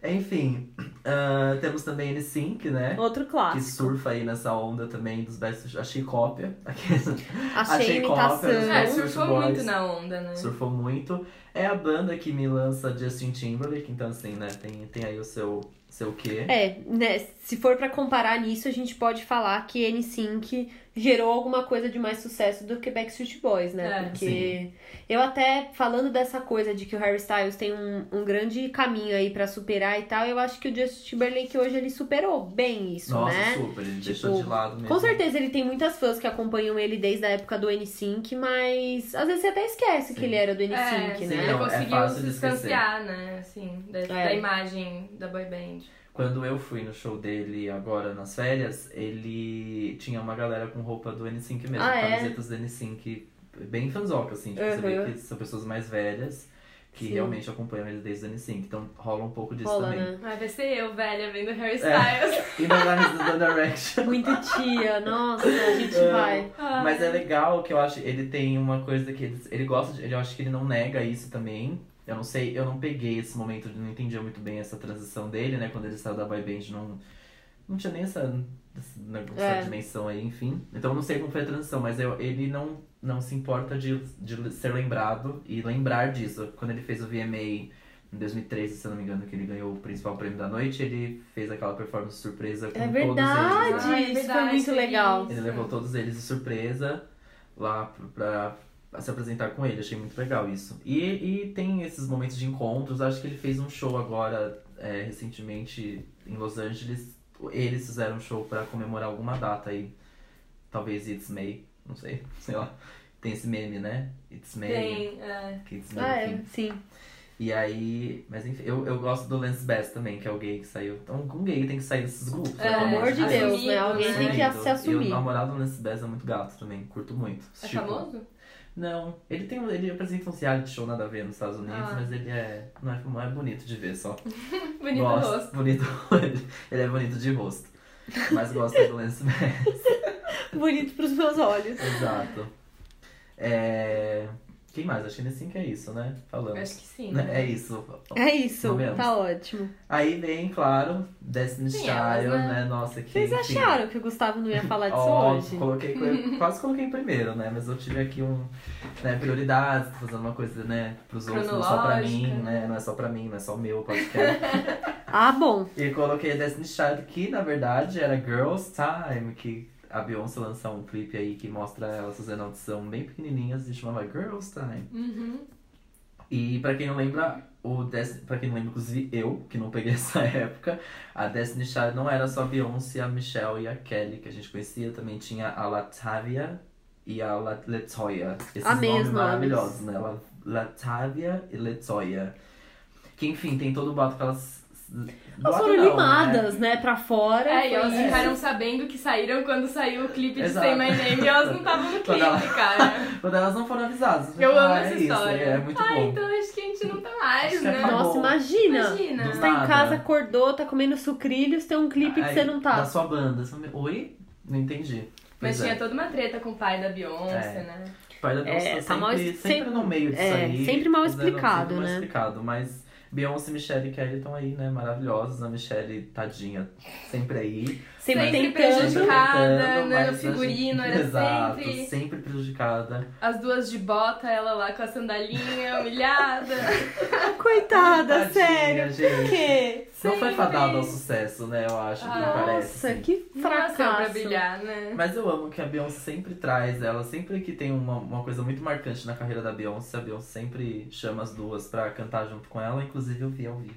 Speaker 2: Enfim, ah, temos também N5, né?
Speaker 1: Outro
Speaker 2: Que
Speaker 1: clássico.
Speaker 2: surfa aí nessa onda também dos Backstreet. Achei cópia.
Speaker 1: Achei
Speaker 2: Achei
Speaker 1: a
Speaker 2: cópia,
Speaker 1: imitação.
Speaker 2: né?
Speaker 3: É, surfou
Speaker 2: Boys.
Speaker 3: muito na onda,
Speaker 1: Uhum.
Speaker 3: né?
Speaker 2: Surfou muito. É a banda que me lança Justin Timberlake, então assim, né? Tem, tem aí o seu, seu quê.
Speaker 1: É, né, se for pra comparar nisso, a gente pode falar que NSYNC gerou alguma coisa de mais sucesso do que Backstreet Boys, né?
Speaker 3: É.
Speaker 1: Porque
Speaker 2: Sim.
Speaker 1: eu até falando dessa coisa de que o Harry Styles tem um, um grande caminho aí pra superar e tal, eu acho que o Justin Timberlake hoje ele superou bem isso,
Speaker 2: Nossa,
Speaker 1: né?
Speaker 2: super. Ele
Speaker 1: Tipo,
Speaker 2: deixou de lado mesmo.
Speaker 1: Com certeza ele tem muitas fãs que acompanham ele desde a época do NSYNC, mas às vezes você até esquece
Speaker 2: Sim.
Speaker 1: que ele era do
Speaker 3: É,
Speaker 1: NSYNC,
Speaker 2: sim,
Speaker 1: né?
Speaker 2: não,
Speaker 3: ele
Speaker 2: é
Speaker 3: conseguiu
Speaker 2: fácil
Speaker 3: se
Speaker 2: de esquecer.
Speaker 3: distanciar, né? Assim, da, da
Speaker 1: É.
Speaker 3: imagem da boy band.
Speaker 2: Quando eu fui no show dele agora nas férias, ele tinha uma galera com roupa do N5 mesmo,
Speaker 1: Ah, é?
Speaker 2: camisetas do N5 bem fanzoca, assim, tipo, você vê
Speaker 1: Uhum.
Speaker 2: que são pessoas mais velhas que
Speaker 1: Sim.
Speaker 2: realmente acompanham ele desde o N5. Então rola um pouco disso
Speaker 1: Rola,
Speaker 2: também.
Speaker 1: né?
Speaker 3: Mas vai ser eu, velha, vendo
Speaker 2: É.
Speaker 3: Harry Styles.
Speaker 2: E não na risa do Direction.
Speaker 1: Muito tia, nossa, a gente
Speaker 2: É.
Speaker 1: vai.
Speaker 3: Ai.
Speaker 2: Mas é legal que eu acho, ele tem uma coisa que ele, ele gosta de, ele, eu acho que ele não nega isso também. Eu não sei, eu não peguei esse momento, não entendia muito bem essa transição dele, né? Quando ele saiu da boy band, não, não tinha nem essa, essa, negócio, essa
Speaker 1: É.
Speaker 2: dimensão aí, enfim. Então eu não sei como foi a transição, mas eu, ele não, não se importa de, de ser lembrado e lembrar disso. Quando ele fez o VMA em 2013, se eu não me engano, que ele ganhou o principal prêmio da noite, ele fez aquela performance surpresa com
Speaker 1: É
Speaker 2: todos eles. né?
Speaker 1: verdade,
Speaker 2: lá.
Speaker 3: Ah, é
Speaker 1: isso foi
Speaker 3: verdade,
Speaker 1: muito
Speaker 3: teve
Speaker 1: legal.
Speaker 3: isso.
Speaker 2: Ele levou todos eles de surpresa lá pra- pra, pra se apresentar com ele. Achei muito legal isso. E, e tem esses momentos de encontros. Acho que ele fez um show agora, é, recentemente, em Los Angeles. Eles fizeram um show pra comemorar alguma data aí. Talvez It's May, não sei, sei lá. Tem esse meme, né? It's May.
Speaker 3: Tem, é.
Speaker 2: que It's May,
Speaker 1: Ah,
Speaker 2: enfim.
Speaker 1: é, sim.
Speaker 2: E aí. Mas enfim, eu, eu gosto do Lance Bass também, que é o gay que saiu. Então, um gay tem que sair desses grupos. né,
Speaker 3: É,
Speaker 2: pelo
Speaker 1: Pelo amor de
Speaker 3: assumido,
Speaker 1: Deus, né? Alguém tem que
Speaker 2: Assumido.
Speaker 1: se
Speaker 2: E o
Speaker 1: assumir.
Speaker 2: namorado do Lance Bass é muito gato também, curto muito.
Speaker 3: É
Speaker 2: Tipo,
Speaker 3: famoso?
Speaker 2: Não, ele tem um- ele apresenta um reality show nada a ver nos Estados Unidos,
Speaker 3: Ah.
Speaker 2: mas ele é não, é não é bonito de ver só.
Speaker 3: Bonito
Speaker 2: Gosto-
Speaker 3: rosto.
Speaker 2: Bonito, ele é bonito de rosto. Mas gosto do Lance Bass.
Speaker 1: Bonito pros meus olhos.
Speaker 2: Exato. É... Quem mais? Acho que assim que é isso, né? Falamos.
Speaker 3: Acho que sim. né?
Speaker 2: É isso.
Speaker 1: É isso,
Speaker 2: Novembro.
Speaker 1: tá ótimo.
Speaker 2: Aí vem, claro, Destiny's
Speaker 3: Sim,
Speaker 2: Child,
Speaker 3: elas, né?
Speaker 2: né? Nossa, que.
Speaker 1: Vocês
Speaker 2: enfim.
Speaker 1: acharam que o Gustavo não ia falar disso
Speaker 2: Ó,
Speaker 1: hoje?
Speaker 2: Coloquei, co- quase coloquei em primeiro, né? Mas eu tive aqui um. Né, prioridades, tô fazendo uma coisa, né? Pros outros, não é só pra mim,
Speaker 3: Cronológica.
Speaker 2: né? Não é só pra mim, não é só o meu podcast.
Speaker 1: Ah, bom.
Speaker 2: e coloquei Destiny's Child, que na verdade era Girls Time, que a Beyoncé lançou um clipe aí que mostra elas fazendo audição bem pequenininhas e chamava Girls Time.
Speaker 3: Uhum.
Speaker 2: E pra quem não lembra, o Des... pra quem não lembra, inclusive eu, que não peguei essa época, a Destiny Child não era só a Beyoncé, a Michelle e a Kelly, que a gente conhecia. Também tinha a Latavia e a La- Latoya. Esses
Speaker 1: Amei
Speaker 2: nomes
Speaker 1: os nomes.
Speaker 2: maravilhosos, né? La... Latavia e Latoya. Que, enfim, tem todo o boato que elas...
Speaker 1: Elas
Speaker 2: boato
Speaker 1: foram
Speaker 2: não, né?
Speaker 1: limadas, né? pra fora.
Speaker 3: É, e elas
Speaker 1: Foi-
Speaker 3: ficaram sabendo que saíram quando saiu o clipe de
Speaker 2: Exato.
Speaker 3: Say My Name e elas não estavam no
Speaker 2: Quando ela-
Speaker 3: clipe, cara.
Speaker 2: Quando elas não foram avisadas.
Speaker 3: Eu amo
Speaker 2: Ah,
Speaker 3: essa
Speaker 2: é isso,
Speaker 3: história.
Speaker 2: É muito
Speaker 3: ah,
Speaker 2: bom.
Speaker 3: então acho que a gente não tá mais,
Speaker 2: Acho que é
Speaker 3: né?
Speaker 2: acabou.
Speaker 1: Nossa, imagina.
Speaker 3: Imagina.
Speaker 2: Dos
Speaker 1: Você tá em
Speaker 2: Nada.
Speaker 1: casa, acordou, tá comendo sucrilhos, tem um clipe que
Speaker 2: Aí,
Speaker 1: você não
Speaker 2: Da
Speaker 1: tá.
Speaker 2: sua banda. Você fala, Oi? Não entendi.
Speaker 3: Mas
Speaker 2: Pois é.
Speaker 3: tinha toda uma treta com o pai da Beyoncé,
Speaker 2: É.
Speaker 3: né?
Speaker 2: Pai da
Speaker 1: É,
Speaker 2: Beyoncé
Speaker 1: tá
Speaker 2: sempre,
Speaker 1: mal es-
Speaker 2: sempre,
Speaker 1: sempre-
Speaker 2: no meio disso
Speaker 1: é,
Speaker 2: aí.
Speaker 1: sempre mal
Speaker 2: mas é, não,
Speaker 1: explicado, né?
Speaker 2: sempre mal explicado, mas Beyoncé, Michelle e Kelly estão aí, né? Maravilhosas. A Michelle, tadinha, sempre aí.
Speaker 1: Sempre
Speaker 3: Sempre
Speaker 1: tentando.
Speaker 3: prejudicado. prejudicada,
Speaker 2: tentando,
Speaker 3: né?
Speaker 2: mas
Speaker 3: O figurino
Speaker 2: a
Speaker 3: era
Speaker 2: Exato,
Speaker 3: sempre-
Speaker 2: sempre prejudicada.
Speaker 3: As duas de bota, ela lá com a sandalinha, humilhada.
Speaker 1: Coitada,
Speaker 2: Tadinha,
Speaker 1: sério.
Speaker 2: gente.
Speaker 1: Que?
Speaker 2: Não foi
Speaker 3: Sempre.
Speaker 2: fadada ao sucesso, né? Eu acho, que
Speaker 3: Nossa,
Speaker 2: parece.
Speaker 1: Nossa,
Speaker 2: assim.
Speaker 1: que
Speaker 3: Não
Speaker 1: fracasso.
Speaker 3: nasceu pra brilhar, né?
Speaker 2: Mas eu amo que a Beyoncé sempre traz ela, sempre que tem uma, uma coisa muito marcante na carreira da Beyoncé, a Beyoncé sempre chama as duas pra cantar junto com ela, inclusive eu vi ao vivo.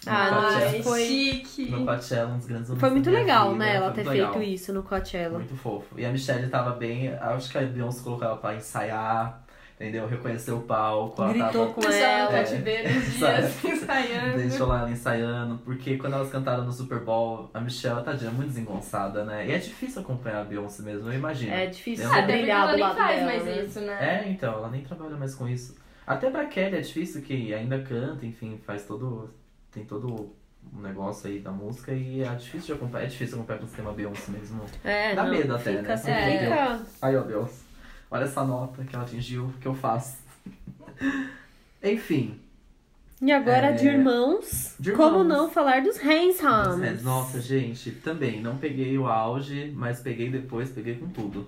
Speaker 2: Então, No
Speaker 1: Ah, não,
Speaker 2: Coachella.
Speaker 1: mas foi-
Speaker 3: chique.
Speaker 2: No Coachella, um dos grandes
Speaker 1: Foi
Speaker 2: momentos
Speaker 1: muito
Speaker 2: da minha
Speaker 1: legal,
Speaker 2: vida,
Speaker 1: né, ela
Speaker 2: foi
Speaker 1: ter
Speaker 2: muito
Speaker 1: feito
Speaker 2: legal.
Speaker 1: isso no Coachella.
Speaker 2: Muito fofo. E a Michelle tava bem, acho que a Beyoncé colocou ela pra ensaiar, entendeu? Reconheceu o palco. ela
Speaker 1: Gritou
Speaker 2: tava...
Speaker 1: com
Speaker 3: Deixou ela no
Speaker 1: ela.
Speaker 2: É.
Speaker 3: cativeiro uns dias,
Speaker 2: Sabe?
Speaker 3: ensaiando.
Speaker 2: Deixou lá ela ensaiando, porque quando elas cantaram no Super Bowl, a Michelle, tadinha, é muito desengonçada, né? E é difícil acompanhar a Beyoncé mesmo, eu imagino.
Speaker 1: É difícil
Speaker 2: Eu
Speaker 3: Ah,
Speaker 1: você
Speaker 2: não-
Speaker 3: até porque
Speaker 1: brilhar
Speaker 3: ela
Speaker 1: do
Speaker 3: nem
Speaker 1: lado
Speaker 3: faz
Speaker 1: dela.
Speaker 3: mais
Speaker 1: né?
Speaker 3: isso, né?
Speaker 2: É, então, ela nem trabalha mais com isso. Até pra Kelly é difícil, que ainda canta, enfim, faz todo. Tem todo um negócio aí da música e é difícil de acompanhar. É difícil acompanhar com o sistema Beyoncé mesmo.
Speaker 1: É,
Speaker 2: Dá
Speaker 1: não,
Speaker 2: medo até,
Speaker 1: fica, assim.
Speaker 2: né?
Speaker 1: Você
Speaker 3: É.
Speaker 1: fica...
Speaker 2: Ai, meu Deus. Olha essa nota que ela atingiu, que eu faço. Enfim.
Speaker 1: E agora,
Speaker 2: É.
Speaker 1: de, irmãos,
Speaker 2: De
Speaker 1: como
Speaker 2: irmãos.
Speaker 1: não falar dos Handsome?
Speaker 2: mas, É, Nossa, gente, também não peguei o auge, mas peguei depois, peguei com tudo.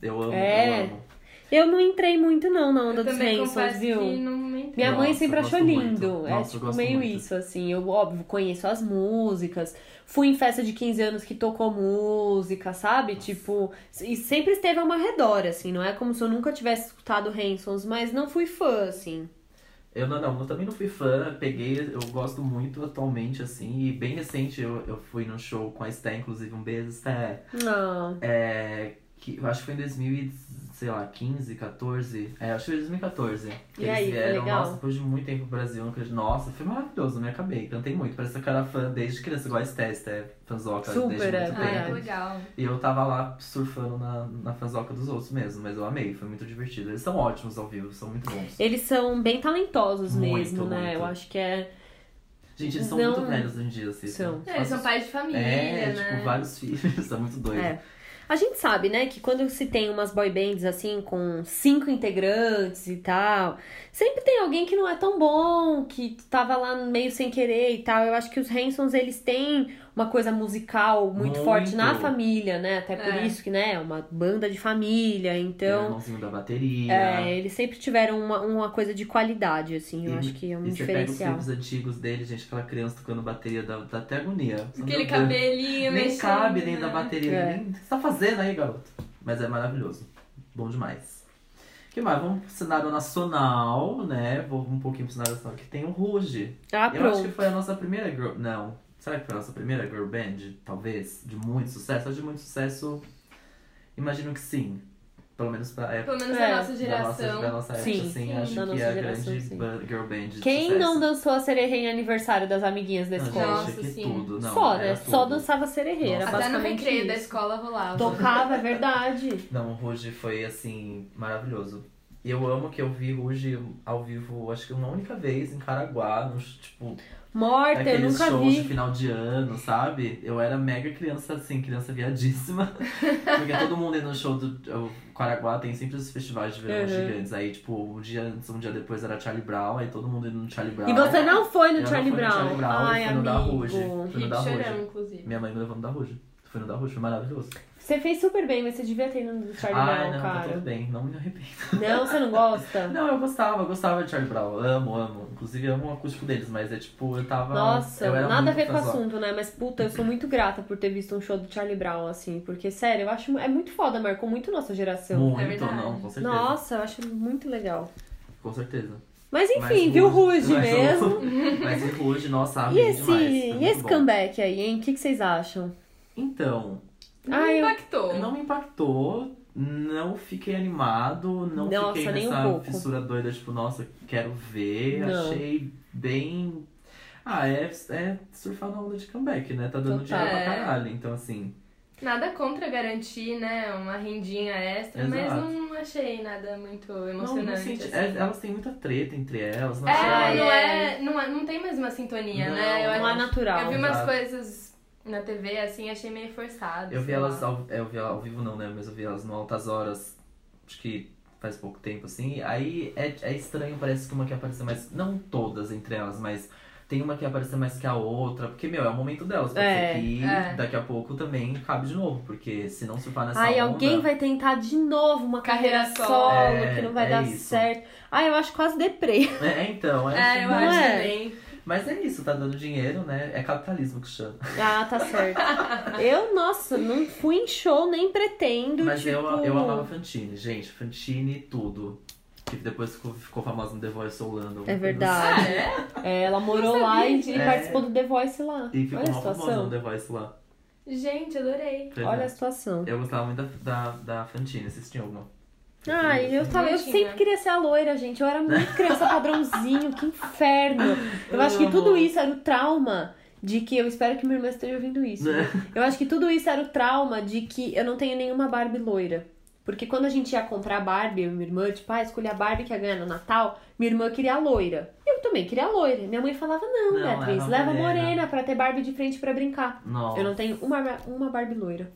Speaker 2: Eu amo,
Speaker 1: É.
Speaker 2: eu amo.
Speaker 1: Eu não entrei muito não na onda
Speaker 3: Eu
Speaker 1: dos
Speaker 3: também
Speaker 1: Handsons,
Speaker 3: confesso
Speaker 1: viu?
Speaker 3: que não me
Speaker 1: Minha
Speaker 2: Nossa,
Speaker 1: mãe sempre
Speaker 2: eu gosto
Speaker 1: achou lindo.
Speaker 2: muito.
Speaker 1: É
Speaker 2: Nossa, eu
Speaker 1: tipo
Speaker 2: gosto
Speaker 1: meio
Speaker 2: muito.
Speaker 1: isso, assim. Eu, óbvio, conheço as músicas. Fui em festa de 15 anos que tocou música, sabe? Tipo, e sempre esteve ao meu redor, assim. Não é como se eu nunca tivesse escutado Hansons, mas não fui fã, assim.
Speaker 2: Eu não, não, eu também não fui fã, peguei, eu gosto muito atualmente, assim, e bem recente eu, eu fui num show com a Sté, inclusive, um beijo, Sté,
Speaker 1: Não.
Speaker 2: é, que eu acho que foi em 2015, 14, é, acho que foi 2014. que
Speaker 1: E aí, foi legal?
Speaker 2: nossa, depois de muito tempo no Brasil, nunca- nossa, foi maravilhoso, me acabei, cantei muito, parece que eu era fã desde criança, igual a Sté, Sté, fanzoca
Speaker 1: Super,
Speaker 2: desde
Speaker 1: é,
Speaker 2: muito
Speaker 3: Ah,
Speaker 2: tempo.
Speaker 3: que legal.
Speaker 2: E eu tava lá surfando na, na fanzoca dos outros mesmo, mas eu amei, foi muito divertido. Eles são ótimos ao vivo, são muito bons.
Speaker 1: Eles são bem talentosos
Speaker 2: Muito,
Speaker 1: mesmo, né?
Speaker 2: muito.
Speaker 1: Eu acho que é...
Speaker 2: Gente, eles são
Speaker 1: Não-
Speaker 2: muito velhos hoje em dia, assim.
Speaker 1: São.
Speaker 2: né?
Speaker 3: É, eles são pais de família,
Speaker 2: É,
Speaker 3: né?
Speaker 2: tipo, vários filhos, tá muito doido.
Speaker 1: É. A gente sabe, né, que quando se tem umas boy bands assim, com cinco integrantes e tal, sempre tem alguém que não é tão bom, que tava lá meio sem querer e tal. Eu acho que os Hansons, eles têm uma coisa musical muito,
Speaker 2: Muito.
Speaker 1: forte na família, né? Até por
Speaker 3: É.
Speaker 1: isso que, né, é uma banda de família,
Speaker 2: Tem o
Speaker 1: então.
Speaker 2: É, irmãozinho da bateria.
Speaker 1: É, eles sempre tiveram uma, uma coisa de qualidade, assim, eu
Speaker 2: E-
Speaker 1: acho que é um
Speaker 2: Uhum. e você pega os
Speaker 1: diferencial.
Speaker 2: clipes antigos dele, gente, aquela criança tocando bateria dá, dá até agonia.
Speaker 3: Aquele
Speaker 2: Meu Deus.
Speaker 3: cabelinho
Speaker 2: Nem
Speaker 3: mexendo,
Speaker 2: cabe nem
Speaker 3: né?
Speaker 2: da bateria.
Speaker 1: É.
Speaker 2: Nem... O que você tá fazendo aí, garoto? Mas é maravilhoso. Bom demais. O que mais? Vamos pro cenário nacional, né? Vou um pouquinho pro cenário nacional. Que tem o Ruge.
Speaker 1: Ah,
Speaker 2: Eu acho
Speaker 1: pronto.
Speaker 2: que foi a nossa primeira girl... Não. Será que foi a nossa primeira girl band? Talvez. De muito sucesso? Acho de muito sucesso, imagino que sim. Pelo menos pra época.
Speaker 3: Pelo menos
Speaker 1: É.
Speaker 3: a nossa
Speaker 2: Da nossa,
Speaker 3: geração.
Speaker 2: da nossa época,
Speaker 1: Sim,
Speaker 2: sim,
Speaker 1: sim,
Speaker 2: acho
Speaker 1: da
Speaker 2: que
Speaker 1: nossa
Speaker 2: é a
Speaker 1: geração,
Speaker 2: grande
Speaker 1: sim.
Speaker 2: ba- girl band de
Speaker 1: Quem
Speaker 2: é sucesso.
Speaker 1: não dançou a sererê em aniversário das amiguinhas da
Speaker 2: Não,
Speaker 1: escola?
Speaker 3: Nossa,
Speaker 2: gente, que
Speaker 3: sim.
Speaker 2: tudo. Não,
Speaker 1: Só,
Speaker 2: era
Speaker 1: né? Só
Speaker 2: tudo.
Speaker 1: dançava sererê, era
Speaker 2: Nossa.
Speaker 3: Até
Speaker 1: É
Speaker 3: no
Speaker 1: basicamente
Speaker 3: recreio da
Speaker 1: isso.
Speaker 3: escola rolava.
Speaker 1: Tocava, é verdade.
Speaker 2: Não, o Ruge foi assim, maravilhoso. E eu amo que eu vi Ruge ao vivo, acho que uma única vez em Caraguá, nos, tipo,
Speaker 1: Morta, eu
Speaker 2: naqueles
Speaker 1: nunca
Speaker 2: shows de
Speaker 1: vi.
Speaker 2: final de ano, sabe? Eu era mega criança, assim, criança viadíssima. Porque todo mundo ia no show do. O Caraguá tem sempre os festivais de verão
Speaker 1: Uhum.
Speaker 2: gigantes. Aí, tipo, um dia antes, um dia depois era Charlie Brown, aí todo mundo ia no Charlie Brown.
Speaker 1: E você não foi no
Speaker 2: Eu não
Speaker 1: Charlie
Speaker 2: fui no
Speaker 1: Brown.
Speaker 2: Charlie Brown, eu
Speaker 1: Ai,
Speaker 2: fui no da Rouge.
Speaker 1: amigo.
Speaker 2: Fui no da
Speaker 3: chorando,
Speaker 2: Ruge.
Speaker 3: inclusive.
Speaker 2: Minha mãe me levando da Ruge. Fui no da Ruge, foi maravilhoso.
Speaker 1: Você fez super bem, mas você devia ter ido no Charlie
Speaker 2: Ai,
Speaker 1: Brown,
Speaker 2: não, tá tudo
Speaker 1: cara.
Speaker 2: bem, não me arrependo.
Speaker 1: Não, você não gosta?
Speaker 2: Não, eu gostava, eu gostava de Charlie Brown. Amo, amo. Inclusive, amo o acústico deles, mas é tipo, eu tava.
Speaker 1: Nossa,
Speaker 2: eu era
Speaker 1: nada a
Speaker 2: muito
Speaker 1: ver com o
Speaker 2: fãzão.
Speaker 1: assunto, né? Mas puta, eu sou muito grata por ter visto um show do Charlie Brown, assim. Porque, sério, eu acho. É muito foda, marcou muito nossa geração.
Speaker 2: Muito,
Speaker 3: É verdade.
Speaker 2: não, com certeza.
Speaker 1: Nossa, eu acho muito legal.
Speaker 2: Com certeza.
Speaker 1: Mas
Speaker 2: Mas
Speaker 1: enfim, viu Rude
Speaker 2: mas o-
Speaker 1: mesmo.
Speaker 2: Mas o Ruge, nossa,
Speaker 1: E
Speaker 2: amei
Speaker 1: esse,
Speaker 2: demais. tá foi
Speaker 1: e
Speaker 2: muito
Speaker 1: esse
Speaker 2: bom.
Speaker 1: comeback aí, hein? O que, que vocês acham?
Speaker 2: Então,
Speaker 3: Não
Speaker 1: Ah, eu-
Speaker 3: impactou.
Speaker 2: não me impactou, não fiquei animado, não
Speaker 1: Nossa,
Speaker 2: fiquei
Speaker 1: nem um
Speaker 2: nessa
Speaker 1: pouco.
Speaker 2: fissura doida, tipo, nossa, quero ver.
Speaker 1: Não.
Speaker 2: Achei bem. Ah, é, é surfar na onda de comeback, né? Tá dando
Speaker 1: Total.
Speaker 2: dinheiro pra
Speaker 3: É.
Speaker 2: caralho. Então, assim.
Speaker 3: Nada contra garantir, né? Uma rendinha extra, mas
Speaker 2: Exato.
Speaker 3: não achei nada muito
Speaker 2: Não, não
Speaker 3: emocionante.
Speaker 2: senti-
Speaker 3: assim.
Speaker 2: é- elas têm muita treta entre elas, não
Speaker 3: É,
Speaker 2: sei.
Speaker 3: não é, não é- não tem mais uma sintonia,
Speaker 2: Não,
Speaker 3: né? Eu,
Speaker 1: Não é
Speaker 3: acho-
Speaker 1: natural.
Speaker 3: eu vi umas
Speaker 2: Exato.
Speaker 3: coisas na TV assim, achei meio forçado.
Speaker 2: Eu vi
Speaker 3: sei
Speaker 2: elas
Speaker 3: lá.
Speaker 2: ao, é, eu vi ao vivo não, né? Mas eu vi elas no Altas Horas, acho que faz pouco tempo, assim. Aí é, é estranho, parece que uma quer aparecer mais. Não todas entre elas, mas tem uma que aparecer mais que a outra. Porque, meu, é o momento delas. Pode
Speaker 1: É,
Speaker 2: ser que
Speaker 3: é.
Speaker 2: daqui a pouco também cabe de novo. Porque se não surfar nessa
Speaker 1: Ai,
Speaker 2: onda.
Speaker 1: alguém vai tentar de novo uma carreira,
Speaker 3: Carreira
Speaker 1: solo,
Speaker 3: solo.
Speaker 2: É,
Speaker 1: que não vai
Speaker 2: é
Speaker 1: dar
Speaker 2: isso.
Speaker 1: certo. Ai, eu acho quase deprê.
Speaker 2: É, então, é.
Speaker 3: É, eu
Speaker 1: Não
Speaker 3: acho
Speaker 1: é?
Speaker 3: também.
Speaker 2: Mas é isso, tá dando dinheiro, né? É capitalismo que chama.
Speaker 1: Ah, tá certo. Eu, nossa, não fui em show, nem pretendo.
Speaker 2: Mas
Speaker 1: tipo...
Speaker 2: eu, eu amava Fantine, gente. Fantine e tudo. Que depois ficou, ficou famosa no The Voice Holanda.
Speaker 1: É verdade.
Speaker 3: Ah, é?
Speaker 1: É, ela morou lá e, e
Speaker 2: É.
Speaker 1: participou do The Voice lá.
Speaker 2: E ficou
Speaker 1: Olha a
Speaker 2: uma famosa no
Speaker 1: situação.
Speaker 2: The Voice lá.
Speaker 3: Gente, adorei.
Speaker 2: Pois
Speaker 1: Olha
Speaker 2: é.
Speaker 1: a situação.
Speaker 2: Eu gostava muito da, da, da Fantine, vocês tinham alguma?
Speaker 1: Ai, eu, tava, eu
Speaker 3: Bonitinha.
Speaker 1: sempre queria ser a loira, gente. Eu era muito criança padrãozinho, que inferno. Eu
Speaker 2: Eu
Speaker 1: acho que
Speaker 2: amo.
Speaker 1: tudo isso era o trauma de que. Eu espero que minha irmã esteja ouvindo isso.
Speaker 2: Né?
Speaker 1: viu? Eu acho que tudo isso era o trauma de que eu não tenho nenhuma Barbie loira. Porque quando a gente ia comprar Barbie, eu e minha irmã, tipo, ah, escolhi a Barbie que ia ganhar no Natal, minha irmã queria a loira. Eu também queria a loira. Minha mãe falava, não,
Speaker 2: Não,
Speaker 1: Beatriz,
Speaker 2: era uma
Speaker 1: leva a
Speaker 2: morena."
Speaker 1: morena pra ter Barbie de frente pra brincar.
Speaker 2: Não.
Speaker 1: Eu não tenho uma, uma Barbie loira.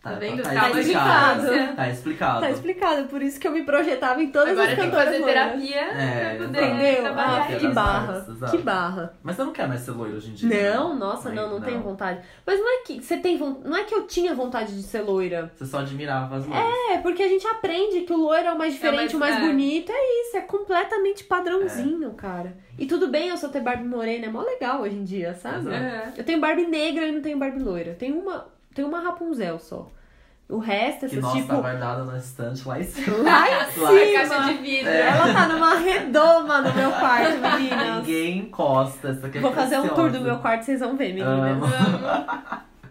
Speaker 3: Tá vendo?
Speaker 2: Tá,
Speaker 3: Tá
Speaker 2: explicado.
Speaker 1: explicado.
Speaker 2: Tá explicado.
Speaker 1: Tá explicado, por isso que eu me projetava em todas
Speaker 3: Agora
Speaker 1: as
Speaker 3: tem que
Speaker 1: cantoras
Speaker 3: fazer
Speaker 1: loiras.
Speaker 3: terapia
Speaker 2: É,
Speaker 3: pra poder
Speaker 1: Entendeu?
Speaker 3: trabalhar
Speaker 1: Ah,
Speaker 2: Terapia
Speaker 1: que
Speaker 2: das
Speaker 3: isso.
Speaker 1: barra.
Speaker 2: artes, exato.
Speaker 1: Que barra.
Speaker 2: Mas eu não quero mais ser loira hoje em dia. né?
Speaker 1: Não, nossa, não, não tenho vontade. Mas não é que você tem von- não é que eu tinha vontade de ser loira.
Speaker 2: Você só admirava as loiras.
Speaker 1: É, porque a gente aprende que o loiro é o mais diferente,
Speaker 3: mais-
Speaker 1: o mais
Speaker 3: é.
Speaker 1: bonito. É isso, é completamente padrãozinho, cara. E tudo bem eu só ter Barbie morena, é mó legal hoje em dia, sabe?
Speaker 2: Exato.
Speaker 3: Aham.
Speaker 1: Eu tenho Barbie negra e não tenho Barbie loira. Tem uma, tem uma Rapunzel só. O resto,
Speaker 2: Que
Speaker 1: essas
Speaker 2: nossa,
Speaker 1: tipo.
Speaker 2: tá guardada na estante lá em cima.
Speaker 1: Lá em
Speaker 2: Lá
Speaker 1: cima.
Speaker 2: em
Speaker 3: Caixa de vidro.
Speaker 2: É.
Speaker 1: Ela tá numa redoma no meu quarto, meninas.
Speaker 2: Ninguém encosta. Essa aqui é
Speaker 1: Vou fazer um
Speaker 2: preciosa.
Speaker 1: tour do meu quarto, vocês vão ver, meninas.
Speaker 2: Amo.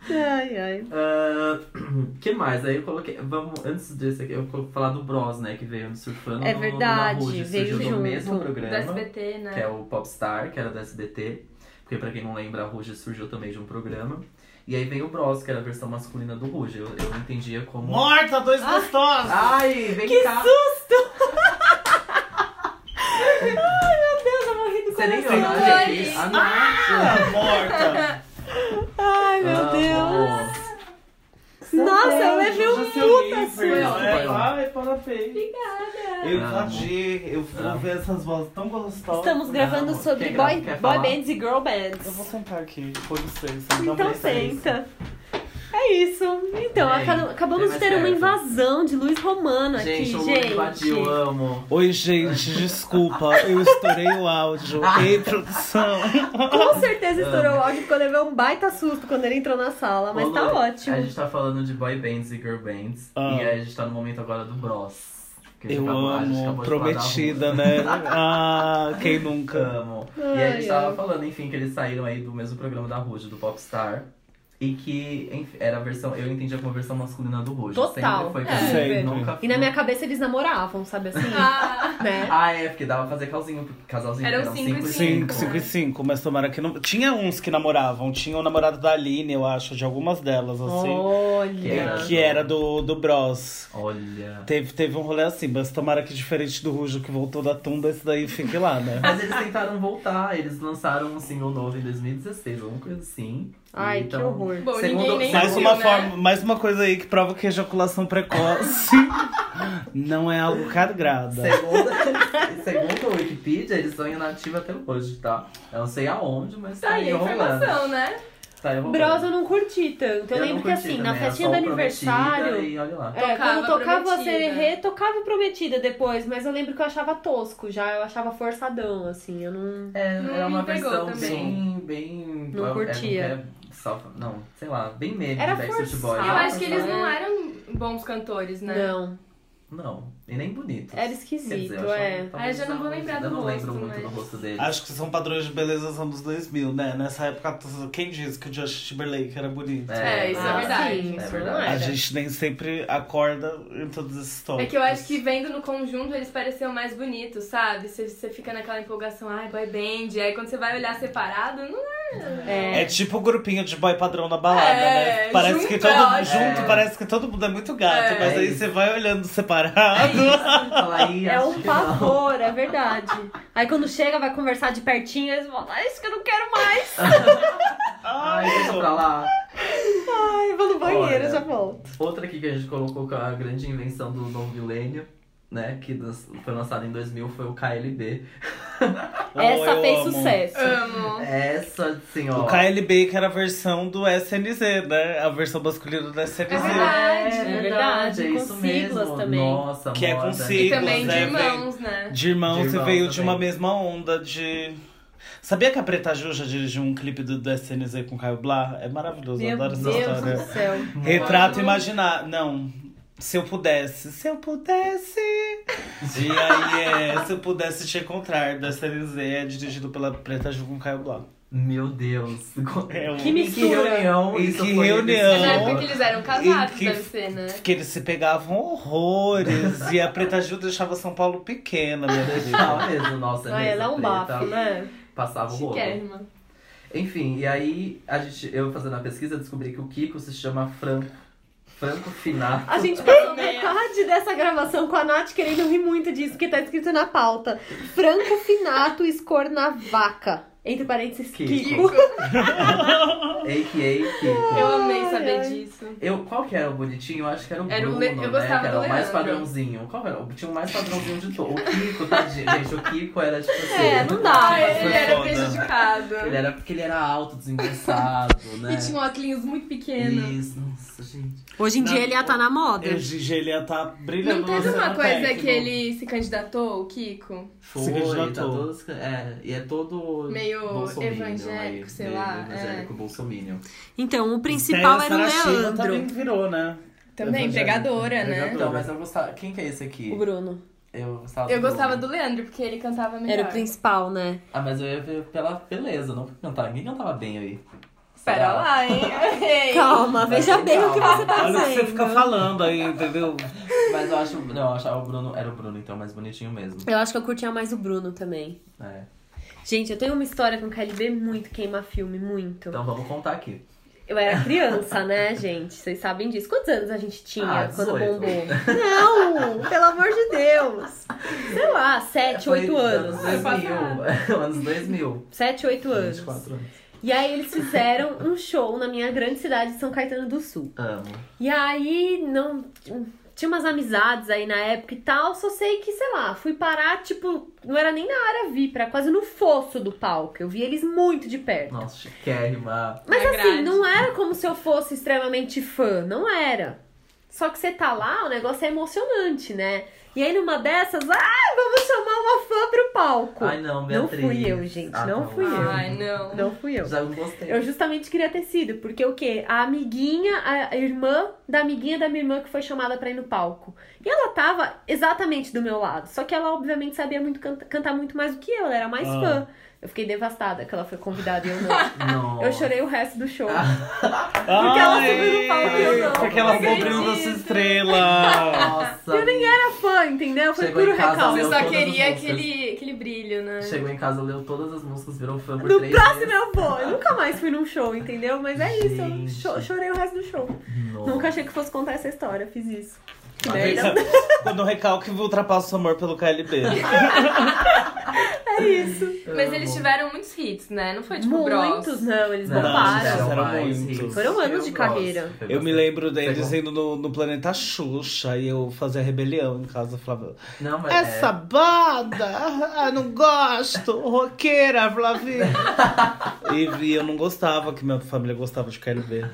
Speaker 1: Ai, ai.
Speaker 2: Ah, que mais? Aí eu coloquei. Vamos, antes desse aqui, eu vou falar do Bros, né? Que veio no surfando.
Speaker 1: É
Speaker 2: no-
Speaker 1: verdade,
Speaker 2: no, na Rude,
Speaker 1: veio
Speaker 2: surgiu
Speaker 1: junto.
Speaker 2: no mesmo
Speaker 3: Do
Speaker 2: programa,
Speaker 3: SBT, né?
Speaker 2: que é o Popstar, que era do SBT. Porque pra quem não lembra, a Ruge surgiu também de um programa. E aí veio o Bros, que era a versão masculina do Ruge. Eu, eu entendia como.
Speaker 5: Morta, dois gostosos!
Speaker 2: Ai, vem
Speaker 1: Tá.
Speaker 2: cá!
Speaker 1: Meu Deus, eu morri do
Speaker 2: Você nem
Speaker 1: coração.
Speaker 2: viu a Nath aqui? A Nath!
Speaker 5: Ah, morta!
Speaker 1: Ai, meu Deus.
Speaker 2: Amo.
Speaker 1: Nossa, eu
Speaker 2: Socorro.
Speaker 1: levei um
Speaker 5: né? Eu
Speaker 2: Amo.
Speaker 5: invadi, eu vou
Speaker 2: Amo.
Speaker 5: ver essas vozes tão gostosas.
Speaker 1: Estamos gravando
Speaker 2: Não,
Speaker 1: sobre
Speaker 2: quer gra-
Speaker 1: boy,
Speaker 2: quer
Speaker 1: boy
Speaker 2: falar?
Speaker 1: bands e girl bands.
Speaker 5: Eu vou sentar aqui, com licença. me dá uma
Speaker 1: Então
Speaker 5: licença.
Speaker 1: senta. É isso. Então,
Speaker 2: Bem,
Speaker 1: aca- acabamos de
Speaker 2: bem mais
Speaker 1: ter uma
Speaker 2: certo.
Speaker 1: invasão de Luiz Romano
Speaker 2: Gente,
Speaker 1: aqui,
Speaker 2: o mundo invadiu,
Speaker 1: gente.
Speaker 2: amo.
Speaker 5: Oi, gente, desculpa, eu estourei o áudio. Ei, produção.
Speaker 1: Com certeza estourou o áudio porque eu levei um baita susto quando ele entrou na sala, mas
Speaker 2: Ô,
Speaker 1: tá
Speaker 2: Lu,
Speaker 1: ótimo.
Speaker 2: A gente tá falando de boy bands e girl bands.
Speaker 5: Ah.
Speaker 2: E a gente tá no momento agora do bros. Que a gente
Speaker 5: Eu
Speaker 2: acabou- a gente
Speaker 5: amo,
Speaker 2: acabou de falar da
Speaker 5: prometida,
Speaker 2: Ruth.
Speaker 5: né? Ah, quem nunca?
Speaker 2: Amo. e a
Speaker 1: Ai,
Speaker 2: gente tava
Speaker 1: ai.
Speaker 2: falando, enfim, que eles saíram aí do mesmo programa da Ruge, do Popstar. E que, enfim, era a versão. Eu entendia como a versão masculina do Ruge.
Speaker 1: Total,
Speaker 2: Sempre foi
Speaker 1: é.
Speaker 2: calcinha,
Speaker 5: Sempre.
Speaker 2: nunca
Speaker 1: E na minha cabeça eles namoravam, sabe assim?
Speaker 3: Ah,
Speaker 1: né?
Speaker 2: Ah, é, porque dava pra fazer calzinho, casalzinho.
Speaker 3: Eram cinco e
Speaker 5: cinco
Speaker 3: Cinco,
Speaker 5: cinco
Speaker 3: né?
Speaker 5: e cinco mas tomara que não. Tinha uns que namoravam, tinha o namorado da Aline, eu acho, de algumas delas, assim.
Speaker 1: Olha.
Speaker 2: Que-
Speaker 5: Que era do, do Bros.
Speaker 2: Olha.
Speaker 5: Teve, teve um rolê assim, mas tomara que diferente do Rujo que voltou da tunda, esse daí fique lá, né?
Speaker 2: Mas eles tentaram voltar, eles lançaram um single novo em 2016, alguma coisa assim.
Speaker 1: Ai,
Speaker 2: então,
Speaker 1: que horror.
Speaker 3: Bom,
Speaker 2: Segundo-
Speaker 3: ninguém nem
Speaker 5: Mais
Speaker 3: viu,
Speaker 5: uma,
Speaker 3: né?
Speaker 5: forma, mais uma coisa aí que prova que ejaculação precoce não é algo que agrada.
Speaker 2: Segundo, segundo a Wikipedia, eles são inativos até hoje, tá? Eu não sei aonde, mas tá,
Speaker 3: Tá aí a informação, né?
Speaker 2: Tá aí rolando.
Speaker 1: Bros eu não curti tanto. Eu,
Speaker 2: não
Speaker 1: lembro que
Speaker 2: curti
Speaker 1: assim, na
Speaker 2: também, era
Speaker 1: festinha
Speaker 2: só
Speaker 1: do
Speaker 2: o Prometida
Speaker 1: aniversário.
Speaker 2: E olha lá.
Speaker 1: É,
Speaker 3: Tocava
Speaker 1: quando tocava a
Speaker 3: Prometida.
Speaker 1: Sererê, tocava Prometida depois, mas eu lembro que eu achava tosco já, eu achava forçadão, assim, eu não.
Speaker 2: É,
Speaker 3: Não
Speaker 2: era
Speaker 3: me
Speaker 2: uma
Speaker 3: pegou
Speaker 2: versão
Speaker 3: também.
Speaker 2: bem, bem.
Speaker 1: Não
Speaker 2: é, é,
Speaker 1: curtia.
Speaker 2: é, salva- não, sei lá, bem meme
Speaker 1: Era
Speaker 2: do Backstreet
Speaker 1: forçado.
Speaker 2: Boys.
Speaker 3: Eu
Speaker 5: Ah,
Speaker 3: acho que eles
Speaker 1: né?
Speaker 5: é
Speaker 3: não eram bons cantores, né?
Speaker 1: Não,
Speaker 2: Não, e nem bonito.
Speaker 1: era
Speaker 2: Quer dizer,
Speaker 1: esquisito,
Speaker 2: eu achava-
Speaker 1: é.
Speaker 2: talvez
Speaker 3: Ah, eu já não vou
Speaker 2: não,
Speaker 3: lembrar do
Speaker 2: Eu não lembro
Speaker 3: rosto,
Speaker 2: muito
Speaker 3: mas-
Speaker 2: do rosto dele.
Speaker 5: Acho que são padrões de beleza dos anos 2000, né? Nessa época, quem disse que o Justin Timberlake era bonito?
Speaker 3: É, isso é
Speaker 1: Ah,
Speaker 3: verdade.
Speaker 1: sim,
Speaker 2: É
Speaker 1: isso
Speaker 2: verdade.
Speaker 1: não
Speaker 5: A
Speaker 1: era.
Speaker 5: gente nem sempre acorda em todas essas histórias.
Speaker 3: É que eu acho que vendo no conjunto eles pareciam mais bonitos, sabe? Você, você fica naquela empolgação, ai, boy band. Aí quando você vai olhar separado, não é.
Speaker 5: É tipo o grupinho de boy padrão na balada,
Speaker 3: É,
Speaker 5: né? Parece que
Speaker 3: junto
Speaker 5: todo
Speaker 3: é
Speaker 5: mundo
Speaker 3: ótimo.
Speaker 5: junto,
Speaker 2: É.
Speaker 5: parece que todo mundo é muito gato,
Speaker 3: É.
Speaker 5: mas aí
Speaker 2: É
Speaker 5: você vai olhando separado.
Speaker 2: Fala aí,
Speaker 1: É
Speaker 2: acho
Speaker 1: um
Speaker 2: que não.
Speaker 1: pavor, é verdade. Aí quando chega, vai conversar de pertinho, eles falam, ah, isso que eu não quero mais.
Speaker 2: Ai, deixa pra lá.
Speaker 1: Ai, vou no banheiro,
Speaker 2: Olha.
Speaker 1: já volto.
Speaker 2: Outra aqui que a gente colocou que é a grande invenção do novo milênio, né? Que nas- foi lançado em 2000, foi o KLB.
Speaker 1: Essa
Speaker 5: eu
Speaker 1: fez
Speaker 5: amo.
Speaker 1: sucesso.
Speaker 5: É
Speaker 3: Amo.
Speaker 2: Essa, assim, ó.
Speaker 5: O KLB que era a versão do SNZ, né? A versão masculina do SNZ.
Speaker 3: É verdade.
Speaker 1: É verdade,
Speaker 2: é
Speaker 1: com
Speaker 2: isso
Speaker 1: siglas
Speaker 2: mesmo.
Speaker 1: também.
Speaker 2: Nossa,
Speaker 5: Que é com
Speaker 2: moda.
Speaker 5: siglas,
Speaker 3: E também de
Speaker 5: né,
Speaker 3: irmãos, né?
Speaker 5: De irmão,
Speaker 2: De
Speaker 5: você
Speaker 2: irmão
Speaker 5: veio de
Speaker 2: também.
Speaker 5: uma mesma onda de. Sabia que a Preta Ju já dirigiu um clipe do, do SNZ com Caio Blá? É maravilhoso, eu
Speaker 1: Meu
Speaker 5: adoro
Speaker 1: Deus
Speaker 5: essa história.
Speaker 1: do céu.
Speaker 5: Retrato
Speaker 3: Mano.
Speaker 5: imaginar. Não. Se eu pudesse, se eu pudesse. E aí é, se eu pudesse te encontrar, da CNZ é dirigido pela Preta Ju com Caio Blá.
Speaker 2: Meu Deus.
Speaker 5: É um-
Speaker 1: Que mistura.
Speaker 2: Que reunião.
Speaker 5: E
Speaker 2: isso
Speaker 5: que
Speaker 2: foi
Speaker 5: reunião.
Speaker 3: É
Speaker 5: Amo.
Speaker 3: na época que eles eram casados,
Speaker 5: E que-
Speaker 3: deve ser, né?
Speaker 5: Que eles se pegavam horrores. e a Preta Ju deixava São Paulo pequena, minha querida.
Speaker 2: Ah, mesmo, nossa,
Speaker 1: Ai, ela é um
Speaker 2: mesa preta,
Speaker 1: bafo, né?
Speaker 2: Passava o rolo.
Speaker 3: Chiquérrima.
Speaker 2: Enfim, e aí a gente, eu fazendo a pesquisa, descobri que o Kiko se chama Franco. Franco Finato.
Speaker 1: A gente passou metade dessa gravação com a Nath querendo rir muito disso, porque tá escrito na pauta. Franco Finato Escornavaca. Entre parênteses,
Speaker 2: Kiko.
Speaker 1: Kiko.
Speaker 2: A.K.A. Kiko.
Speaker 3: Eu amei
Speaker 1: Ai,
Speaker 3: saber
Speaker 1: ai.
Speaker 3: disso.
Speaker 2: Eu, qual que era o bonitinho? Eu acho que era o
Speaker 3: Era o
Speaker 2: Bruno,
Speaker 3: Le- eu
Speaker 2: né?
Speaker 3: gostava
Speaker 2: que era
Speaker 3: do
Speaker 2: o mais
Speaker 3: Leandro.
Speaker 2: padrãozinho. Qual era? Tinha o mais padrãozinho de todos. O Kiko, tadinho. Gente, o Kiko era tipo assim...
Speaker 1: É, não dá.
Speaker 3: Ai, Ah, ele era
Speaker 5: Ah, foda.
Speaker 3: prejudicado.
Speaker 2: Ele era porque ele era alto, desengonçado, né?
Speaker 3: E tinha um óculos muito pequeno.
Speaker 2: Isso, nossa, gente.
Speaker 4: Hoje em
Speaker 5: Não.
Speaker 4: dia ele ia tá na moda.
Speaker 5: Eu disse, ele ia tá brilhando.
Speaker 3: Não teve
Speaker 5: no
Speaker 3: uma
Speaker 5: cenário
Speaker 3: coisa
Speaker 5: técnico.
Speaker 3: que ele se candidatou, o Kiko?
Speaker 2: Foi,
Speaker 5: Se candidatou.
Speaker 2: tá todos, é, e é todo
Speaker 3: Meio
Speaker 2: bolsominion
Speaker 3: evangélico,
Speaker 2: aí,
Speaker 3: sei
Speaker 2: meio
Speaker 3: lá, é.
Speaker 2: evangélico, bolsominion.
Speaker 4: Então, o principal
Speaker 5: Zé
Speaker 4: era o
Speaker 5: Sarachinho
Speaker 4: Leandro.
Speaker 5: também virou, né?
Speaker 3: Também,
Speaker 5: Evangélico.
Speaker 3: pregadora, né?
Speaker 2: Então, mas eu gostava... Quem que é esse aqui?
Speaker 1: O Bruno.
Speaker 2: Eu gostava
Speaker 3: Eu gostava
Speaker 2: Bruno.
Speaker 3: do Leandro, porque ele cantava melhor.
Speaker 1: Era o principal, né?
Speaker 2: Ah, mas eu ia ver pela beleza, não por cantar. Ninguém cantava bem aí.
Speaker 3: Pera
Speaker 2: Será?
Speaker 3: lá, hein?
Speaker 1: Calma,
Speaker 2: Mas
Speaker 1: veja
Speaker 2: tem
Speaker 1: bem o que
Speaker 2: calma.
Speaker 1: você tá
Speaker 5: Olha o que você
Speaker 1: dizendo.
Speaker 5: fica falando aí, entendeu?
Speaker 2: Mas eu acho. Não, eu achava o Bruno. Era o Bruno, então, mais bonitinho mesmo.
Speaker 1: Eu acho que eu curtia mais o Bruno também.
Speaker 2: É.
Speaker 1: Gente, eu tenho uma história com o KLB muito queima-filme, muito.
Speaker 2: Então vamos contar aqui.
Speaker 1: Eu era criança, né, gente? Vocês sabem disso. Quantos anos a gente tinha
Speaker 2: Ah,
Speaker 1: quando
Speaker 2: 18.
Speaker 1: bombou? Não! Pelo amor de Deus! Sei lá, 7, 8
Speaker 2: Foi
Speaker 1: anos.
Speaker 2: Anos
Speaker 3: Foi
Speaker 2: 2000. anos 2000.
Speaker 1: 7, 8 anos.
Speaker 2: 24 anos.
Speaker 1: E aí eles fizeram um show na minha grande cidade, São Caetano do Sul.
Speaker 2: Amo.
Speaker 1: E aí não Tinha umas amizades aí na época e tal, só sei que, sei lá, fui parar, tipo, não era nem na área VIP, era quase no fosso do palco. Eu vi eles muito de perto.
Speaker 2: Nossa, chiquérrima.
Speaker 3: é
Speaker 1: Mas
Speaker 4: Na
Speaker 1: assim,
Speaker 4: grade.
Speaker 1: não era como se eu fosse extremamente fã, não era. Só que você tá lá, o negócio é emocionante, né? E aí numa dessas, ah, vamos chamar uma fã pro palco.
Speaker 2: Ai, não, Ah,
Speaker 1: Não
Speaker 2: Beatriz.
Speaker 1: fui eu, gente, não fui eu.
Speaker 3: Ai, é. não.
Speaker 1: Não fui eu.
Speaker 2: Já tá não gostei.
Speaker 1: Eu justamente queria ter sido, porque o quê? A amiguinha, a irmã da amiguinha da minha irmã que foi chamada pra ir no palco. E ela tava exatamente do meu lado. Só que ela, obviamente, sabia muito canta- cantar muito mais do que eu, ela era mais
Speaker 5: Ah.
Speaker 1: fã. Eu fiquei devastada que ela foi convidada e eu não.
Speaker 2: Não.
Speaker 1: Eu chorei o resto do show.
Speaker 2: Ah.
Speaker 5: Porque
Speaker 1: ela subiu no palco e eu não.
Speaker 5: Porque ela
Speaker 1: Não
Speaker 5: foi o primo
Speaker 3: acredito.
Speaker 5: dessa estrela.
Speaker 2: Nossa. Eu nem era.
Speaker 1: é fã, entendeu? Foi
Speaker 2: Chegou
Speaker 1: puro
Speaker 2: em casa,
Speaker 1: recalque.
Speaker 3: Você
Speaker 2: leu
Speaker 3: só
Speaker 2: todas as
Speaker 3: queria
Speaker 2: músicas.
Speaker 3: aquele, aquele brilho, né?
Speaker 2: Chegou em casa, leu todas as músicas, virou fã por
Speaker 1: No
Speaker 2: três
Speaker 1: próximo
Speaker 2: dias.
Speaker 1: eu vou. Eu nunca mais fui num show, entendeu? Mas é isso, eu
Speaker 2: Gente.
Speaker 1: cho- chorei o resto do show.
Speaker 2: Nossa.
Speaker 1: Nunca achei que fosse contar essa história, fiz isso. Que
Speaker 2: Ah,
Speaker 1: merda.
Speaker 5: Quando o recalque ultrapassa o amor pelo KLB.
Speaker 1: É isso.
Speaker 3: Mas eles
Speaker 2: Amo.
Speaker 3: tiveram muitos hits, né? Não foi tipo
Speaker 1: Muitos, né?
Speaker 3: Bros.
Speaker 1: não, eles
Speaker 2: Não,
Speaker 5: eles
Speaker 1: bombaram.
Speaker 5: fizeram
Speaker 2: fizeram mais
Speaker 5: muito.
Speaker 2: hits.
Speaker 1: Foram anos de
Speaker 2: gosto.
Speaker 1: carreira.
Speaker 5: Eu me lembro deles
Speaker 2: Você
Speaker 5: indo no, no Planeta Xuxa e eu fazia rebelião em casa. Eu falava,
Speaker 2: Não, mas
Speaker 5: essa banda, ah, não gosto, roqueira, Flavia. e, e eu não gostava, que minha família gostava de KLB.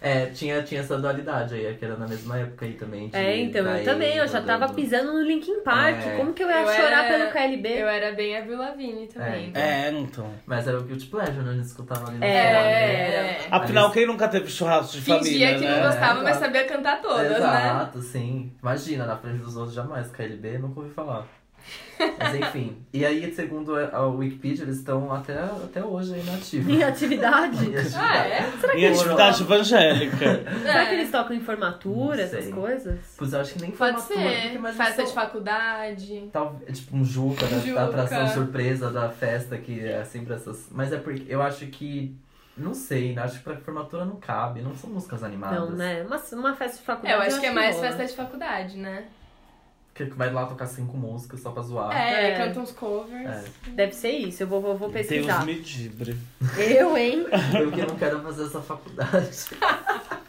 Speaker 2: é, é, tinha, tinha essa dualidade aí, que era na mesma época aí também. de-
Speaker 1: É, então,
Speaker 2: da
Speaker 1: eu também, eu já
Speaker 2: Eva,
Speaker 1: tava
Speaker 2: do-
Speaker 1: pisando no Linkin Park.
Speaker 2: É.
Speaker 1: Como que eu ia
Speaker 3: Eu
Speaker 1: chorar
Speaker 3: era-
Speaker 1: pelo KLB?
Speaker 3: Eu era bem a Lavigne também.
Speaker 5: É, então.
Speaker 2: Mas era o Guilty Pleasure, né? A gente escutava ali no
Speaker 1: É,
Speaker 2: celular,
Speaker 3: é.
Speaker 2: né?
Speaker 5: Afinal,
Speaker 2: Mas-
Speaker 5: quem nunca teve churrasco de
Speaker 3: Fingia
Speaker 5: família,
Speaker 3: que
Speaker 5: né?
Speaker 3: não gostava, mas
Speaker 2: Exato.
Speaker 3: sabia cantar todas, né?
Speaker 2: Exato, sim. Imagina, na frente dos outros jamais. KLB, nunca ouvi falar. Mas enfim. E aí, segundo a a Wikipedia, eles estão até, até hoje aí na ativa.
Speaker 1: Em atividade?
Speaker 2: Em ativa.
Speaker 3: Ah, é?
Speaker 5: Em atividade evangélica.
Speaker 1: Será que
Speaker 3: É.
Speaker 1: eles tocam em formatura,
Speaker 2: Não
Speaker 1: essas
Speaker 2: sei.
Speaker 1: coisas?
Speaker 2: Pois eu acho que nem
Speaker 3: Pode
Speaker 2: formatura, porque
Speaker 3: ser.
Speaker 2: imagina
Speaker 3: Festa
Speaker 2: só-
Speaker 3: de faculdade.
Speaker 2: Tal, tipo um Juca, né?
Speaker 3: Juca.
Speaker 2: Da atração surpresa da festa, que é sempre essas. Mas é porque eu acho que. Não sei, né? acho que pra formatura não cabe, não são músicas animadas.
Speaker 1: Não, né? Uma, uma festa de
Speaker 3: É,
Speaker 1: faculdade.
Speaker 3: eu acho que é mais
Speaker 1: rola.
Speaker 3: festa de faculdade, né?
Speaker 2: Que vai lá tocar cinco músicas só pra zoar.
Speaker 3: É,
Speaker 1: É.
Speaker 3: canta uns covers.
Speaker 1: Deve ser isso, eu vou, vou, vou
Speaker 5: Deus
Speaker 1: pesquisar.
Speaker 5: me dibre.
Speaker 1: Eu, hein?
Speaker 2: Eu que não quero fazer essa faculdade.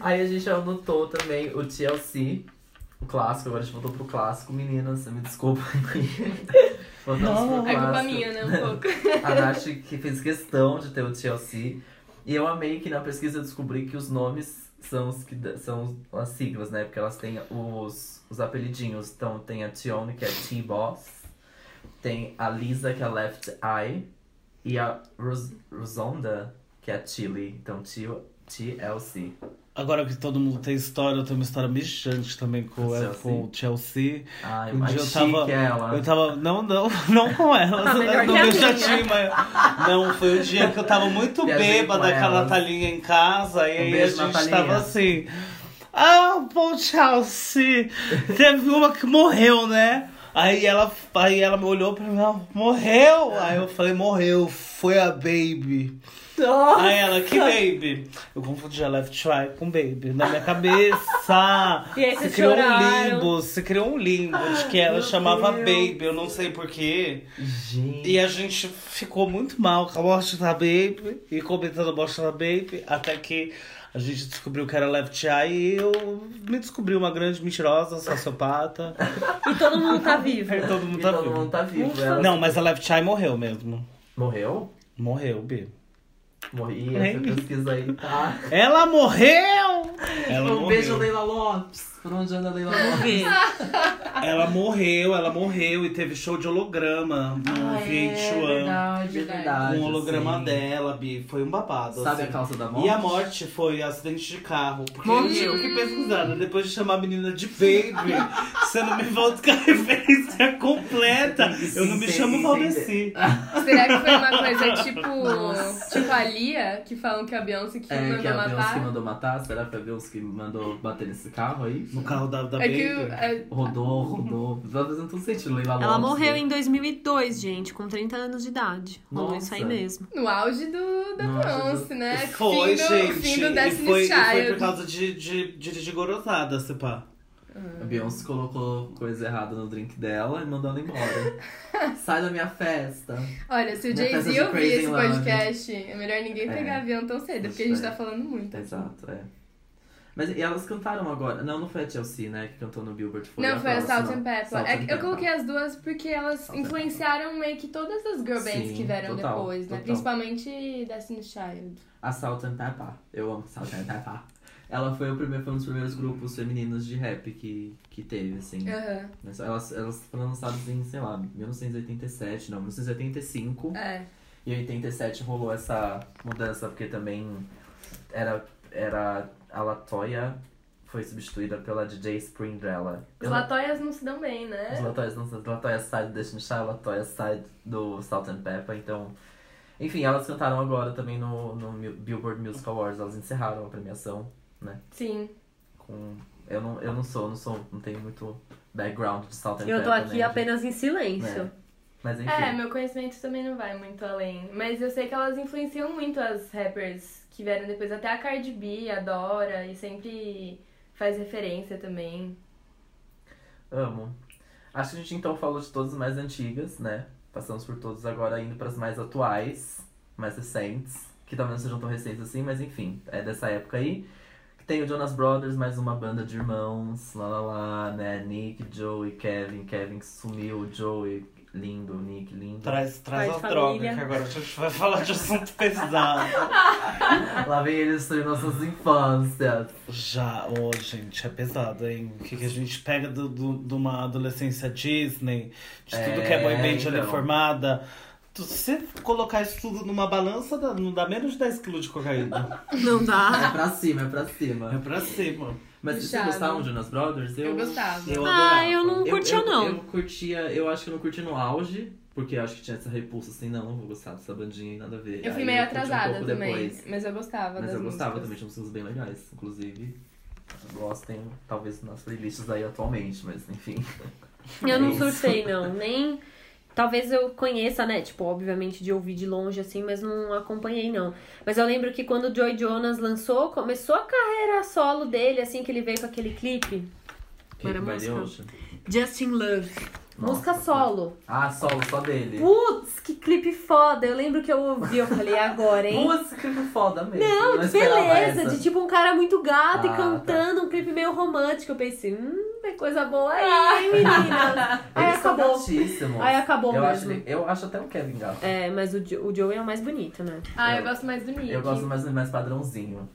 Speaker 2: Aí a gente anotou também o TLC, o clássico, agora a gente voltou pro clássico. Meninas, me desculpa aí. Voltamos pro
Speaker 5: Não.
Speaker 3: É culpa
Speaker 2: clássico.
Speaker 3: minha, né? Um pouco.
Speaker 2: A Nath que fez questão de ter o TLC. E eu amei que na pesquisa eu descobri que os nomes são, os que, da- são as siglas, né? Porque elas têm os, os apelidinhos. Então tem a Tione, que é T-Boss. Tem a Lisa, que é Left Eye. E a Ros Rosonda, que é Chile. Então T- TLC.
Speaker 5: Agora que todo mundo tem história, eu tenho uma história mexante também com,
Speaker 2: Com
Speaker 5: é,
Speaker 2: Chelsea.
Speaker 5: com o Chelsea.
Speaker 2: Ai,
Speaker 5: Um
Speaker 2: mais
Speaker 5: dia eu
Speaker 2: chique é
Speaker 5: tava-
Speaker 2: ela.
Speaker 5: Eu tava. Não, não, não com ela.
Speaker 1: Ah, melhor
Speaker 5: no
Speaker 1: que a
Speaker 5: meu
Speaker 1: minha.
Speaker 5: chatinho, mas. Não, foi o dia que eu tava muito
Speaker 2: Viajei
Speaker 5: bêbada
Speaker 2: com
Speaker 5: com a
Speaker 2: elas.
Speaker 5: Natalinha em casa. E
Speaker 2: Um
Speaker 5: aí
Speaker 2: beijo,
Speaker 5: a gente
Speaker 2: Natalinha.
Speaker 5: tava assim. Ah, bom, Chelsea. Teve uma que morreu, né? Aí ela, aí ela me olhou pra mim, ela morreu! Aí eu falei, morreu, foi a baby. Aí ela, que baby? Eu confundi a Left Try com baby na minha cabeça.
Speaker 1: E aí
Speaker 5: se
Speaker 1: vocês
Speaker 5: criou um
Speaker 1: choraram.
Speaker 5: limbo, se criou um limbo de que ela
Speaker 2: Meu
Speaker 5: chamava
Speaker 2: Deus.
Speaker 5: baby, eu não sei porquê.
Speaker 2: Gente.
Speaker 5: E a gente ficou muito mal com a morte da baby e comentando a morte da baby, até que a gente descobriu que era Left Eye e eu me descobri uma grande mentirosa, sociopata.
Speaker 1: E todo mundo tá vivo.
Speaker 5: E todo mundo
Speaker 2: E
Speaker 5: tá
Speaker 2: todo mundo
Speaker 5: vivo.
Speaker 2: tá vivo. Ela...
Speaker 5: Não, mas a Left Eye morreu mesmo.
Speaker 2: Morreu?
Speaker 5: Morreu, Bi.
Speaker 2: Morri, essa
Speaker 5: Nem-
Speaker 2: pesquisa aí tá.
Speaker 5: Ela morreu! Ela
Speaker 2: um
Speaker 5: morreu.
Speaker 2: beijo, Leila Lopes. Por onde anda a Leila
Speaker 3: É.
Speaker 2: Lopes?
Speaker 5: Ela morreu, ela morreu e teve show de holograma no
Speaker 3: é
Speaker 2: Ah,
Speaker 5: VH1.
Speaker 2: verdade, É verdade.
Speaker 5: com o Um holograma
Speaker 2: sim.
Speaker 5: dela, Bi. Foi um babado.
Speaker 2: Sabe
Speaker 5: assim.
Speaker 2: a causa da morte?
Speaker 5: E a morte foi acidente de carro. Porque
Speaker 2: Morreu.
Speaker 5: eu fiquei pesquisando. Depois de chamar a menina de baby, você não me volta com a referência completa. Eu não me
Speaker 2: Sem
Speaker 5: chamo
Speaker 2: entender.
Speaker 5: Valdeci.
Speaker 3: Será que foi uma coisa tipo. Tipo a Lia, que falam que a Beyoncé que
Speaker 2: É, que a
Speaker 3: mandou
Speaker 2: Beyoncé que
Speaker 3: matar?
Speaker 2: mandou matar? Será que a Beyoncé que mandou bater nesse carro aí?
Speaker 5: No carro da, da
Speaker 3: É
Speaker 5: baby.
Speaker 3: que o-
Speaker 2: né?
Speaker 3: é-
Speaker 2: Rodou, rodou. Tá fazendo todo sentido, Leila Lopes.
Speaker 1: Ela morreu em 2002, gente, com 30 anos de idade. Rolou isso é aí
Speaker 2: Nossa.
Speaker 1: mesmo.
Speaker 3: no auge do, da
Speaker 2: No auge
Speaker 3: Beyoncé, né?
Speaker 5: Foi,
Speaker 3: fim do,
Speaker 5: gente.
Speaker 3: Fim do
Speaker 5: e,
Speaker 3: Destiny
Speaker 5: foi, e foi por
Speaker 3: Child.
Speaker 5: causa de, de, de dirigir gorosada, se pá.
Speaker 2: A Beyoncé colocou coisa errada no drink dela e mandou ela embora. Sai da minha festa.
Speaker 3: Olha, se o
Speaker 2: Na festa
Speaker 3: Jay-Z
Speaker 2: de
Speaker 3: ouvir
Speaker 2: Crazy
Speaker 3: esse
Speaker 2: in Love. né?
Speaker 3: podcast, é melhor ninguém
Speaker 2: É.
Speaker 3: pegar avião tão cedo, porque a gente tá falando muito.
Speaker 2: Exato, é. Mas e elas cantaram agora. Não, não foi a Chelsea, né? Que cantou no Billboard. Foi
Speaker 3: Não, foi a
Speaker 2: próxima.
Speaker 3: Salt and Pepper.
Speaker 2: Salt
Speaker 3: É
Speaker 2: and
Speaker 3: que eu
Speaker 2: Pepper.
Speaker 3: coloquei as duas porque elas
Speaker 2: and
Speaker 3: influenciaram meio que todas as girl bands
Speaker 2: Sim,
Speaker 3: que vieram
Speaker 2: total,
Speaker 3: depois, né?
Speaker 2: total.
Speaker 3: Principalmente Destiny's Child.
Speaker 2: A Salt and Pepper. Eu amo Salt and Pepper. Ela foi, o primeiro, foi um dos primeiros grupos femininos de rap que, que teve, assim.
Speaker 3: Aham,
Speaker 2: Mas Elas, elas foram lançadas em, sei lá, 1987, não, 1985.
Speaker 3: é.
Speaker 2: E em 87 rolou essa mudança, porque também era, era a Latoya foi substituída pela DJ Springrella.
Speaker 3: Os
Speaker 2: Eu não-
Speaker 3: Latoyas não se dão bem,
Speaker 2: Os
Speaker 3: né?
Speaker 2: Latoyas não são- Latoya sai do Destiny Child, Latoya sai do Salt and Pepper, então... Enfim, elas cantaram agora também no, no Mu- Billboard Music Awards, elas encerraram a premiação
Speaker 3: Sim.
Speaker 2: com... Eu não, eu não sou, não sou, não tenho muito background de Salt and Pepper.
Speaker 1: Eu tô aqui
Speaker 2: né,
Speaker 1: apenas em
Speaker 2: gente?
Speaker 1: silêncio.
Speaker 2: É. Mas enfim.
Speaker 3: É, meu conhecimento também não vai muito além. Mas eu sei que elas influenciam muito as rappers que vieram depois. Até a Cardi B adora e sempre faz referência também.
Speaker 2: Amo. Acho que a gente então falou de todas as mais antigas, né? Passamos por todos agora indo para as mais atuais, mais recentes, que talvez não sejam tão recentes assim, mas enfim, é dessa época aí. Que Tem o Jonas Brothers, mais uma banda de irmãos, lá lá lá, né? Nick, Joey, Kevin, Kevin que sumiu, Joey, lindo, Nick, lindo.
Speaker 5: Traz, traz
Speaker 1: Pai
Speaker 5: a
Speaker 1: de
Speaker 5: droga,
Speaker 1: família.
Speaker 5: que agora a gente vai falar de assunto pesado.
Speaker 2: Lá vem eles destruindo nossas infâncias.
Speaker 5: Já, ô, gente, é pesado, hein? O que, que a gente pega do, do- de uma adolescência Disney, de tudo que é
Speaker 2: É,
Speaker 5: boy band ali
Speaker 2: então.
Speaker 5: formada. Tu- Se você colocar isso tudo numa balança, dá- não dá menos de 10 quilos de cocaína.
Speaker 1: Então
Speaker 4: Não
Speaker 1: tá.
Speaker 4: dá.
Speaker 2: É pra cima, é pra
Speaker 5: É
Speaker 2: cima.
Speaker 5: pra cima.
Speaker 2: Mas vocês
Speaker 3: Puxado.
Speaker 2: gostavam de Jonas Brothers? Eu,
Speaker 3: gostava.
Speaker 5: Eu
Speaker 1: Ah,
Speaker 5: adorava.
Speaker 1: eu não curtia,
Speaker 2: eu,
Speaker 1: não.
Speaker 2: Eu curtia, eu acho que eu não curti no auge, porque eu acho que tinha essa repulsa assim, não, não vou gostar dessa bandinha e nada a ver.
Speaker 3: Eu fui
Speaker 2: Aí
Speaker 3: meio
Speaker 2: curti um
Speaker 3: atrasada
Speaker 2: pouco
Speaker 3: também,
Speaker 2: depois.
Speaker 3: mas eu gostava
Speaker 2: Mas
Speaker 3: das
Speaker 2: eu gostava também,
Speaker 3: músicas.
Speaker 2: tinha músicas bem legais, inclusive. Gostem, talvez, nas playlists aí atualmente, mas enfim.
Speaker 1: Eu não
Speaker 2: Isso.
Speaker 1: surfei, não. Nem. Talvez eu conheça, né? Tipo, obviamente de ouvir de longe, assim, mas não acompanhei, não. Mas eu lembro que quando o Joy Jonas lançou, começou a carreira solo dele, assim, que ele veio com aquele clipe.
Speaker 4: Era
Speaker 2: Keep My
Speaker 4: música.
Speaker 2: Devotion.
Speaker 4: Justin Love.
Speaker 2: Nossa,
Speaker 1: música solo.
Speaker 2: Ah, solo, só dele.
Speaker 1: Putz, que clipe foda. Eu lembro que eu ouvi, eu falei, "É agora, hein?
Speaker 2: Música é foda mesmo. Não,
Speaker 1: Beleza, de tipo um cara muito gato
Speaker 2: Ah,
Speaker 1: e cantando um clipe meio romântico. Eu pensei, hum, é coisa boa aí, hein, meninas. Aí acabou. Aí acabou
Speaker 2: eu
Speaker 1: mesmo.
Speaker 2: Acho, eu acho até o Kevin Gato.
Speaker 1: É, mas o, Jo- o Joey é o mais bonito, né?
Speaker 3: Ah, eu,
Speaker 2: Eu-
Speaker 3: gosto mais do Nick.
Speaker 2: Eu gosto mais do mais padrãozinho.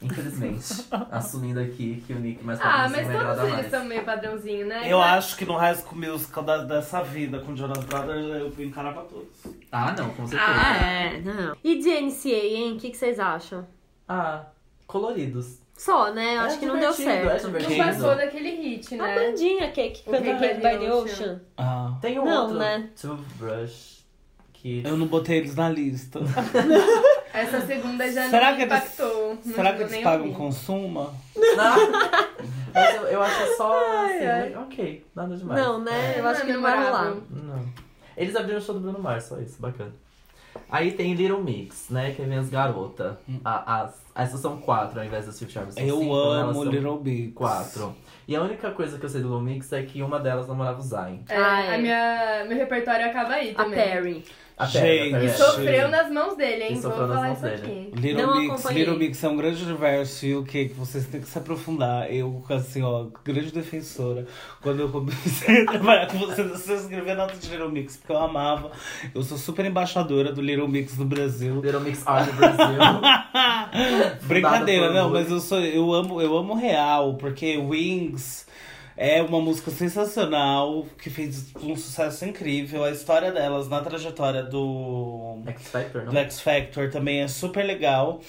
Speaker 2: Infelizmente. assumindo aqui que o Nick mais
Speaker 3: Ah,
Speaker 2: padrãozinho é
Speaker 3: mas
Speaker 2: me agrada
Speaker 3: todos eles
Speaker 2: mais.
Speaker 3: são meio padrãozinho, né?
Speaker 5: Eu acho que no High School Musical da, dessa vida com Jonas Brothers eu encarava todos.
Speaker 2: Ah, não, com certeza.
Speaker 3: Ah,
Speaker 1: é, não. E de NCA, hein? O que, que vocês acham?
Speaker 2: Ah, coloridos.
Speaker 1: Só, né? Eu
Speaker 2: É
Speaker 1: acho que não deu
Speaker 2: divertido,
Speaker 1: certo.
Speaker 2: é
Speaker 3: Não
Speaker 2: divertido.
Speaker 3: passou daquele hit,
Speaker 1: A
Speaker 3: né?
Speaker 1: bandinha que, que
Speaker 3: O
Speaker 1: canta
Speaker 3: Red
Speaker 1: Red by the
Speaker 3: Ocean.
Speaker 1: Ocean.
Speaker 5: Ah.
Speaker 2: Tem um
Speaker 1: Não,
Speaker 2: outro
Speaker 1: né?
Speaker 2: toothbrush que.
Speaker 5: Eu não botei eles na lista.
Speaker 3: Essa segunda já
Speaker 5: Será
Speaker 3: não
Speaker 5: que
Speaker 3: me
Speaker 5: eles-
Speaker 3: impactou. não
Speaker 5: Será que
Speaker 3: eu
Speaker 5: eles
Speaker 3: nem
Speaker 5: pagam
Speaker 3: ouvi.
Speaker 5: consuma?
Speaker 2: Não. Mas eu, eu acho só assim, ok, nada demais.
Speaker 1: Não, né? Eu
Speaker 3: Não
Speaker 1: acho
Speaker 3: é
Speaker 1: que não vai
Speaker 3: memorável.
Speaker 1: rolar.
Speaker 2: Não. Eles abriram o show do Bruno Mars, só isso, bacana. Aí tem Little Mix, né? Que vem as garotas. A- as, essas são quatro ao invés das Fifth Charms. são
Speaker 5: Hum. Eu
Speaker 2: cinco, né, elas
Speaker 5: amo
Speaker 2: são
Speaker 5: Little Big.
Speaker 2: Quatro. E a única coisa que eu sei do Little Mix é que uma delas namorava o Zayn.
Speaker 3: É,
Speaker 1: Ah, é.
Speaker 3: a minha, meu repertório acaba aí
Speaker 1: A
Speaker 3: também.
Speaker 1: Perry.
Speaker 2: A
Speaker 5: Gente.
Speaker 2: Perry, a
Speaker 3: E
Speaker 2: Perry.
Speaker 3: sofreu nas mãos dele,
Speaker 2: E
Speaker 3: hein? Vou
Speaker 2: É. sofreu nas
Speaker 3: falar
Speaker 2: mãos
Speaker 3: isso aqui.
Speaker 5: Little
Speaker 1: Não
Speaker 5: Mix,
Speaker 1: acompanhei.
Speaker 5: Little Mix é um grande universo e o que que vocês têm que se aprofundar. Eu, assim, ó, grande defensora. Quando eu comecei a trabalhar com vocês, eu escrevi nota de Little Mix, porque eu amava. Eu sou super embaixadora do Little Mix no Brasil.
Speaker 2: Little Mix Art Brasil.
Speaker 5: Brincadeira,
Speaker 2: por
Speaker 5: não,
Speaker 2: Lula.
Speaker 5: mas eu sou, eu amo, eu amo real, porque Wings é uma música sensacional que fez um sucesso incrível. A história delas na trajetória do
Speaker 2: X Factor, não?
Speaker 5: do X Factor também é super legal.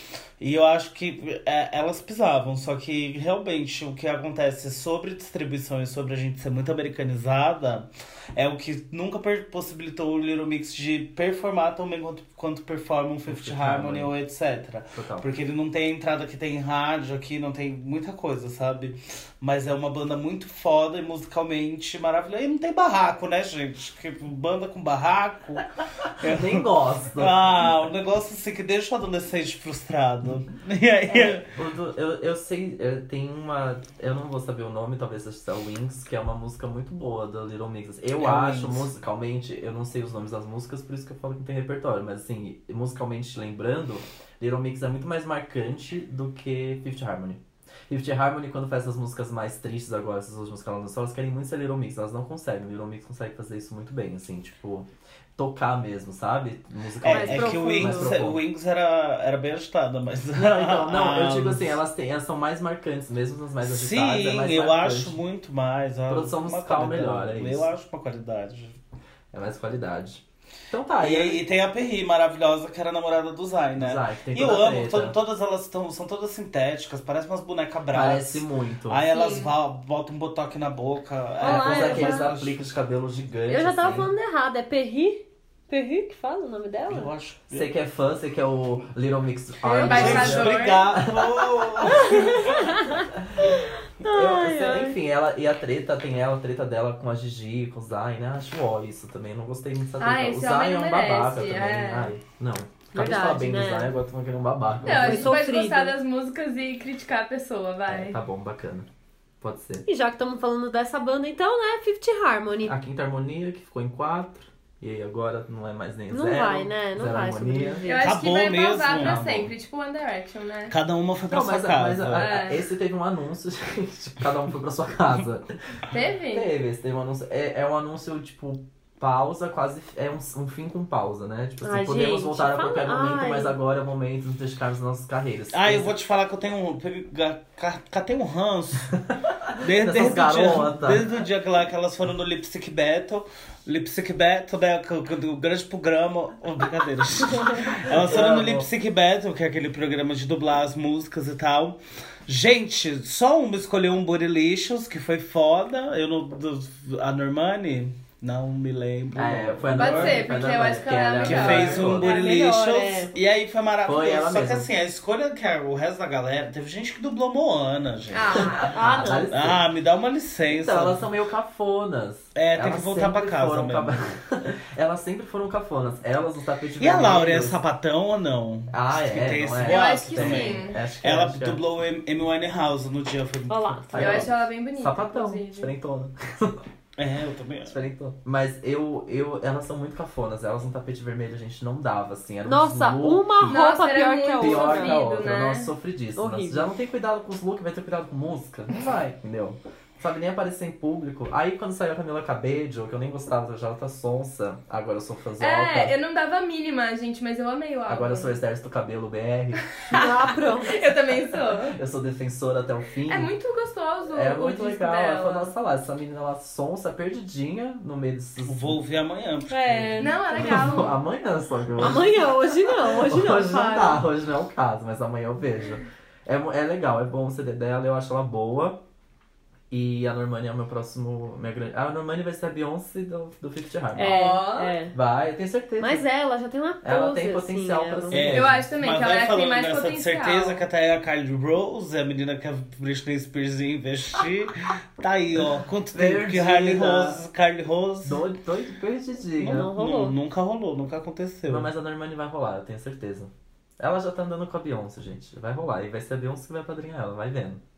Speaker 5: E eu acho que é, elas pisavam, só que realmente o que acontece sobre distribuição e sobre a gente ser muito americanizada é o que nunca per- possibilitou o Little Mix de performar tão bem quanto, quanto performa um Fifth
Speaker 2: Fifth
Speaker 5: Harmony
Speaker 2: Harmony.
Speaker 5: ou etc.
Speaker 2: Total.
Speaker 5: Porque ele não tem a entrada que tem em rádio aqui, não tem muita coisa, sabe? Mas é uma banda muito foda e musicalmente maravilhosa. E não tem barraco, né, gente? Que banda com barraco.
Speaker 2: Eu nem gosto.
Speaker 5: Ah, um negócio assim que deixa o adolescente frustrado. E aí.
Speaker 2: O do- Eu, eu sei, é, tem uma. Eu não vou saber o nome, talvez seja Wings, que é uma música muito boa da Little Mix. Eu
Speaker 5: É
Speaker 2: acho,
Speaker 5: Wings.
Speaker 2: musicalmente, eu não sei os nomes das músicas, por isso que eu falo que não tem repertório, mas assim, musicalmente lembrando, Little Mix é muito mais marcante do que Fifth Harmony. Fifth Harmony, quando faz essas músicas mais tristes agora, essas últimas que ela lançou, elas querem muito ser Little Mix. Elas não conseguem. Little Mix consegue fazer isso muito bem, assim, tipo, tocar mesmo, sabe? Música
Speaker 5: É,
Speaker 4: mais
Speaker 5: é que o
Speaker 4: profundo,
Speaker 5: Wings,
Speaker 2: mais profundo.
Speaker 5: o Wings era, era bem agitada, mas. Ah,
Speaker 2: Não, então, não, eu digo assim, elas, têm, elas são mais marcantes, mesmo nas mais
Speaker 5: Sim,
Speaker 2: agitadas. é mais
Speaker 5: eu
Speaker 2: marcante.
Speaker 5: acho muito mais. ah,
Speaker 2: Produção
Speaker 5: uma
Speaker 2: musical
Speaker 5: qualidade.
Speaker 2: melhor, é isso.
Speaker 5: Eu acho uma qualidade.
Speaker 2: É mais qualidade. Então tá,
Speaker 5: e, aí tem a Perry maravilhosa, que era a namorada do Zay, né?
Speaker 2: Zay, que tem
Speaker 5: E eu
Speaker 2: toda a
Speaker 5: amo,
Speaker 2: treta.
Speaker 5: to- todas elas tão, são todas sintéticas, parecem umas bonecas bravas.
Speaker 2: Parece muito.
Speaker 5: Aí elas
Speaker 1: Sim.
Speaker 5: va- botam um botox na boca.
Speaker 2: É,
Speaker 1: Olá,
Speaker 2: com
Speaker 1: eu
Speaker 2: aqueles
Speaker 1: já-
Speaker 2: apliques de cabelo gigante.
Speaker 1: Eu já tava
Speaker 2: assim.
Speaker 1: falando errado, é Perry? Perry que fala o nome dela?
Speaker 5: Eu acho.
Speaker 2: Você que é fã, você que é o Little Mix
Speaker 3: Embaixador.
Speaker 5: Gente,
Speaker 2: Orange.
Speaker 5: obrigado!
Speaker 2: Eu- eu- enfim, ela e a treta, tem ela, a treta dela com a Gigi, com o Zayn, né? Acho ó isso também, não gostei muito dessa treta.
Speaker 3: Ah,
Speaker 2: o
Speaker 3: esse
Speaker 2: Zayn
Speaker 3: homem
Speaker 2: é um
Speaker 3: não
Speaker 2: babaca
Speaker 3: merece,
Speaker 2: também.
Speaker 3: é.
Speaker 2: Ai, não. Acabei de
Speaker 1: Verdade,
Speaker 2: falar bem do
Speaker 1: né?
Speaker 2: Zayn, agora estão querendo um babaca.
Speaker 3: Não, a gente pode
Speaker 1: Sofrido.
Speaker 3: gostar das músicas e criticar a pessoa, vai.
Speaker 2: É, tá bom, bacana. Pode ser.
Speaker 1: E já que estamos falando dessa banda, então, né? Fifth Harmony.
Speaker 2: A quinta harmonia, que ficou em quatro. E aí agora não é mais nem
Speaker 1: Não
Speaker 2: zero.
Speaker 1: vai, né? Não
Speaker 2: zero
Speaker 1: vai
Speaker 2: harmonia.
Speaker 1: sobreviver.
Speaker 3: Eu acho que
Speaker 5: Acabou
Speaker 3: vai pausar
Speaker 5: Tá mesmo.
Speaker 3: pra
Speaker 2: Acabou.
Speaker 3: sempre, tipo One Direction, né?
Speaker 5: Cada uma foi pra
Speaker 2: Não,
Speaker 5: sua
Speaker 2: mas, a- mas
Speaker 5: casa.
Speaker 2: a- a-
Speaker 3: É.
Speaker 2: esse teve um anúncio, gente. Cada um foi pra sua casa.
Speaker 3: Teve?
Speaker 2: teve, esse teve um anúncio. É, é um anúncio, tipo, pausa, quase. É um, um fim com pausa, né? Tipo assim,
Speaker 1: Ai,
Speaker 2: podemos
Speaker 1: gente,
Speaker 2: voltar a qualquer
Speaker 1: fala-
Speaker 2: momento,
Speaker 1: ai.
Speaker 2: mas agora é o momento de dedicarmos nossas carreiras.
Speaker 5: Ah, eu
Speaker 2: Esse-
Speaker 5: vou te falar que eu tenho um. peguei- ga- ca- Catei um ranço. Desde,
Speaker 2: Dessas
Speaker 5: desde, o dia,
Speaker 2: garotas.
Speaker 5: desde o dia que, lá, que elas foram no Lip Sync Battle. Lip Sync Battle, né? que- que- O grande programa. Oh, brincadeira. elas foram
Speaker 2: Amo.
Speaker 5: no Lip Sync Battle, que é aquele programa de dublar as músicas e tal. Gente, só uma escolheu um Borilicious, que foi foda. Eu não. do- A Normani? Não me lembro.
Speaker 2: É, foi a
Speaker 3: Pode
Speaker 2: Norma, foi a
Speaker 3: ser, porque eu
Speaker 2: Norma, Ah,
Speaker 3: acho que ela é
Speaker 5: Que
Speaker 3: Melhor.
Speaker 5: fez
Speaker 3: É
Speaker 5: um
Speaker 3: a
Speaker 5: Borilicious.
Speaker 1: melhor, é.
Speaker 5: E aí foi maravilhoso.
Speaker 2: Foi ela
Speaker 5: Só que
Speaker 2: mesma.
Speaker 5: assim, a escolha que a- o resto da galera. Teve gente que dublou Moana, gente. Ah,
Speaker 3: Ah,
Speaker 1: Ah,
Speaker 2: dá
Speaker 1: não.
Speaker 2: licença.
Speaker 5: me dá uma licença.
Speaker 2: Então, elas são meio cafonas.
Speaker 5: É, tem
Speaker 2: Elas
Speaker 5: que voltar
Speaker 2: sempre
Speaker 5: pra casa
Speaker 2: foram
Speaker 5: mesmo.
Speaker 2: caf- elas sempre foram cafonas. Elas no tapete
Speaker 5: E a
Speaker 2: vermelho.
Speaker 5: Laura é sapatão ou não?
Speaker 2: Ah,
Speaker 5: Que
Speaker 2: é, não
Speaker 5: tem esse
Speaker 2: é?
Speaker 5: boato
Speaker 3: Eu acho que
Speaker 5: também.
Speaker 3: sim.
Speaker 2: Acho que
Speaker 5: Ela
Speaker 2: acho que é.
Speaker 5: dublou M. M. Winehouse no dia. Foi...
Speaker 1: Olha lá.
Speaker 2: Aí,
Speaker 3: eu
Speaker 2: ó.
Speaker 3: acho ela bem bonita,
Speaker 2: Sapatão,
Speaker 3: inclusive.
Speaker 2: diferentona.
Speaker 5: É, eu também acho.
Speaker 2: Diferentona. Mas eu, eu, elas são muito cafonas. Elas no tapete vermelho a gente não dava, assim. Era um
Speaker 1: Nossa,
Speaker 2: look
Speaker 1: uma roupa
Speaker 3: Nossa, era
Speaker 1: pior que a
Speaker 3: muito
Speaker 1: outra.
Speaker 2: pior que a
Speaker 3: sofrido,
Speaker 2: outra.
Speaker 3: né?
Speaker 2: Nossa, sofri disso.
Speaker 1: Horrível.
Speaker 2: Nossa, já não tem cuidado com os looks, vai ter cuidado com música? Não vai, entendeu? Sabe nem aparecer em público. Aí quando saiu a Camila Cabello, que eu nem gostava, já tá sonsa. Agora eu sou tá fãzota.
Speaker 3: É, eu não dava a mínima, gente, mas eu amei o álbum.
Speaker 2: Agora eu sou exército cabelo BR.
Speaker 1: Ah, pronto.
Speaker 3: Eu também sou.
Speaker 2: Eu sou defensora até o fim.
Speaker 3: É muito gostoso
Speaker 2: É
Speaker 3: o
Speaker 2: muito
Speaker 3: disco
Speaker 2: legal. Ela falou,
Speaker 3: dela.
Speaker 2: nossa lá, essa menina lá sonsa, perdidinha, no meio desses.
Speaker 5: Vou ouvir amanhã. porque-
Speaker 1: É.
Speaker 3: Não, é legal.
Speaker 2: Amanhã só que eu-
Speaker 1: Amanhã, hoje não, hoje não.
Speaker 2: Hoje não
Speaker 1: para.
Speaker 2: dá, hoje não é o caso, mas amanhã eu vejo. É, mu- é legal, é bom o CD dela, eu acho ela boa. E a Normani é o meu próximo. Minha grande... A Normani vai ser a Beyoncé do, do Fifth Harmony.
Speaker 3: Ó.
Speaker 1: É, é.
Speaker 2: Vai, eu tenho certeza.
Speaker 1: Mas ela já tem uma pose,
Speaker 2: Ela tem
Speaker 1: assim,
Speaker 2: potencial pra
Speaker 1: ela-
Speaker 2: ser.
Speaker 5: É,
Speaker 3: Eu acho também
Speaker 5: mas
Speaker 3: que ela
Speaker 5: vai
Speaker 3: é a que
Speaker 5: falando
Speaker 3: tem mais
Speaker 5: dessa
Speaker 3: potencial.
Speaker 5: certeza que até a Kylie Rose, a menina que a Britney Spears ia investir, tá aí, ó. Quanto tempo que
Speaker 2: Perdida.
Speaker 5: Harley Rose, Kylie Rose.
Speaker 2: Doido, doido, perdidinha.
Speaker 1: Não rolou.
Speaker 5: Nu- nunca rolou, nunca aconteceu.
Speaker 2: Não, mas a Normani vai rolar, eu tenho certeza. Ela já tá andando com a Beyoncé, gente. Vai rolar. E vai ser a Beyoncé que vai padrinhar ela, vai vendo.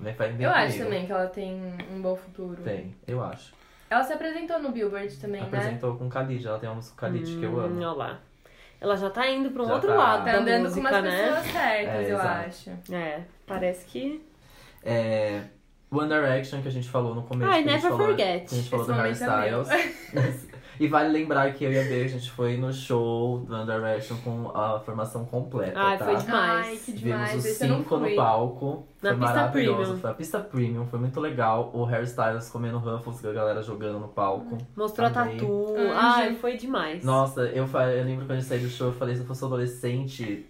Speaker 2: Vem, vai vem
Speaker 3: Eu acho
Speaker 2: comigo.
Speaker 3: também que ela tem um bom futuro.
Speaker 2: Tem, eu acho.
Speaker 3: Ela se apresentou no Billboard também, né?
Speaker 2: Apresentou com Khalid, ela tem uma música com Khalid que eu
Speaker 1: Hum,
Speaker 2: amo.
Speaker 1: olha lá. Ela já tá indo pra um
Speaker 2: Já
Speaker 1: outro
Speaker 2: tá.
Speaker 1: lado
Speaker 3: Tá
Speaker 1: da
Speaker 3: andando
Speaker 1: música,
Speaker 3: com umas
Speaker 1: né?
Speaker 3: pessoas certas,
Speaker 2: É,
Speaker 3: eu
Speaker 2: exato.
Speaker 3: acho.
Speaker 1: É, parece que...
Speaker 2: É. One Direction, que a gente falou no começo.
Speaker 1: Ai,
Speaker 2: que a gente
Speaker 1: never
Speaker 2: falou-
Speaker 1: forget. é
Speaker 2: Que a gente falou
Speaker 3: Esse
Speaker 2: do Harry
Speaker 3: momento
Speaker 2: Styles. e vale lembrar que eu e a B, a gente foi no show do One Direction com a formação completa.
Speaker 1: Ai,
Speaker 2: tá?
Speaker 1: foi demais.
Speaker 3: Ai, que
Speaker 2: Vimos
Speaker 3: demais.
Speaker 2: os
Speaker 3: Esse eu não
Speaker 2: cinco no
Speaker 3: fui.
Speaker 2: palco.
Speaker 1: Na
Speaker 2: foi
Speaker 1: pista
Speaker 2: maravilhoso.
Speaker 1: premium.
Speaker 2: Foi a pista premium, foi muito legal. O Harry Styles comendo Ruffles, com a galera jogando no palco.
Speaker 1: Mostrou a
Speaker 2: Amei.
Speaker 1: tatu.
Speaker 3: Anjo.
Speaker 1: Ai, foi demais.
Speaker 2: Nossa, eu, fa- eu lembro quando eu saí do show, eu falei, se eu fosse um adolescente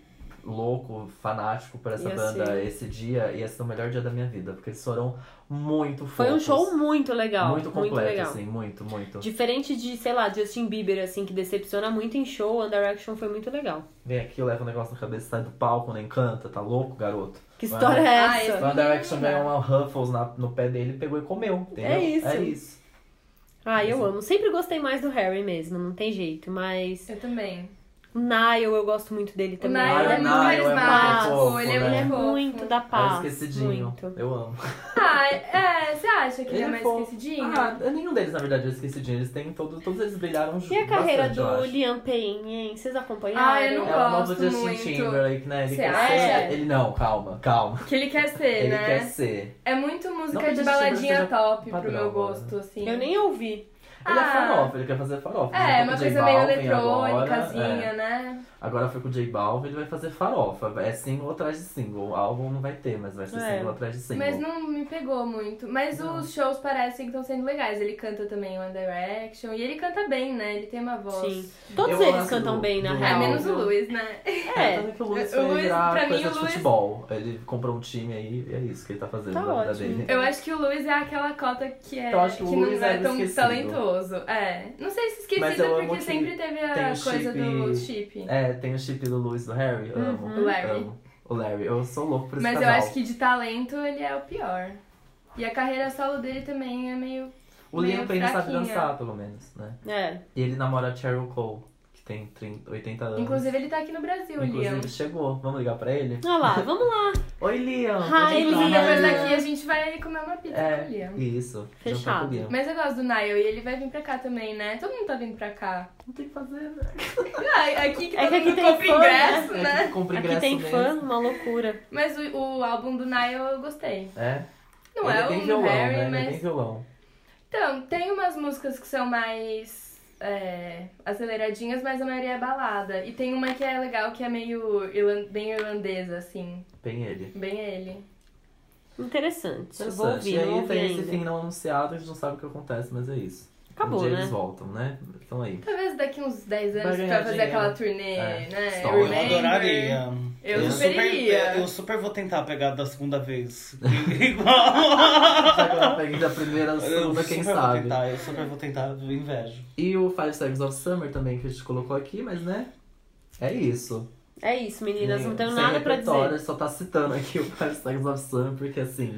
Speaker 2: louco, fanático por essa
Speaker 1: Ia
Speaker 2: banda
Speaker 1: ser.
Speaker 2: esse dia, ia ser o melhor dia da minha vida. Porque eles foram muito fofos.
Speaker 1: Foi um show muito legal.
Speaker 2: Muito completo,
Speaker 1: legal.
Speaker 2: assim, muito, muito.
Speaker 1: Diferente de, sei lá, Justin Bieber, assim, que decepciona muito em show, One Direction foi muito legal.
Speaker 2: Vem aqui, leva um negócio na cabeça, sai do palco, nem canta, tá louco, garoto?
Speaker 1: Que
Speaker 2: Vai.
Speaker 1: história é
Speaker 3: Ah,
Speaker 1: essa?
Speaker 3: esse-
Speaker 2: One Direction ganhou uma Ruffles na- no pé dele, pegou e comeu, entendeu?
Speaker 1: É isso.
Speaker 2: É isso.
Speaker 1: Ai, eu amo. Sempre gostei mais do Harry mesmo, não tem jeito. Mas
Speaker 3: Eu também.
Speaker 1: o Niall, eu gosto muito dele
Speaker 3: O
Speaker 1: também.
Speaker 3: Niall é
Speaker 2: o
Speaker 3: muito
Speaker 2: Niall é muito
Speaker 3: carismático,
Speaker 2: fofo,
Speaker 3: ele é
Speaker 2: né?
Speaker 3: muito fofo.
Speaker 1: muito da
Speaker 2: É
Speaker 1: paz.
Speaker 2: esquecidinho.
Speaker 1: Muito.
Speaker 2: Eu amo.
Speaker 3: Ah, é, você acha que ele é mais
Speaker 2: foi-
Speaker 3: esquecidinho?
Speaker 2: Ah, nenhum deles, na verdade, é esquecidinho. Eles têm todos, todos eles brilharam juntos.
Speaker 1: E a carreira
Speaker 2: bastante, eu
Speaker 1: do
Speaker 2: acho.
Speaker 1: Liam Payne, hein? Vocês acompanharam?
Speaker 3: Ah, eu
Speaker 2: É
Speaker 3: não
Speaker 2: o novo
Speaker 3: gosto
Speaker 2: Justin
Speaker 3: muito.
Speaker 2: Timberlake, né? Ele
Speaker 3: Você
Speaker 2: quer
Speaker 3: acha?
Speaker 2: ser. Ele não, calma, calma.
Speaker 3: Que ele quer ser,
Speaker 2: ele
Speaker 3: né?
Speaker 2: quer ser.
Speaker 3: É muito
Speaker 2: Não
Speaker 3: música
Speaker 2: que
Speaker 3: de
Speaker 2: Justin
Speaker 3: baladinha
Speaker 2: seja
Speaker 3: top pro
Speaker 2: padrão,
Speaker 3: meu
Speaker 2: né?
Speaker 3: gosto, assim.
Speaker 1: Eu nem ouvi.
Speaker 2: Ele é
Speaker 3: Ah.
Speaker 2: farofa, ele quer fazer farofa. Ele
Speaker 3: É,
Speaker 2: tá
Speaker 3: uma
Speaker 2: com o J
Speaker 3: coisa meio
Speaker 2: Balvin
Speaker 3: eletrônicazinha,
Speaker 2: Agora, é.
Speaker 3: né?
Speaker 2: Agora foi com o J Balvin, ele vai fazer farofa. É single atrás de single. Álbum não vai ter, mas vai ser
Speaker 1: É.
Speaker 2: single atrás de single.
Speaker 3: Mas não me pegou muito. Mas
Speaker 2: Não.
Speaker 3: os shows parecem que estão sendo legais. Ele canta também One Direction. E ele canta bem, né? Ele tem uma voz.
Speaker 1: Sim. Todos
Speaker 2: Eu
Speaker 1: eles
Speaker 2: gosto
Speaker 1: cantam
Speaker 2: do-
Speaker 1: bem, na
Speaker 2: do-
Speaker 3: É,
Speaker 1: real.
Speaker 3: menos o
Speaker 1: viu?
Speaker 3: Luiz, né?
Speaker 1: É.
Speaker 2: Tanto que o Luiz
Speaker 3: O
Speaker 2: foi
Speaker 3: Luiz,
Speaker 2: virar
Speaker 3: pra
Speaker 2: coisa
Speaker 3: mim, o
Speaker 2: de
Speaker 3: Luiz-
Speaker 2: futebol. Ele comprou um time aí e é isso que ele tá fazendo
Speaker 1: Tá
Speaker 2: na vida
Speaker 1: ótimo.
Speaker 2: dele.
Speaker 3: Eu acho que o Luiz é aquela cota que, é,
Speaker 2: Eu acho que o
Speaker 3: não
Speaker 2: Luiz
Speaker 3: é,
Speaker 2: é
Speaker 3: tão
Speaker 2: esquecido.
Speaker 3: talentoso. É. Não sei se esquecido
Speaker 2: Mas eu amo
Speaker 3: porque
Speaker 2: que
Speaker 3: sempre teve
Speaker 2: tem
Speaker 3: a
Speaker 2: o
Speaker 3: coisa
Speaker 2: chip-
Speaker 3: do chip.
Speaker 2: É, tem o chip do Luiz e do Harry. Amo.
Speaker 3: Uhum. O Larry.
Speaker 2: Amo. O Larry. Eu sou louco por tá esse
Speaker 3: Mas eu
Speaker 2: casal.
Speaker 3: acho que de talento ele é o pior. E a carreira solo dele também é meio.
Speaker 2: O Liam
Speaker 3: meio
Speaker 2: Payne sabe
Speaker 3: fraquinha.
Speaker 2: dançar, pelo menos, né?
Speaker 1: É.
Speaker 2: E ele namora a Cheryl Cole, que tem 30, 80 anos.
Speaker 3: Inclusive, ele tá aqui no Brasil, Liam.
Speaker 2: Inclusive, chegou. Vamos ligar pra ele?
Speaker 1: Olha lá, vamos lá.
Speaker 2: Oi, Liam!
Speaker 1: Hi,
Speaker 2: pode entrar.
Speaker 3: Inclusive, depois
Speaker 1: Liam.
Speaker 3: daqui a gente vai comer uma pizza
Speaker 2: tá? É,
Speaker 3: com o Liam.
Speaker 2: isso.
Speaker 1: Fechado.
Speaker 2: Jantar com o Liam.
Speaker 3: Mas eu gosto do Niall e ele vai vir pra cá também, né? Todo mundo tá vindo pra cá.
Speaker 2: Não tem o que fazer, né?
Speaker 3: Ah, aqui que
Speaker 1: É
Speaker 3: todo
Speaker 1: que aqui
Speaker 3: mundo
Speaker 1: tem
Speaker 3: compra
Speaker 1: fã,
Speaker 3: ingresso,
Speaker 2: É,
Speaker 3: né?
Speaker 2: que compra
Speaker 1: Aqui
Speaker 2: ingresso
Speaker 1: tem
Speaker 2: mesmo.
Speaker 1: fã, uma loucura.
Speaker 3: Mas o, o álbum do Niall eu gostei.
Speaker 2: É.
Speaker 3: Não
Speaker 2: ele
Speaker 3: é
Speaker 2: tem
Speaker 3: o
Speaker 2: violão,
Speaker 3: do Harry,
Speaker 2: né? Ele
Speaker 3: mas.
Speaker 2: tem violão.
Speaker 3: Então, tem umas músicas que são mais é, aceleradinhas, mas a maioria é balada. E tem uma que é legal, que é meio irlan- bem irlandesa, assim.
Speaker 2: Tem ele.
Speaker 3: Bem ele.
Speaker 1: Interessante. Eu vou
Speaker 2: Interessante.
Speaker 1: ouvir, não
Speaker 2: e aí
Speaker 1: ouvi
Speaker 2: tem esse
Speaker 1: ainda.
Speaker 2: fim não anunciado, a gente não sabe o que acontece, mas é isso.
Speaker 1: Acabou,
Speaker 2: um dia
Speaker 1: né?
Speaker 2: eles voltam, né? Então aí.
Speaker 3: Talvez daqui uns 10
Speaker 2: Vai
Speaker 3: anos tu
Speaker 2: ganhar
Speaker 3: vai fazer
Speaker 2: dinheiro.
Speaker 3: aquela turnê,
Speaker 2: É.
Speaker 3: né?
Speaker 2: Só.
Speaker 5: Eu
Speaker 2: Remember.
Speaker 5: adoraria.
Speaker 3: Eu super
Speaker 5: super, é,
Speaker 3: iria.
Speaker 5: eu super vou tentar pegar da segunda vez. Igual.
Speaker 2: Já que eu não peguei da primeira, da segunda, quem
Speaker 5: super Vou
Speaker 2: sabe.
Speaker 5: tentar, eu super vou tentar, eu invejo.
Speaker 2: E o Five Seconds of Summer também, que a gente colocou aqui, mas né? É isso.
Speaker 1: É isso, meninas. Não
Speaker 2: Sem
Speaker 1: tenho nada pra
Speaker 2: repertório,
Speaker 1: dizer.
Speaker 2: só tá citando aqui o Five Seconds of Summer, porque assim...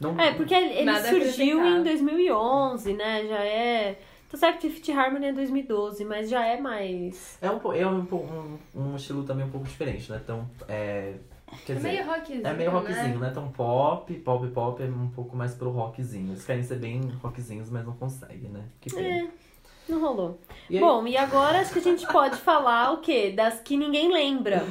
Speaker 2: Não...
Speaker 1: É, porque ele ele
Speaker 3: Nada a
Speaker 1: surgiu
Speaker 3: acrescentar.
Speaker 1: em 2011, né? Já é... Tá certo que Fit Harmony é 2012, mas já é mais...
Speaker 2: É um, po- é um, po- um, um estilo também um pouco diferente, né? Então, é... Quer
Speaker 3: É
Speaker 2: dizer,
Speaker 3: meio rockzinho.
Speaker 2: é meio rockzinho,
Speaker 3: Né?
Speaker 2: né? Então pop, pop, pop é um pouco mais pro rockzinho. Eles querem ser bem rockzinhos, mas não conseguem, né? Que pena.
Speaker 1: É, não rolou.
Speaker 2: E aí,
Speaker 1: Bom, e agora acho que a gente pode falar o quê? Das que ninguém lembra.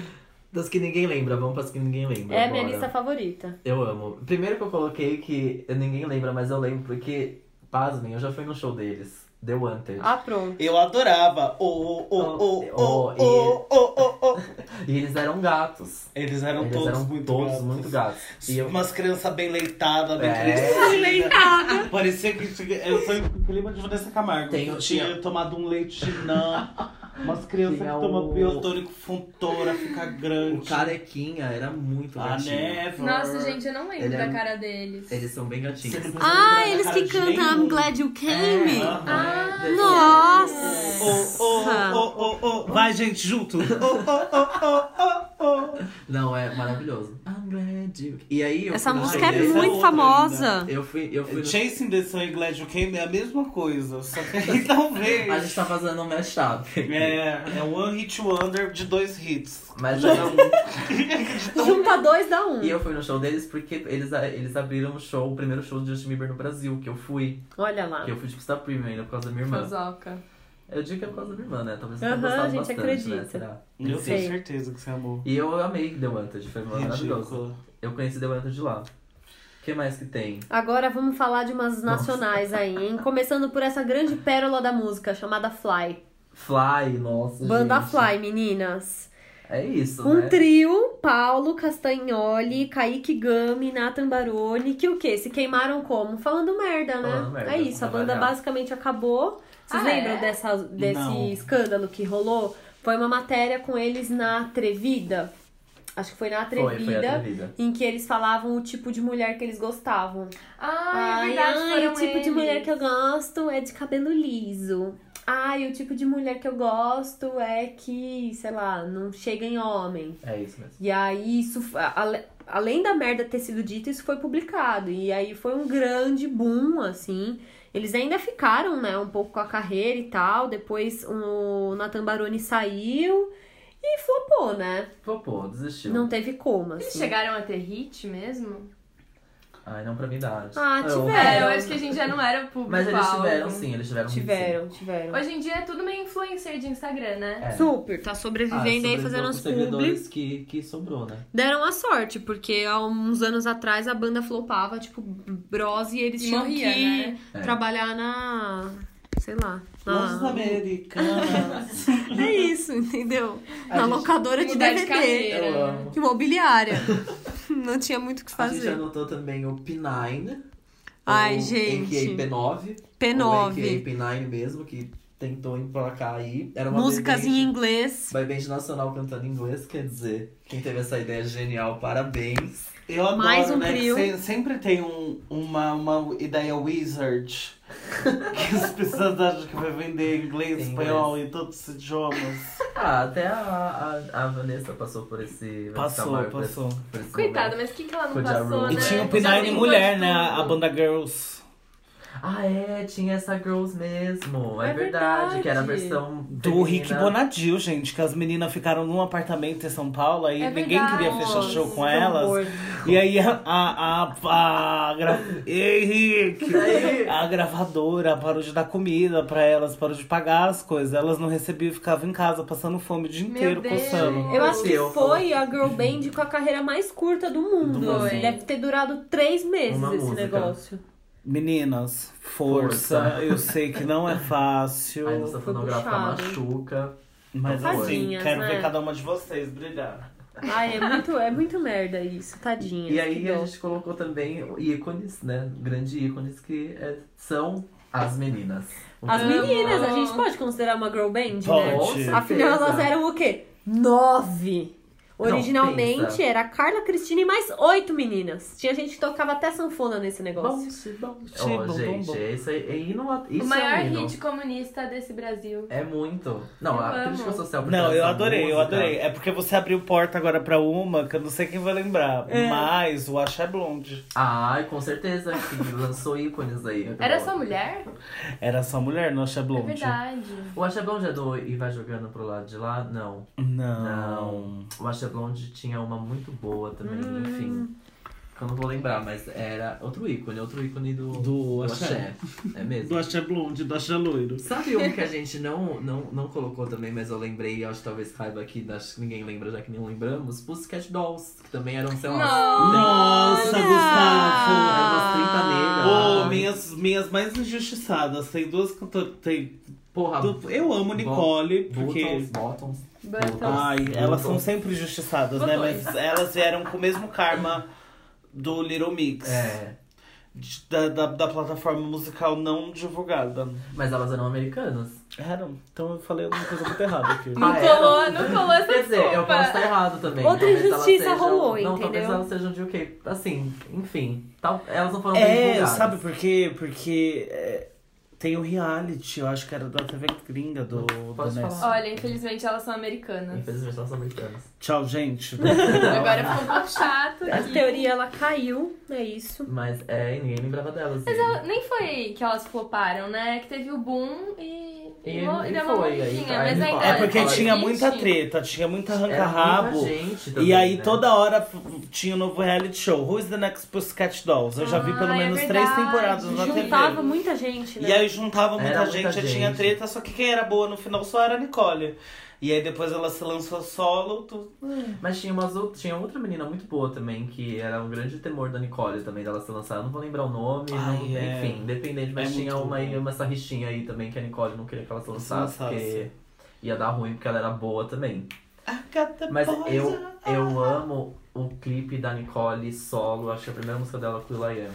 Speaker 2: das que ninguém lembra, vamos pras que ninguém lembra
Speaker 1: É a minha
Speaker 2: agora.
Speaker 1: lista favorita.
Speaker 2: Eu amo. Primeiro que eu coloquei que ninguém lembra, mas eu lembro porque, pasmem, eu já fui no show deles. The Wanted.
Speaker 1: Ah, pronto.
Speaker 5: Eu adorava. O, o, o, o,
Speaker 2: Oh,
Speaker 5: o, o, o, o, o.
Speaker 2: E eles eram gatos.
Speaker 5: Eles eram
Speaker 2: eles
Speaker 5: todos
Speaker 2: eram
Speaker 5: muito
Speaker 2: todos
Speaker 5: gatos.
Speaker 2: muito gatos. E eu...
Speaker 5: Umas crianças bem leitadas, bem
Speaker 2: É.
Speaker 5: crescidas. Parecia que tinha- eu fui o clima de Vanessa Camargo.
Speaker 2: Tem-
Speaker 5: eu tinha
Speaker 2: tinha-
Speaker 5: tomado um leitinã. Umas crianças que
Speaker 2: Tinha
Speaker 5: tomam
Speaker 2: o-
Speaker 5: biotônico funtora, fica grande.
Speaker 2: O carequinha era muito
Speaker 5: A
Speaker 2: gatinho.
Speaker 5: neve.
Speaker 3: Nossa, gente, eu não lembro
Speaker 2: Ele é-
Speaker 3: da cara deles.
Speaker 2: Eles são bem
Speaker 5: Você não
Speaker 2: gatinhos.
Speaker 5: precisa lembrar
Speaker 1: Ah,
Speaker 5: da
Speaker 1: eles
Speaker 5: cara
Speaker 1: que
Speaker 5: de
Speaker 1: cantam
Speaker 5: nenhum.
Speaker 1: I'm Glad You Came.
Speaker 5: É.
Speaker 2: Ah,
Speaker 1: Nossa!
Speaker 5: Oh, oh, oh, oh, oh. Vai, gente, junto. Oh, oh, oh, oh, oh, oh.
Speaker 2: Não, é maravilhoso. I'm glad you... E aí eu
Speaker 1: Essa
Speaker 2: fui no
Speaker 1: música
Speaker 2: show
Speaker 1: é
Speaker 2: deles.
Speaker 5: essa é
Speaker 1: muito
Speaker 5: outra
Speaker 1: famosa.
Speaker 2: Eu fui, eu fui no
Speaker 5: Chasing the Sun e Glad You Came é a mesma coisa, só que aí talvez.
Speaker 2: A gente tá fazendo um mashup.
Speaker 5: É, é um One Hit Wonder de dois hits.
Speaker 2: Mas era um...
Speaker 1: Junta dois, dá um.
Speaker 2: E eu fui no show deles porque eles, eles abriram o show, o primeiro show do Justin Bieber no Brasil, que eu fui.
Speaker 1: Olha lá.
Speaker 2: Que eu fui tipo estar premium ainda por causa da minha irmã.
Speaker 3: Fozoca.
Speaker 2: Eu digo que é por causa da minha irmã, né? Talvez eu tenha
Speaker 1: Aham,
Speaker 2: gostado
Speaker 1: a gente
Speaker 2: bastante, né?
Speaker 1: acredita.
Speaker 2: Será?
Speaker 5: Eu
Speaker 2: Enfim.
Speaker 5: tenho certeza que você amou.
Speaker 2: E eu amei The Wanted, foi maravilhoso.
Speaker 5: Ridículo.
Speaker 2: Eu conheci The Wanted lá. O que mais que tem?
Speaker 1: Agora vamos falar de umas nacionais aí, hein? Começando por essa grande pérola da música chamada Fly.
Speaker 2: Fly, nossa,
Speaker 1: Banda
Speaker 2: gente.
Speaker 1: Fly, meninas.
Speaker 2: É isso,
Speaker 1: Um
Speaker 2: né?
Speaker 1: trio, Paulo Castagnoli, Kaique Gami, Nathan Baroni, que o quê? Se queimaram como? Falando merda, né?
Speaker 2: Falando merda,
Speaker 1: é isso, a
Speaker 2: vamos
Speaker 1: banda
Speaker 2: avaliar.
Speaker 1: basicamente acabou. Vocês
Speaker 3: Ah,
Speaker 1: lembram
Speaker 3: é?
Speaker 1: dessa, desse
Speaker 5: Não.
Speaker 1: escândalo que rolou? Foi uma matéria com eles na Atrevida. Acho que foi na Atrevida.
Speaker 2: Foi, foi atrevida.
Speaker 1: Em que eles falavam o tipo de mulher que eles gostavam.
Speaker 3: Ai, é verdade,
Speaker 1: ai,
Speaker 3: foram
Speaker 1: o tipo de
Speaker 3: eles.
Speaker 1: mulher que eu gosto é de cabelo liso. Ai, o tipo de mulher que eu gosto é que, sei lá, não chega em homem.
Speaker 2: É isso mesmo.
Speaker 1: E aí, isso. a- ale- Além da merda ter sido dita, isso foi publicado. E aí foi um grande boom, assim. Eles ainda ficaram, né, um pouco com a carreira e tal. Depois o Nathan Baroni saiu. E flopou, né?
Speaker 2: Popô, desistiu.
Speaker 1: Não teve como,
Speaker 3: Eles
Speaker 1: assim.
Speaker 3: chegaram a ter hit mesmo?
Speaker 2: Ai, não pra mim dar.
Speaker 1: Ah,
Speaker 2: Eu-
Speaker 3: É,
Speaker 1: tiveram.
Speaker 3: eu acho que a gente já não era público.
Speaker 2: Mas eles tiveram sim, eles tiveram
Speaker 1: Tiveram, tiveram.
Speaker 3: Hoje em dia é tudo meio influencer de Instagram, né?
Speaker 2: É.
Speaker 1: Super, tá
Speaker 2: Ah,
Speaker 1: sobrevivendo aí,
Speaker 2: sobreviveu
Speaker 1: fazendo
Speaker 2: com
Speaker 1: as
Speaker 2: os
Speaker 1: publi.
Speaker 2: seguidores que, que sobrou, né?
Speaker 1: Deram a sorte, porque há uns anos atrás a banda flopava, tipo, bros, e eles
Speaker 3: E
Speaker 1: tinham
Speaker 3: morria,
Speaker 1: que
Speaker 3: né?
Speaker 2: É.
Speaker 1: trabalhar na... Sei lá.
Speaker 5: Os
Speaker 1: Na...
Speaker 5: americanos.
Speaker 1: É isso, entendeu?
Speaker 2: A
Speaker 1: na
Speaker 2: gente-
Speaker 1: locadora de
Speaker 3: Mudar de
Speaker 1: DVD.
Speaker 3: carreira.
Speaker 2: Eu amo.
Speaker 1: imobiliária. Não tinha muito o que
Speaker 2: A gente
Speaker 1: né? fazer.
Speaker 2: anotou também o P9.
Speaker 1: Ai,
Speaker 2: ou
Speaker 1: gente.
Speaker 2: AKA P9. Ou AKA
Speaker 1: P9.
Speaker 2: P9 mesmo, que tentou emplacar aí. Era uma
Speaker 1: Músicas em
Speaker 2: boyband-
Speaker 1: inglês.
Speaker 2: boyband nacional cantando inglês, quer dizer, quem teve essa ideia genial, parabéns.
Speaker 5: Eu adoro,
Speaker 1: Mais um
Speaker 5: né? que
Speaker 1: trio.
Speaker 5: se- sempre tem um- uma, uma ideia wizard que as pessoas acham que vai vender inglês,
Speaker 2: Inglês.
Speaker 5: espanhol e todos os idiomas.
Speaker 2: Ah, até a, a, a Vanessa passou por esse. Vanessa
Speaker 5: Passou,
Speaker 2: Marco,
Speaker 5: passou.
Speaker 2: por esse
Speaker 3: Coitada,
Speaker 2: momento.
Speaker 3: mas o que, que ela não
Speaker 2: Foi de
Speaker 3: passou,
Speaker 2: Aruba.
Speaker 5: E
Speaker 3: né?
Speaker 5: tinha o
Speaker 2: Já
Speaker 5: P9
Speaker 3: tem
Speaker 5: mulher,
Speaker 3: quase
Speaker 5: né? A a
Speaker 3: tudo.
Speaker 5: banda Girls.
Speaker 2: Ah, é, tinha essa Girls mesmo. É,
Speaker 3: É
Speaker 2: verdade,
Speaker 3: verdade.
Speaker 2: que era a versão.
Speaker 5: Do Rick
Speaker 2: feminina.
Speaker 5: Bonadil, gente, que as meninas ficaram num apartamento em São Paulo e
Speaker 3: É
Speaker 5: ninguém
Speaker 3: verdade.
Speaker 5: queria fechar show com
Speaker 1: Nossa,
Speaker 5: elas.
Speaker 1: horror.
Speaker 5: E aí a. a, a, a gra- Ei, Rick!
Speaker 2: Aí.
Speaker 5: A gravadora parou de dar comida pra elas, parou de pagar as coisas. Elas não recebiam e ficavam em casa passando fome o dia
Speaker 3: Meu
Speaker 5: inteiro,
Speaker 3: Deus.
Speaker 5: coçando.
Speaker 1: Eu acho que
Speaker 2: Eu falo.
Speaker 1: foi a girl band com a carreira mais curta do mundo.
Speaker 2: Do mundo.
Speaker 1: Assim, Deve ter durado três meses
Speaker 2: Uma
Speaker 1: esse
Speaker 2: música.
Speaker 1: negócio.
Speaker 5: Meninas, força.
Speaker 2: Força.
Speaker 5: Eu sei que não é fácil.
Speaker 2: Aí nossa tá
Speaker 1: Foi
Speaker 2: fonográfica
Speaker 1: puxado.
Speaker 2: machuca.
Speaker 5: mas assim,
Speaker 1: Tadinhas,
Speaker 5: quero
Speaker 1: né?
Speaker 5: ver cada uma de vocês brilhar.
Speaker 1: Ai, é muito, é muito merda isso, tadinha.
Speaker 2: E aí a gente colocou também ícones, né? Grandes ícones que é- são as meninas. Então, ah,
Speaker 1: As meninas, a
Speaker 3: Amo.
Speaker 1: gente pode considerar uma girl band, né?
Speaker 5: Pode.
Speaker 2: Nossa,
Speaker 1: Afinal, elas eram o quê? Nove! Originalmente
Speaker 2: pensa.
Speaker 1: era Carla, Cristina e mais oito meninas. Tinha gente que tocava até sanfona nesse negócio.
Speaker 2: Ó,
Speaker 5: Bom, bom,
Speaker 2: gente,
Speaker 5: bom.
Speaker 2: é isso aí. é hino- Isso
Speaker 3: O
Speaker 2: é
Speaker 3: maior
Speaker 2: um hino.
Speaker 3: hit comunista desse Brasil.
Speaker 2: É muito. Não,
Speaker 3: Eu
Speaker 2: a
Speaker 3: amo.
Speaker 2: crítica social. por
Speaker 5: Não,
Speaker 2: trás
Speaker 5: eu
Speaker 2: da
Speaker 5: adorei, eu
Speaker 2: música,
Speaker 5: adorei. É porque você abriu porta agora pra uma que eu não sei quem vai lembrar.
Speaker 3: É.
Speaker 5: Mas o Axé Blonde
Speaker 2: Ai, com certeza que lançou ícones aí.
Speaker 3: Era só mulher?
Speaker 5: era só mulher no Axé
Speaker 3: É
Speaker 5: Blonde.
Speaker 3: verdade.
Speaker 2: O Axé Blonde é do E Vai Jogando pro lado de lá? Não.
Speaker 5: Não.
Speaker 2: O Axé Blonde tinha uma muito boa também,
Speaker 3: Hum.
Speaker 2: enfim. Que eu não vou lembrar, mas era outro ícone, outro ícone do,
Speaker 5: Do
Speaker 2: Axé.
Speaker 5: Axé.
Speaker 2: É mesmo.
Speaker 5: Do Axé Blonde, do Axé Loiro.
Speaker 2: Sabe um que a gente não, não, não colocou também, mas eu lembrei, e acho que talvez caiba aqui, acho que ninguém lembra, já que nem lembramos, Pussycat Dolls, que também eram, sei lá,
Speaker 5: Nossa,
Speaker 2: é
Speaker 5: Gustavo!
Speaker 2: umas 30
Speaker 5: Ô,
Speaker 2: negras.
Speaker 5: minhas, minhas mais injustiçadas. Tem duas cantoras. Tem... Tá
Speaker 2: porra,
Speaker 5: Eu amo Nicole, porque.
Speaker 2: Buttons, Bottoms.
Speaker 3: Bottoms.
Speaker 5: Ai, elas são sempre injustiçadas, né?
Speaker 3: Botões.
Speaker 5: Mas elas vieram com o mesmo karma do Little Mix.
Speaker 2: É,
Speaker 5: de- Da, da, da plataforma musical não divulgada.
Speaker 2: mas elas eram americanas.
Speaker 5: Era, então eu falei alguma coisa muito errada aqui.
Speaker 3: Não
Speaker 2: Ah, é?
Speaker 3: colou, não colou essa
Speaker 2: Quer dizer, eu posso estar
Speaker 3: desculpa.
Speaker 2: errado também.
Speaker 1: Outra
Speaker 2: Talvez elas
Speaker 1: injustiça
Speaker 2: sejam-
Speaker 1: rolou,
Speaker 2: Não, talvez
Speaker 1: entendeu?
Speaker 2: elas sejam de UK. Assim, enfim. tal- elas não foram bem
Speaker 5: É,
Speaker 2: divulgadas.
Speaker 5: sabe por quê? Porque é, tem o reality, eu acho que era da TV gringa do, do
Speaker 2: Pode
Speaker 5: Ness.
Speaker 2: falar.
Speaker 3: Olha, infelizmente elas são americanas.
Speaker 2: Infelizmente, elas são americanas.
Speaker 5: Tchau, gente.
Speaker 3: Agora ficou um pouco chato.
Speaker 1: A
Speaker 3: aqui.
Speaker 1: teoria ela caiu, é isso.
Speaker 2: Mas é, ninguém lembrava delas.
Speaker 3: Mas
Speaker 2: né?
Speaker 3: ela- nem foi que elas floparam, né? Que teve o boom e,
Speaker 2: E-
Speaker 3: mo-
Speaker 2: e
Speaker 3: deu
Speaker 2: foi,
Speaker 3: uma
Speaker 2: aí
Speaker 3: morridinha.
Speaker 2: tá,
Speaker 3: Mas
Speaker 2: aí
Speaker 3: ainda
Speaker 2: fala.
Speaker 5: é porque
Speaker 3: era
Speaker 5: tinha
Speaker 3: hit.
Speaker 5: muita treta, tinha muito
Speaker 2: Era
Speaker 5: arranca-rabo.
Speaker 2: muita gente também,
Speaker 5: E aí
Speaker 2: né?
Speaker 5: toda hora f- tinha um novo reality show. Who's the next Pussycat Dolls? Eu já vi
Speaker 3: Ah,
Speaker 5: pelo
Speaker 3: é
Speaker 5: menos três
Speaker 3: verdade.
Speaker 5: temporadas na
Speaker 1: Juntava
Speaker 5: TV.
Speaker 1: muita gente, né?
Speaker 5: E aí juntava muita
Speaker 2: Era
Speaker 5: gente,
Speaker 2: muita
Speaker 5: já tinha
Speaker 2: gente.
Speaker 5: treta, só que quem era boa no final só era a Nicole. E aí depois ela se lançou solo, tu...
Speaker 2: Mas tinha, umas out- tinha outra menina muito boa também, que era um grande temor da Nicole também, dela se lançar. Eu não vou lembrar o nome,
Speaker 5: Ai,
Speaker 2: não-
Speaker 5: é.
Speaker 2: enfim, independente. Mas
Speaker 5: É
Speaker 2: tinha
Speaker 5: muito
Speaker 2: uma,
Speaker 5: bom.
Speaker 2: uma essa rixinha aí também, que a Nicole não queria que ela se lançasse,
Speaker 5: lançasse.
Speaker 2: porque ia dar ruim, porque ela era boa também.
Speaker 5: I got the
Speaker 2: Mas
Speaker 5: poison.
Speaker 2: eu, eu amo o clipe da Nicole solo, acho que a primeira música dela foi o I Am.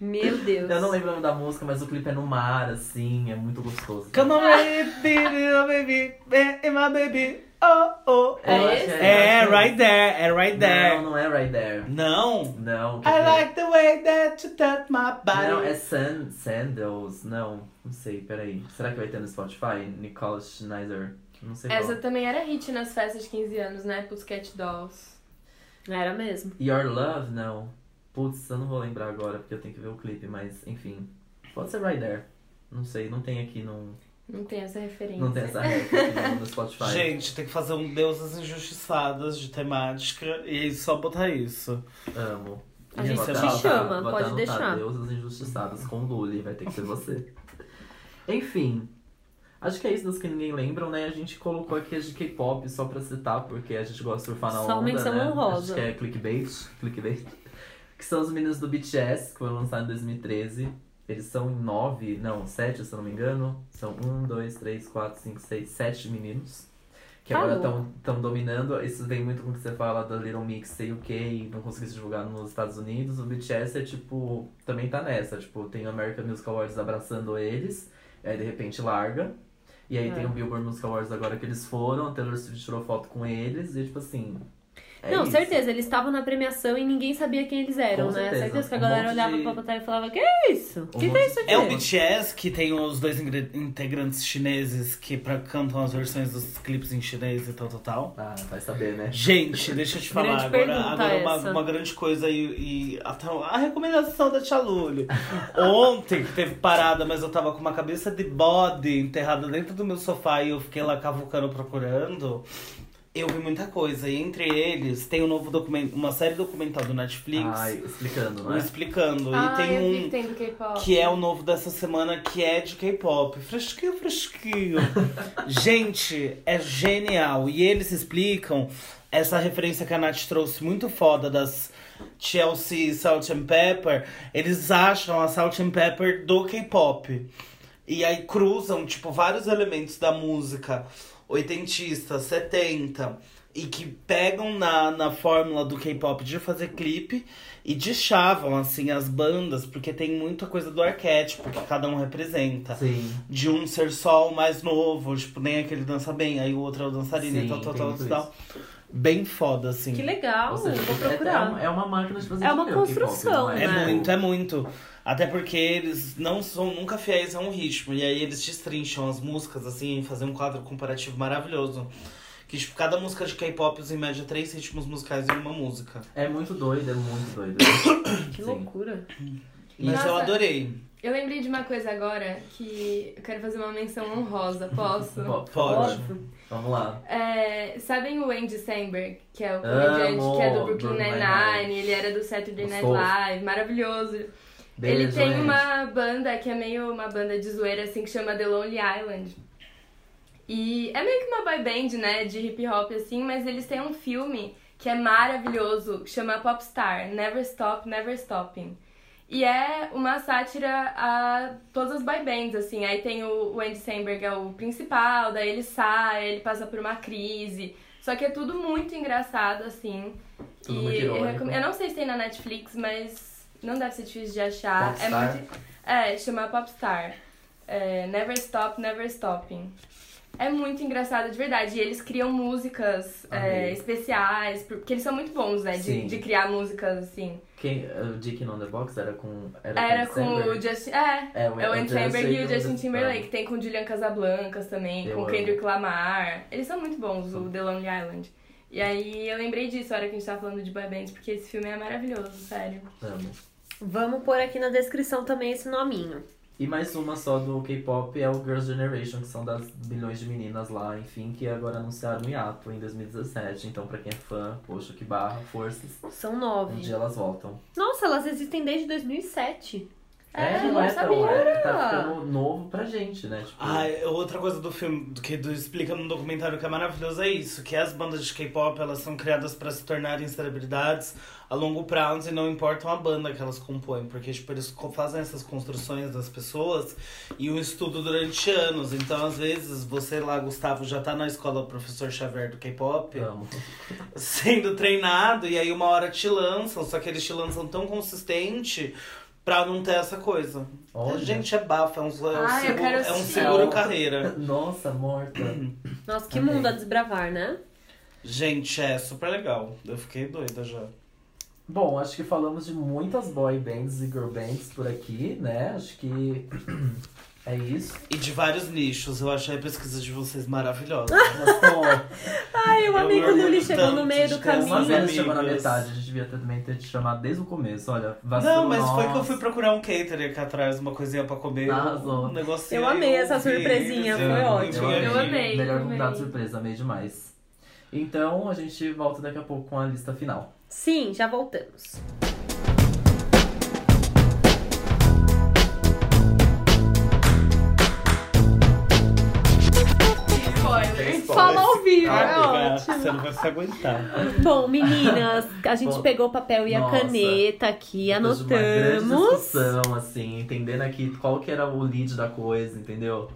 Speaker 1: Meu Deus.
Speaker 2: Eu não lembro o nome da música, mas o clipe é no mar, assim, é muito gostoso.
Speaker 5: Come on, baby, oh, baby, eh, my baby, oh, oh.
Speaker 3: É
Speaker 2: Eu acho
Speaker 3: esse?
Speaker 2: que
Speaker 5: É,
Speaker 2: eu acho que
Speaker 5: right there, é right there.
Speaker 2: Não, não é Right There.
Speaker 5: Não.
Speaker 2: Não. quer
Speaker 5: I
Speaker 2: dizer-
Speaker 5: like the way that you touch my body.
Speaker 2: Não, é San, Sandals. Não, não sei, peraí. Será que vai ter no Spotify? Nicole Schneider. Não sei
Speaker 3: Essa
Speaker 2: qual.
Speaker 3: também era hit nas festas de 15 anos, né? Pussycat Dolls.
Speaker 1: Era mesmo.
Speaker 2: Your Love? Não. Putz, eu não vou lembrar agora, porque eu tenho que ver o clipe, mas enfim. Pode ser Right There. Não sei, não tem aqui no.
Speaker 3: Não tem essa referência.
Speaker 2: Não tem essa regra no Spotify.
Speaker 5: Gente, tem que fazer um Deusas Injustiçadas de temática e só botar isso.
Speaker 2: Amo.
Speaker 1: A
Speaker 2: Vou
Speaker 1: gente
Speaker 2: até
Speaker 5: te
Speaker 2: anotar,
Speaker 1: chama,
Speaker 2: vou até
Speaker 1: pode
Speaker 2: anotar.
Speaker 1: deixar.
Speaker 2: Deusas injustiçadas com Lully, vai ter que ser você. Enfim. Acho que é isso das que ninguém lembram, né? A gente colocou aqui as de K-pop só pra citar, porque a gente gosta de surfar na
Speaker 1: Só
Speaker 2: onda,
Speaker 1: menção
Speaker 2: né? Acho
Speaker 1: honrosa.
Speaker 2: que é clickbait, clickbait. Que são os meninos do BTS, que foram lançados em 2013. Eles são em nove, não, sete, se eu não me engano. São um, dois, três, quatro, cinco, seis, sete meninos. Que
Speaker 1: Tá
Speaker 2: agora
Speaker 1: louco.
Speaker 2: estão dominando. Isso vem muito com o que você fala da Little Mix, sei o que, e não conseguiu se divulgar nos Estados Unidos. O BTS é tipo, também tá nessa. Tipo, tem o American Music Awards abraçando eles, e aí de repente larga. E aí
Speaker 1: É.
Speaker 2: tem o Billboard Music Awards agora que eles foram, a Taylor Swift tirou foto com eles, e tipo assim. é
Speaker 1: não,
Speaker 2: isso.
Speaker 1: certeza, eles estavam na premiação e ninguém sabia quem eles eram,
Speaker 2: Com
Speaker 1: né?
Speaker 2: certeza.
Speaker 1: Certeza, que a
Speaker 2: Um
Speaker 1: galera
Speaker 2: monte
Speaker 1: olhava
Speaker 2: de-
Speaker 1: pra plateia e falava: Que é isso?
Speaker 2: Um
Speaker 1: que
Speaker 2: monte
Speaker 1: tem isso aqui?
Speaker 5: É o BTS que tem os dois ingre- integrantes chineses que pra, cantam as versões dos clipes em chinês e tal, tal, tal.
Speaker 2: Ah, vai saber, né?
Speaker 5: Gente, deixa eu te falar
Speaker 1: Grande
Speaker 5: agora,
Speaker 1: pergunta
Speaker 5: agora uma,
Speaker 1: essa.
Speaker 5: uma grande coisa e, e até a recomendação da Tia Lully. Ontem que teve parada, mas eu tava com uma cabeça de bode enterrada dentro do meu sofá e eu fiquei lá cavucando procurando. Eu vi muita coisa e entre eles tem um novo documento, uma série documental do Netflix,
Speaker 2: Ai, explicando,
Speaker 5: um
Speaker 2: né?
Speaker 5: explicando
Speaker 3: Ah,
Speaker 5: e tem
Speaker 3: eu vi que
Speaker 5: um
Speaker 3: tem do K-pop.
Speaker 5: que é o novo dessa semana, que é de K-pop. Fresquinho, fresquinho. Gente, é genial. E eles explicam essa referência que a Nath trouxe muito foda das Chelsea Salt and Pepper. Eles acham a Salt and Pepper do K-pop. E aí cruzam, tipo, vários elementos da música oitentista, 70 e que pegam na, na fórmula do K-pop de fazer clipe e deschavam, assim, as bandas, porque tem muita coisa do arquétipo que cada um representa.
Speaker 2: Sim.
Speaker 5: De um ser só o mais novo, tipo, nem aquele dança bem, aí o outro é o dançarino
Speaker 2: Sim,
Speaker 5: e tal, tal,
Speaker 2: tem
Speaker 5: tal,
Speaker 2: muito
Speaker 5: tal. Bem foda, assim.
Speaker 1: Que legal,
Speaker 2: Ou seja,
Speaker 1: vou
Speaker 2: é- é
Speaker 1: procurar.
Speaker 2: uma- É, uma máquina de fazer
Speaker 1: É uma
Speaker 2: dinheiro, o K-pop,
Speaker 1: construção,
Speaker 2: não
Speaker 5: É
Speaker 1: né?
Speaker 5: muito, é muito. Até porque eles não são nunca fiéis a um ritmo. E aí eles destrincham as músicas, assim, fazer um quadro comparativo maravilhoso. Que, tipo, cada música de K-pop usa em média três ritmos musicais em uma música.
Speaker 2: É muito doido, é muito doido.
Speaker 1: Que
Speaker 2: Sim.
Speaker 1: loucura.
Speaker 5: Mas
Speaker 3: Nossa.
Speaker 5: eu adorei.
Speaker 3: Eu lembrei de uma coisa agora que eu quero fazer uma menção honrosa, posso?
Speaker 2: Po-
Speaker 5: Pode.
Speaker 2: Vamos lá.
Speaker 3: É, sabem o Andy Samberg, que é o comediante
Speaker 2: Amo,
Speaker 3: que é do Brooklyn
Speaker 2: Brooklyn
Speaker 3: Nine-Nine,
Speaker 2: Nine-Nine.
Speaker 3: ele era do Saturday Night
Speaker 2: Gostoso.
Speaker 3: Live, maravilhoso. ele
Speaker 2: Beijo,
Speaker 3: tem
Speaker 2: gente.
Speaker 3: uma banda que é meio uma banda de zoeira, assim, que chama The Lonely Island. E é meio que uma boy band, né, de hip hop, assim, mas eles têm um filme que é maravilhoso, que chama Popstar, Never Stop, Never Stopping. E é uma sátira a todas as boy bands, assim. Aí tem o, o Andy Samberg, é o principal, daí ele sai, ele passa por uma crise. Só que é tudo muito engraçado, assim.
Speaker 2: Tudo
Speaker 3: e
Speaker 2: muito
Speaker 3: eu,
Speaker 2: irônico.
Speaker 3: recom- eu não sei se tem na Netflix, mas não deve ser difícil de achar. É
Speaker 2: Popstar?
Speaker 3: muito. É, chama Popstar. É, Never Stop, Never Stopping. É muito engraçado, de verdade. E eles criam músicas
Speaker 2: Amei.
Speaker 3: é, especiais, porque eles são muito bons, né? De,
Speaker 2: Sim.
Speaker 3: de criar músicas assim.
Speaker 2: Quem, o Dick in on the Box era com. Era,
Speaker 3: Era
Speaker 2: com,
Speaker 3: com o
Speaker 2: Samberg?
Speaker 3: Justin. É,
Speaker 2: É, o,
Speaker 3: é o Andy Samberg e o Justin Timberlake.
Speaker 2: Ah,
Speaker 3: Tem com o Julian Casablancas também,
Speaker 2: Eu
Speaker 3: com o
Speaker 2: amo.
Speaker 3: Kendrick Lamar. Eles são muito bons, o The Lonely Island. E aí eu lembrei disso na hora que a gente tava falando de boy bands, porque esse filme é maravilhoso, sério.
Speaker 2: Amo.
Speaker 1: Vamos pôr aqui na descrição também esse nominho.
Speaker 2: E mais uma só do K-pop é o Girls' Generation, que são das bilhões de meninas lá, enfim, que agora anunciaram o hiato em 2017. Então, pra quem é fã, poxa, que barra, forças.
Speaker 1: São
Speaker 2: Um
Speaker 1: nove.
Speaker 2: dia elas voltam.
Speaker 1: Nossa, elas existem desde 2007.
Speaker 3: É,
Speaker 2: não
Speaker 3: não
Speaker 2: é tão.
Speaker 3: sabia.
Speaker 2: É, tá ficando novo pra gente, né? Tipo,
Speaker 5: Ah, outra coisa do filme do que do, explica no documentário que é maravilhoso é isso, que as bandas de K-pop elas são criadas pra se tornarem celebridades a longo prazo e não importam a banda que elas compõem, porque tipo eles co- fazem essas construções das pessoas e um estudo durante anos. Então às vezes você lá, Gustavo, já tá na escola do professor Xavier do K-pop,
Speaker 2: amo.
Speaker 5: sendo treinado e aí uma hora te lançam, só que eles te lançam tão consistente pra não ter essa coisa.
Speaker 2: Olha.
Speaker 5: Gente, é bafo, é um, é um
Speaker 3: Ai, eu
Speaker 5: seguro,
Speaker 3: quero
Speaker 5: é um
Speaker 3: assistir.
Speaker 5: seguro carreira.
Speaker 2: Nossa, morta.
Speaker 1: Nossa, que
Speaker 2: Amei.
Speaker 1: mundo a desbravar, né?
Speaker 5: Gente, é super legal. Eu fiquei doida já.
Speaker 2: Bom, acho que falamos de muitas boy bands e girl bands por aqui, né? Acho que É isso?
Speaker 5: E de vários nichos. Eu achei a pesquisa de vocês maravilhosa.
Speaker 2: Mas, pô,
Speaker 1: Ai, o
Speaker 5: Eu
Speaker 1: amigo
Speaker 5: amo
Speaker 1: Nuli
Speaker 5: tanto
Speaker 1: chegou no
Speaker 5: de
Speaker 1: meio do
Speaker 5: ter uma
Speaker 2: uma
Speaker 5: Amigos.
Speaker 1: caminho.
Speaker 2: vez chegou na
Speaker 5: Amigos.
Speaker 2: metade, a gente devia ter- também ter te chamado desde o começo, olha. Vacilo,
Speaker 5: Não, mas foi que eu
Speaker 2: nossa.
Speaker 5: fui procurar um catering aqui atrás, uma coisinha pra comer.
Speaker 2: Arrasou.
Speaker 5: Um negocinho.
Speaker 1: Eu amei essa
Speaker 5: vi,
Speaker 1: surpresinha,
Speaker 5: vi,
Speaker 1: foi
Speaker 5: vi,
Speaker 1: ótimo.
Speaker 5: vi,
Speaker 3: Eu
Speaker 5: vi.
Speaker 3: amei.
Speaker 2: Melhor
Speaker 3: amei.
Speaker 2: convidado surpresa, amei demais. Então, a gente volta daqui a pouco com a lista final.
Speaker 1: Sim, já voltamos.
Speaker 3: Spoiler.
Speaker 1: Fala ao vivo, é
Speaker 5: Ah,
Speaker 1: ótimo.
Speaker 5: Você não vai se aguentar.
Speaker 1: Bom, meninas, a gente
Speaker 2: Bom,
Speaker 1: pegou o papel e a
Speaker 2: nossa.
Speaker 1: caneta aqui,
Speaker 2: Depois de uma grande
Speaker 1: anotamos
Speaker 2: discussão, assim, entendendo aqui qual que era o lead da coisa, entendeu?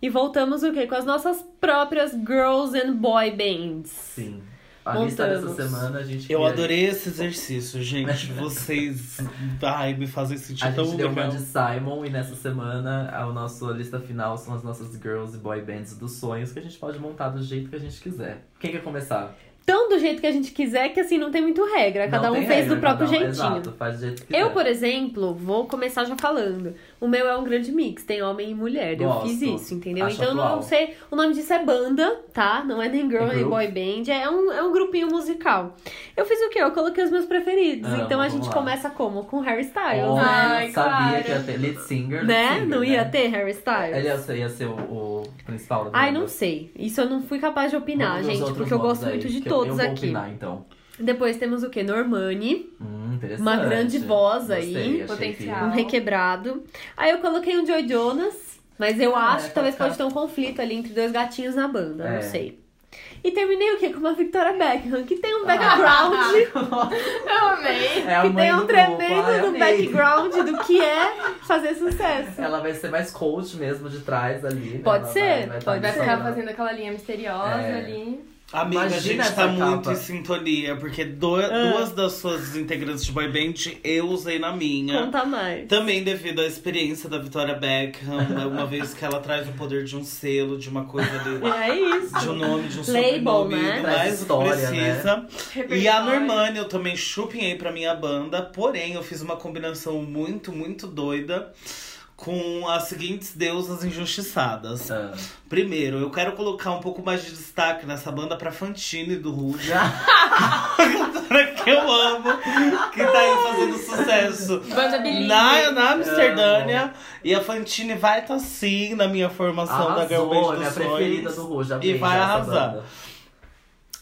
Speaker 1: e voltamos o quê? Com as nossas próprias girls and boy bands.
Speaker 2: Sim. A lista
Speaker 1: Montamos.
Speaker 2: dessa semana a gente.
Speaker 5: Eu
Speaker 2: queria-
Speaker 5: adorei esse exercício, gente. Vocês. Ai, me fazem sentir
Speaker 2: A
Speaker 5: tão
Speaker 2: gente deu uma
Speaker 5: legal.
Speaker 2: de Simon e nessa semana a nossa lista final são as nossas girls e boy bands dos sonhos que a gente pode montar do jeito que a gente quiser. Quem quer começar?
Speaker 1: Tão do jeito que a gente quiser, que assim, não tem muito regra. Cada
Speaker 2: Não
Speaker 1: um
Speaker 2: tem
Speaker 1: fez
Speaker 2: regra,
Speaker 1: do próprio
Speaker 2: cada um-
Speaker 1: jeitinho.
Speaker 2: Exato, faz do jeito que
Speaker 1: Eu,
Speaker 2: quiser.
Speaker 1: por exemplo, vou começar já falando. O meu é um grande mix, tem homem e mulher.
Speaker 2: Gosto.
Speaker 1: Eu fiz isso, entendeu?
Speaker 2: Acho
Speaker 1: então eu
Speaker 2: atual.
Speaker 1: não sei. O nome disso é banda, tá? Não é nem girl
Speaker 2: É
Speaker 1: nem
Speaker 2: grupo.
Speaker 1: boy band. É um, é um grupinho musical. Eu fiz o quê? Eu coloquei os meus preferidos.
Speaker 2: Amo,
Speaker 1: então a
Speaker 2: vamos
Speaker 1: gente
Speaker 2: lá.
Speaker 1: começa como? Com Harry Styles,
Speaker 2: Olha,
Speaker 3: Ai,
Speaker 2: sabia
Speaker 3: claro.
Speaker 2: que ia ter lead singer.
Speaker 1: né? Né?
Speaker 2: lead singer,
Speaker 1: não ia
Speaker 2: né?
Speaker 1: ter Harry Styles?
Speaker 2: Ele ia ser, ia ser o, o principal. da
Speaker 1: Ai,
Speaker 2: banda.
Speaker 1: não sei. Isso eu não fui capaz de opinar,
Speaker 2: Vamos ver os
Speaker 1: gente,
Speaker 2: outros
Speaker 1: porque eu
Speaker 2: nomes
Speaker 1: gosto
Speaker 2: aí,
Speaker 1: muito de
Speaker 2: que eu-
Speaker 1: todos
Speaker 2: eu vou
Speaker 1: aqui.
Speaker 2: Opinar, então.
Speaker 1: Depois temos o quê? Normani,
Speaker 2: Hum, interessante.
Speaker 1: uma grande voz aí.
Speaker 2: Gostei, achei
Speaker 3: potencial.
Speaker 1: um requebrado. Aí eu coloquei um Joy Jonas, mas eu
Speaker 2: Ah,
Speaker 1: acho
Speaker 2: é,
Speaker 1: que talvez
Speaker 2: pra
Speaker 1: pode ter um conflito ali entre dois gatinhos na banda,
Speaker 2: É.
Speaker 1: não sei. E terminei o quê? Com uma Victoria Beckham, que tem um background,
Speaker 2: que-
Speaker 3: Eu amei.
Speaker 2: Ah. É a
Speaker 1: que
Speaker 2: mãe
Speaker 1: tem
Speaker 2: do
Speaker 1: um tremendo
Speaker 2: pai,
Speaker 1: do
Speaker 2: amei.
Speaker 1: background do que é fazer sucesso.
Speaker 2: Ela vai ser mais coach mesmo de trás ali. né?
Speaker 1: Pode
Speaker 2: Ela
Speaker 1: ser,
Speaker 2: vai, vai
Speaker 1: pode
Speaker 3: Vai
Speaker 2: tá
Speaker 1: ser.
Speaker 3: ficar
Speaker 2: nessa-
Speaker 3: fazendo aquela linha misteriosa
Speaker 2: É.
Speaker 3: ali.
Speaker 5: Amiga,
Speaker 2: Imagina
Speaker 5: a
Speaker 2: essa
Speaker 5: gente tá muito
Speaker 2: capa.
Speaker 5: em sintonia, porque do- duas
Speaker 1: Ah.
Speaker 5: das suas integrantes de boy band eu usei na
Speaker 2: É.
Speaker 5: minha.
Speaker 1: Conta mais.
Speaker 2: Então,
Speaker 5: Também devido à experiência da Victoria Beckham, né? uma vez que ela traz o poder de um selo, de uma coisa ali,
Speaker 1: E é isso.
Speaker 5: de um nome, de um
Speaker 1: Label,
Speaker 5: sobrenome,
Speaker 1: né?
Speaker 5: do
Speaker 2: Traz
Speaker 5: mais do que
Speaker 2: história,
Speaker 5: precisa. E a
Speaker 3: Repertório.
Speaker 5: Normani eu também chupinhei pra minha banda, porém eu fiz uma combinação muito, muito doida com as seguintes deusas injustiçadas.
Speaker 2: Ah.
Speaker 5: Primeiro, eu quero colocar um pouco mais de destaque nessa banda pra Fantine do Rouge. que eu amo, que tá aí fazendo sucesso.
Speaker 3: Banda Billy.
Speaker 5: Na, na Amsterdânia. E a Fantine vai estar tá, sim na minha formação da
Speaker 2: Arrasou,
Speaker 5: Girl Band
Speaker 2: minha
Speaker 5: dos
Speaker 2: preferida
Speaker 5: Sonhos.
Speaker 2: do Rouge. amei
Speaker 5: E vai
Speaker 2: essa
Speaker 5: arrasar.
Speaker 2: banda.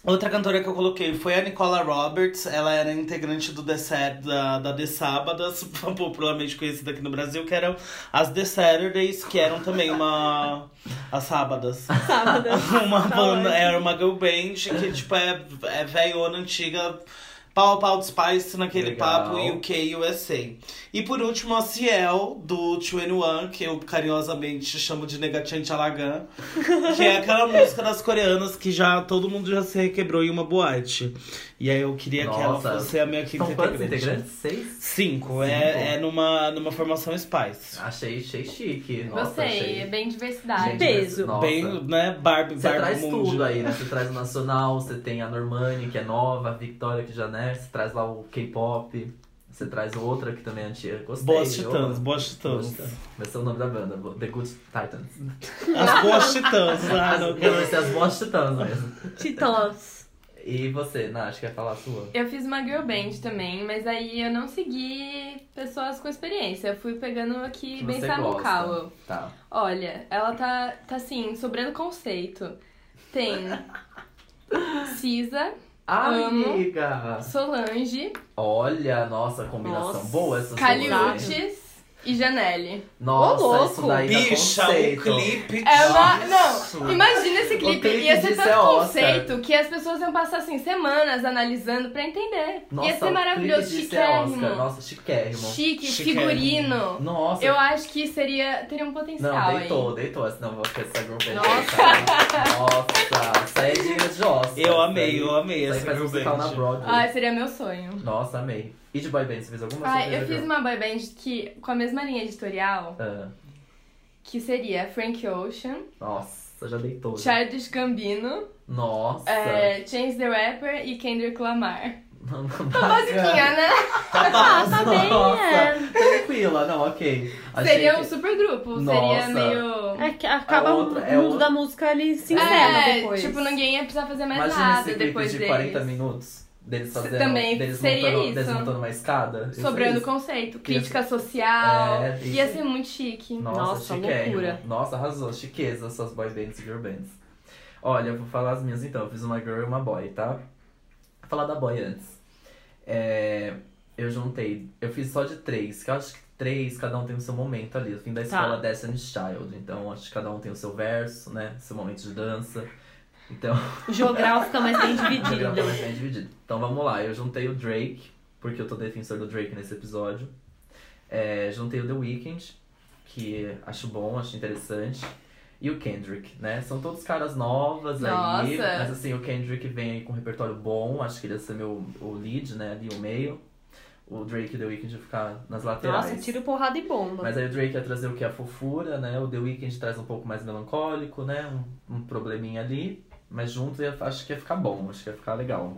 Speaker 5: Outra cantora que eu coloquei foi a Nicola Roberts. Ela era integrante do The Sa- da, da The Sábadas, popularmente conhecida aqui no Brasil, que eram as The Saturdays, que eram também uma. As Sábadas.
Speaker 1: Sábado.
Speaker 5: Uma
Speaker 1: Tá
Speaker 5: banda,
Speaker 1: ótimo.
Speaker 5: era uma girl band que, tipo, é, é velhona, antiga, pau a pau dos pais naquele
Speaker 2: Legal.
Speaker 5: papo UK e USA. E por último, a Ciel, do 2N1, que eu carinhosamente chamo de Negatiante Alagan, que é aquela música das coreanas que já todo mundo já se requebrou em uma boate. E aí eu queria que ela
Speaker 2: Nossa.
Speaker 5: fosse a minha quinta
Speaker 2: São quantos
Speaker 5: integrante.
Speaker 2: integrantes? Seis?
Speaker 5: Cinco,
Speaker 2: Cinco. Ah,
Speaker 5: é, é numa, numa formação Spice.
Speaker 2: Achei, achei chique. Nossa,
Speaker 3: Gostei, é
Speaker 2: achei.
Speaker 3: bem diversidade.
Speaker 2: Gente,
Speaker 1: Peso.
Speaker 2: nossa.
Speaker 5: Bem, né, Barbie,
Speaker 2: Você
Speaker 5: Barbie
Speaker 2: traz
Speaker 5: Mundi.
Speaker 2: tudo aí, né? Você traz o nacional, você tem a Normani, que é nova, a Victoria, que já né? Você traz lá o K-pop, você traz outra que também é antiga. Gostei.
Speaker 5: Boas
Speaker 2: eu-
Speaker 5: titãs, boas titãs.
Speaker 2: Gosto. Vai ser o nome da banda, The Good Titans.
Speaker 5: As boas titãs, ah, não
Speaker 2: As- Eu vai ser é as boas titãs mesmo.
Speaker 1: Titãs.
Speaker 2: E você, Nath, quer falar a sua?
Speaker 3: Eu fiz uma girl band também, mas aí eu não segui pessoas com experiência. Eu fui pegando aqui
Speaker 2: Que
Speaker 3: bem
Speaker 2: você
Speaker 3: Samukawa.
Speaker 2: gosta. Tá.
Speaker 3: Olha, ela tá, tá assim, sobrando conceito. Tem Cisa,
Speaker 2: Amiga!
Speaker 3: Solange,
Speaker 2: Olha, nossa, combinação
Speaker 1: Nossa.
Speaker 2: boa essa sua. hein?
Speaker 3: Caliutes e Janelle.
Speaker 2: Nossa,
Speaker 1: Ô, louco.
Speaker 2: isso daí dá
Speaker 5: Bicha,
Speaker 2: então, conceito.
Speaker 5: o clipe
Speaker 3: É uma.
Speaker 5: disso.
Speaker 3: Não, imagina esse clipe.
Speaker 2: clipe
Speaker 3: Ia ser
Speaker 2: disso
Speaker 3: tanto
Speaker 2: é Oscar.
Speaker 3: conceito que as pessoas iam passar assim semanas analisando pra entender.
Speaker 2: Nossa,
Speaker 3: Ia
Speaker 2: o
Speaker 3: ser
Speaker 2: clipe
Speaker 3: maravilhoso,
Speaker 2: disso é
Speaker 3: chiquérrimo.
Speaker 2: Oscar. Nossa, chiquérrimo.
Speaker 3: Chique,
Speaker 5: Chiquérrimo.
Speaker 3: figurino.
Speaker 2: Nossa.
Speaker 3: Eu acho que seria. teria um potencial
Speaker 2: Não,
Speaker 3: aí.
Speaker 2: deitou, deitou. Senão eu vou ficar essa grupo
Speaker 3: Nossa.
Speaker 2: Nossa, isso aí é digna de Oscar.
Speaker 5: Eu amei, eu amei
Speaker 2: Isso aí
Speaker 5: essa
Speaker 2: faz
Speaker 5: girl
Speaker 2: um musical na
Speaker 5: band.
Speaker 2: Broadway.
Speaker 3: Ai, seria meu sonho.
Speaker 2: Nossa, amei. E de boy band, você fez alguma
Speaker 3: Ai,
Speaker 2: surpresa,
Speaker 3: eu fiz um-
Speaker 2: girl?
Speaker 3: uma boy band que, com a mesma linha editorial,
Speaker 2: Ah,
Speaker 3: que seria Frank Ocean,
Speaker 2: nossa, já deitou. já.
Speaker 3: Childish Gambino,
Speaker 2: Nossa.
Speaker 3: é, Chance the Rapper e Kendrick Lamar.
Speaker 2: Não, não,
Speaker 3: Musiquinha, né?
Speaker 5: Tá bom.
Speaker 1: Ah, tá bem, é.
Speaker 2: Tranquilo, Tranquila, não, ok. Achei
Speaker 3: Seria
Speaker 2: que-
Speaker 3: um super grupo,
Speaker 2: Nossa.
Speaker 3: seria meio.
Speaker 1: É que acaba
Speaker 2: A
Speaker 1: o
Speaker 2: outra-
Speaker 1: mundo
Speaker 2: é outra-
Speaker 1: da música ali se encerra
Speaker 3: É,
Speaker 1: um depois.
Speaker 3: tipo, ninguém ia precisar fazer mais
Speaker 2: Imagina
Speaker 3: nada
Speaker 2: esse clipe
Speaker 3: depois
Speaker 2: de
Speaker 3: deles.
Speaker 2: 40 minutos. Deles fazendo.
Speaker 3: Também
Speaker 2: deles
Speaker 3: seria
Speaker 2: montando,
Speaker 3: isso.
Speaker 2: Deles montando uma escada. Isso
Speaker 3: Sobrando
Speaker 2: é isso.
Speaker 3: conceito, crítica social.
Speaker 2: É,
Speaker 3: ia
Speaker 2: isso.
Speaker 3: ser muito chique.
Speaker 2: Nossa,
Speaker 1: Nossa,
Speaker 2: chiquérrimo.
Speaker 1: loucura.
Speaker 2: Nossa, arrasou. Chiqueza, suas boy bands e girl bands. Olha, eu vou falar as minhas então. Eu fiz uma girl e uma boy, tá? Vou falar da boy antes. É, eu juntei. Eu fiz só de três, que eu acho que três, cada um tem o seu momento ali. O fim
Speaker 1: Tá.
Speaker 2: da escola Destiny's Child. Então, acho que cada um tem o seu verso, né? Seu momento de dança. Então,
Speaker 1: O jogral fica mais bem
Speaker 2: o programa
Speaker 1: dividido.
Speaker 2: tá mais bem dividido. Então vamos lá, eu juntei o Drake, porque eu tô defensor do Drake nesse episódio. É, juntei o The Weeknd, que acho bom, acho interessante. E o Kendrick, né? São todos caras novas aí.
Speaker 3: Nossa.
Speaker 2: Mas assim, o Kendrick vem aí com um repertório bom, acho que ele ia ser meu o lead, né? Ali o meio. O Drake e o The Weeknd iam ficar nas laterais.
Speaker 1: Nossa, tiro porrada e bomba.
Speaker 2: Mas aí o Drake ia trazer o que? A fofura, né? O The Weeknd traz um pouco mais melancólico, né? Um, um probleminha ali. Mas junto ia, acho que ia ficar bom, acho que ia ficar legal.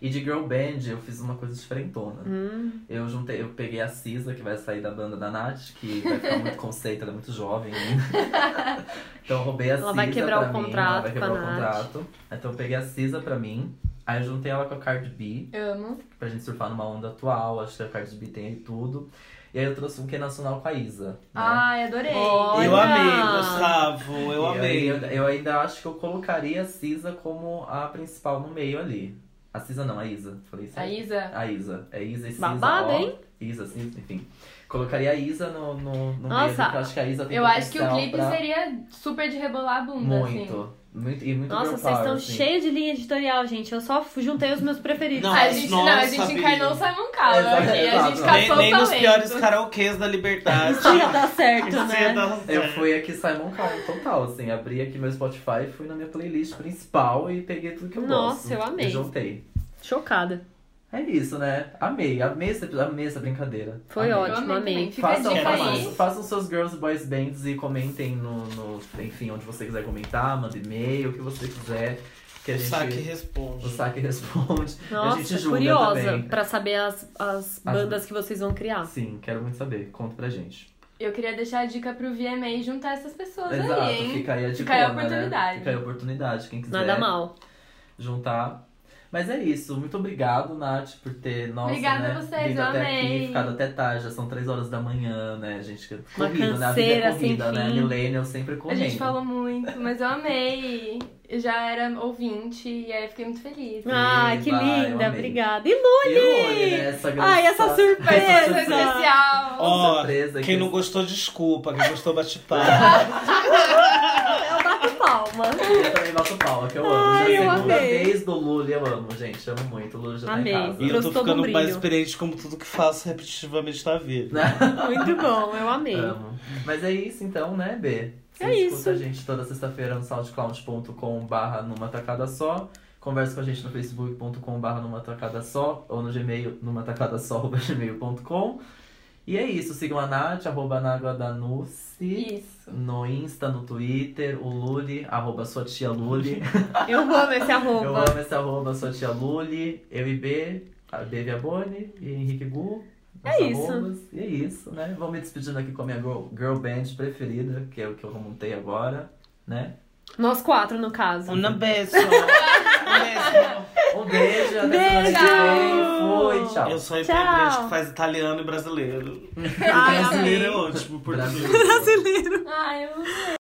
Speaker 2: E de girl band eu fiz uma coisa diferentona.
Speaker 1: Hum.
Speaker 2: Eu juntei, eu peguei a Cisa, que vai sair da banda da Nath, que vai ficar muito conceito, ela é muito jovem ainda. então eu roubei a
Speaker 1: Ela
Speaker 2: Cisa
Speaker 1: vai quebrar
Speaker 2: pra
Speaker 1: o
Speaker 2: mim,
Speaker 1: contrato
Speaker 2: ela vai quebrar
Speaker 1: com a
Speaker 2: o
Speaker 1: Nath.
Speaker 2: contrato. Então eu peguei a Cisa pra mim. Aí eu juntei ela com a Cardi B
Speaker 3: Amo.
Speaker 2: pra gente surfar numa onda atual, acho que a Cardi B tem aí tudo. E aí eu trouxe um que é nacional com a Isa. né?
Speaker 3: Ai, adorei.
Speaker 1: Ó.
Speaker 5: Eu
Speaker 1: Olha!
Speaker 5: amei, Gustavo. Eu
Speaker 2: E
Speaker 5: amei.
Speaker 2: Eu, eu ainda acho que eu colocaria a Cisa como a principal no meio ali. A Cisa não, a Isa. Falei isso.
Speaker 3: A Isa.
Speaker 2: A Isa. É Isa e Cisa.
Speaker 1: Babado,
Speaker 2: ó.
Speaker 1: hein?
Speaker 2: Isa, Cisa, enfim. Colocaria a Isa no, no, no
Speaker 1: Nossa.
Speaker 2: meio, porque eu acho que a Isa tem
Speaker 3: Eu acho que o
Speaker 2: potencial
Speaker 3: clipe
Speaker 2: pra...
Speaker 3: seria super de rebolar a bunda, assim.
Speaker 2: Muito. Muito, e muito
Speaker 1: Nossa,
Speaker 2: girl
Speaker 1: vocês
Speaker 2: power,
Speaker 1: estão
Speaker 2: assim.
Speaker 1: cheios de linha editorial, gente. Eu só juntei os meus preferidos.
Speaker 5: Não,
Speaker 3: a
Speaker 5: mas
Speaker 3: gente,
Speaker 5: nossa,
Speaker 3: não, a gente
Speaker 5: Bia.
Speaker 3: encarnou o Simon Cowell
Speaker 2: Exato,
Speaker 3: aqui. A gente
Speaker 2: exato.
Speaker 5: Nem,
Speaker 3: caçou
Speaker 5: nem
Speaker 3: o
Speaker 5: nos
Speaker 3: talento.
Speaker 5: piores karaokês da Liberdade.
Speaker 1: Isso ia dar certo,
Speaker 5: Isso ia
Speaker 1: né?
Speaker 5: dar
Speaker 2: Eu
Speaker 5: certo.
Speaker 2: fui aqui Simon Cowell total, assim. Abri aqui meu Spotify, fui na minha playlist principal e peguei tudo que eu gosto.
Speaker 1: Nossa, eu amei.
Speaker 2: E juntei.
Speaker 1: Chocada.
Speaker 2: É isso, né? Amei, amei essa, amei essa brincadeira.
Speaker 1: Foi
Speaker 2: Amei.
Speaker 3: Eu
Speaker 1: ótimo, amei.
Speaker 3: amei também. Fica a
Speaker 2: façam,
Speaker 3: dica
Speaker 5: faça
Speaker 2: façam,
Speaker 3: aí.
Speaker 2: façam seus girls e boys bands e comentem no, no- Enfim, onde você quiser comentar, manda e-mail, o que você quiser. Que a
Speaker 5: O
Speaker 2: gente.
Speaker 5: saque
Speaker 2: O
Speaker 5: responde.
Speaker 2: saque responde. a gente
Speaker 1: Nossa, é
Speaker 2: julga
Speaker 1: curiosa
Speaker 2: também.
Speaker 1: pra saber as, as bandas que vocês vão criar.
Speaker 2: Sim, quero muito saber. Conta pra gente.
Speaker 3: Eu queria deixar a dica pro VMA e juntar essas pessoas
Speaker 2: Exato,
Speaker 3: aí, hein?
Speaker 2: fica aí a
Speaker 3: Fica aí a
Speaker 2: dicona, né?
Speaker 3: oportunidade.
Speaker 2: Fica aí a oportunidade, quem quiser
Speaker 1: Nada mal.
Speaker 2: juntar. Mas é isso. Muito obrigado, Nath, por ter. Nossa,
Speaker 3: Obrigada
Speaker 2: né,
Speaker 3: a vocês,
Speaker 2: vindo
Speaker 3: eu
Speaker 2: até aqui,
Speaker 3: amei.
Speaker 2: ficado até tarde. Já são três horas da manhã, né? gente que
Speaker 1: Uma
Speaker 2: corrido, né? A vida é
Speaker 1: canseira sem
Speaker 2: corrida, né?
Speaker 1: fim.
Speaker 2: Millennial sempre
Speaker 3: A
Speaker 2: correndo.
Speaker 3: gente falou muito, mas eu amei. Eu já era ouvinte e aí eu fiquei muito feliz.
Speaker 1: Ah,
Speaker 2: Eba,
Speaker 1: que
Speaker 2: eu
Speaker 1: linda,
Speaker 2: amei.
Speaker 1: obrigada. E
Speaker 2: E
Speaker 1: Luli!
Speaker 2: o Luli, né? Essa grande
Speaker 1: Ai, essa
Speaker 3: Essa coisa
Speaker 1: surpresa! né?
Speaker 3: especial.
Speaker 5: Ó,
Speaker 2: surpresa que-
Speaker 5: quem não gostou, desculpa. Quem gostou, bate palma.
Speaker 1: Eu bato palma.
Speaker 2: Eu também bato palma, é que eu amo.
Speaker 1: Ai,
Speaker 2: já é a
Speaker 1: eu
Speaker 2: segunda
Speaker 1: amei.
Speaker 2: vez do Lula, eu amo, gente. Amo muito. O Lula já
Speaker 1: Amei.
Speaker 2: tá em casa.
Speaker 5: E eu
Speaker 1: Trouxe todo um
Speaker 5: tô ficando
Speaker 1: brilho.
Speaker 5: mais experiente como tudo que faço repetitivamente na vida.
Speaker 1: Muito bom, eu amei.
Speaker 2: Amo. Mas é isso então, né, B? Você
Speaker 1: É
Speaker 2: escuta
Speaker 1: isso.
Speaker 2: a gente toda sexta-feira no soundcloud.com barra numa tacada só. Conversa com a gente no facebook.com barra numa tacada só ou no gmail numa tacada só arroba gmail.com. E é isso, sigam a Nath, arroba Nagua Danucci,
Speaker 3: Isso.
Speaker 2: no Insta, no Twitter, o Luli, arroba sua tia Luli.
Speaker 1: Eu amo esse
Speaker 2: Eu
Speaker 1: arroba.
Speaker 2: amo essa arroba, sou a tia Luli, eu e B, a B Viaboni e Henrique Gu.
Speaker 1: É
Speaker 2: nossas
Speaker 1: isso.
Speaker 2: arrobas. E é isso, né? Vou me despedindo aqui com a minha girl, girl band preferida, que é o que eu montei agora, né?
Speaker 1: Nós quatro, no caso.
Speaker 5: Um beijo. Um
Speaker 2: Um beijo, até semana
Speaker 1: Beijo!
Speaker 2: que vem. Fui, tchau.
Speaker 5: beijo. Eu sou
Speaker 1: Tchau.
Speaker 5: imigrante que faz italiano e brasileiro.
Speaker 1: Ai,
Speaker 5: brasileiro
Speaker 1: amei.
Speaker 5: é ótimo, porque...
Speaker 2: Brasil.
Speaker 3: Ai, eu amei.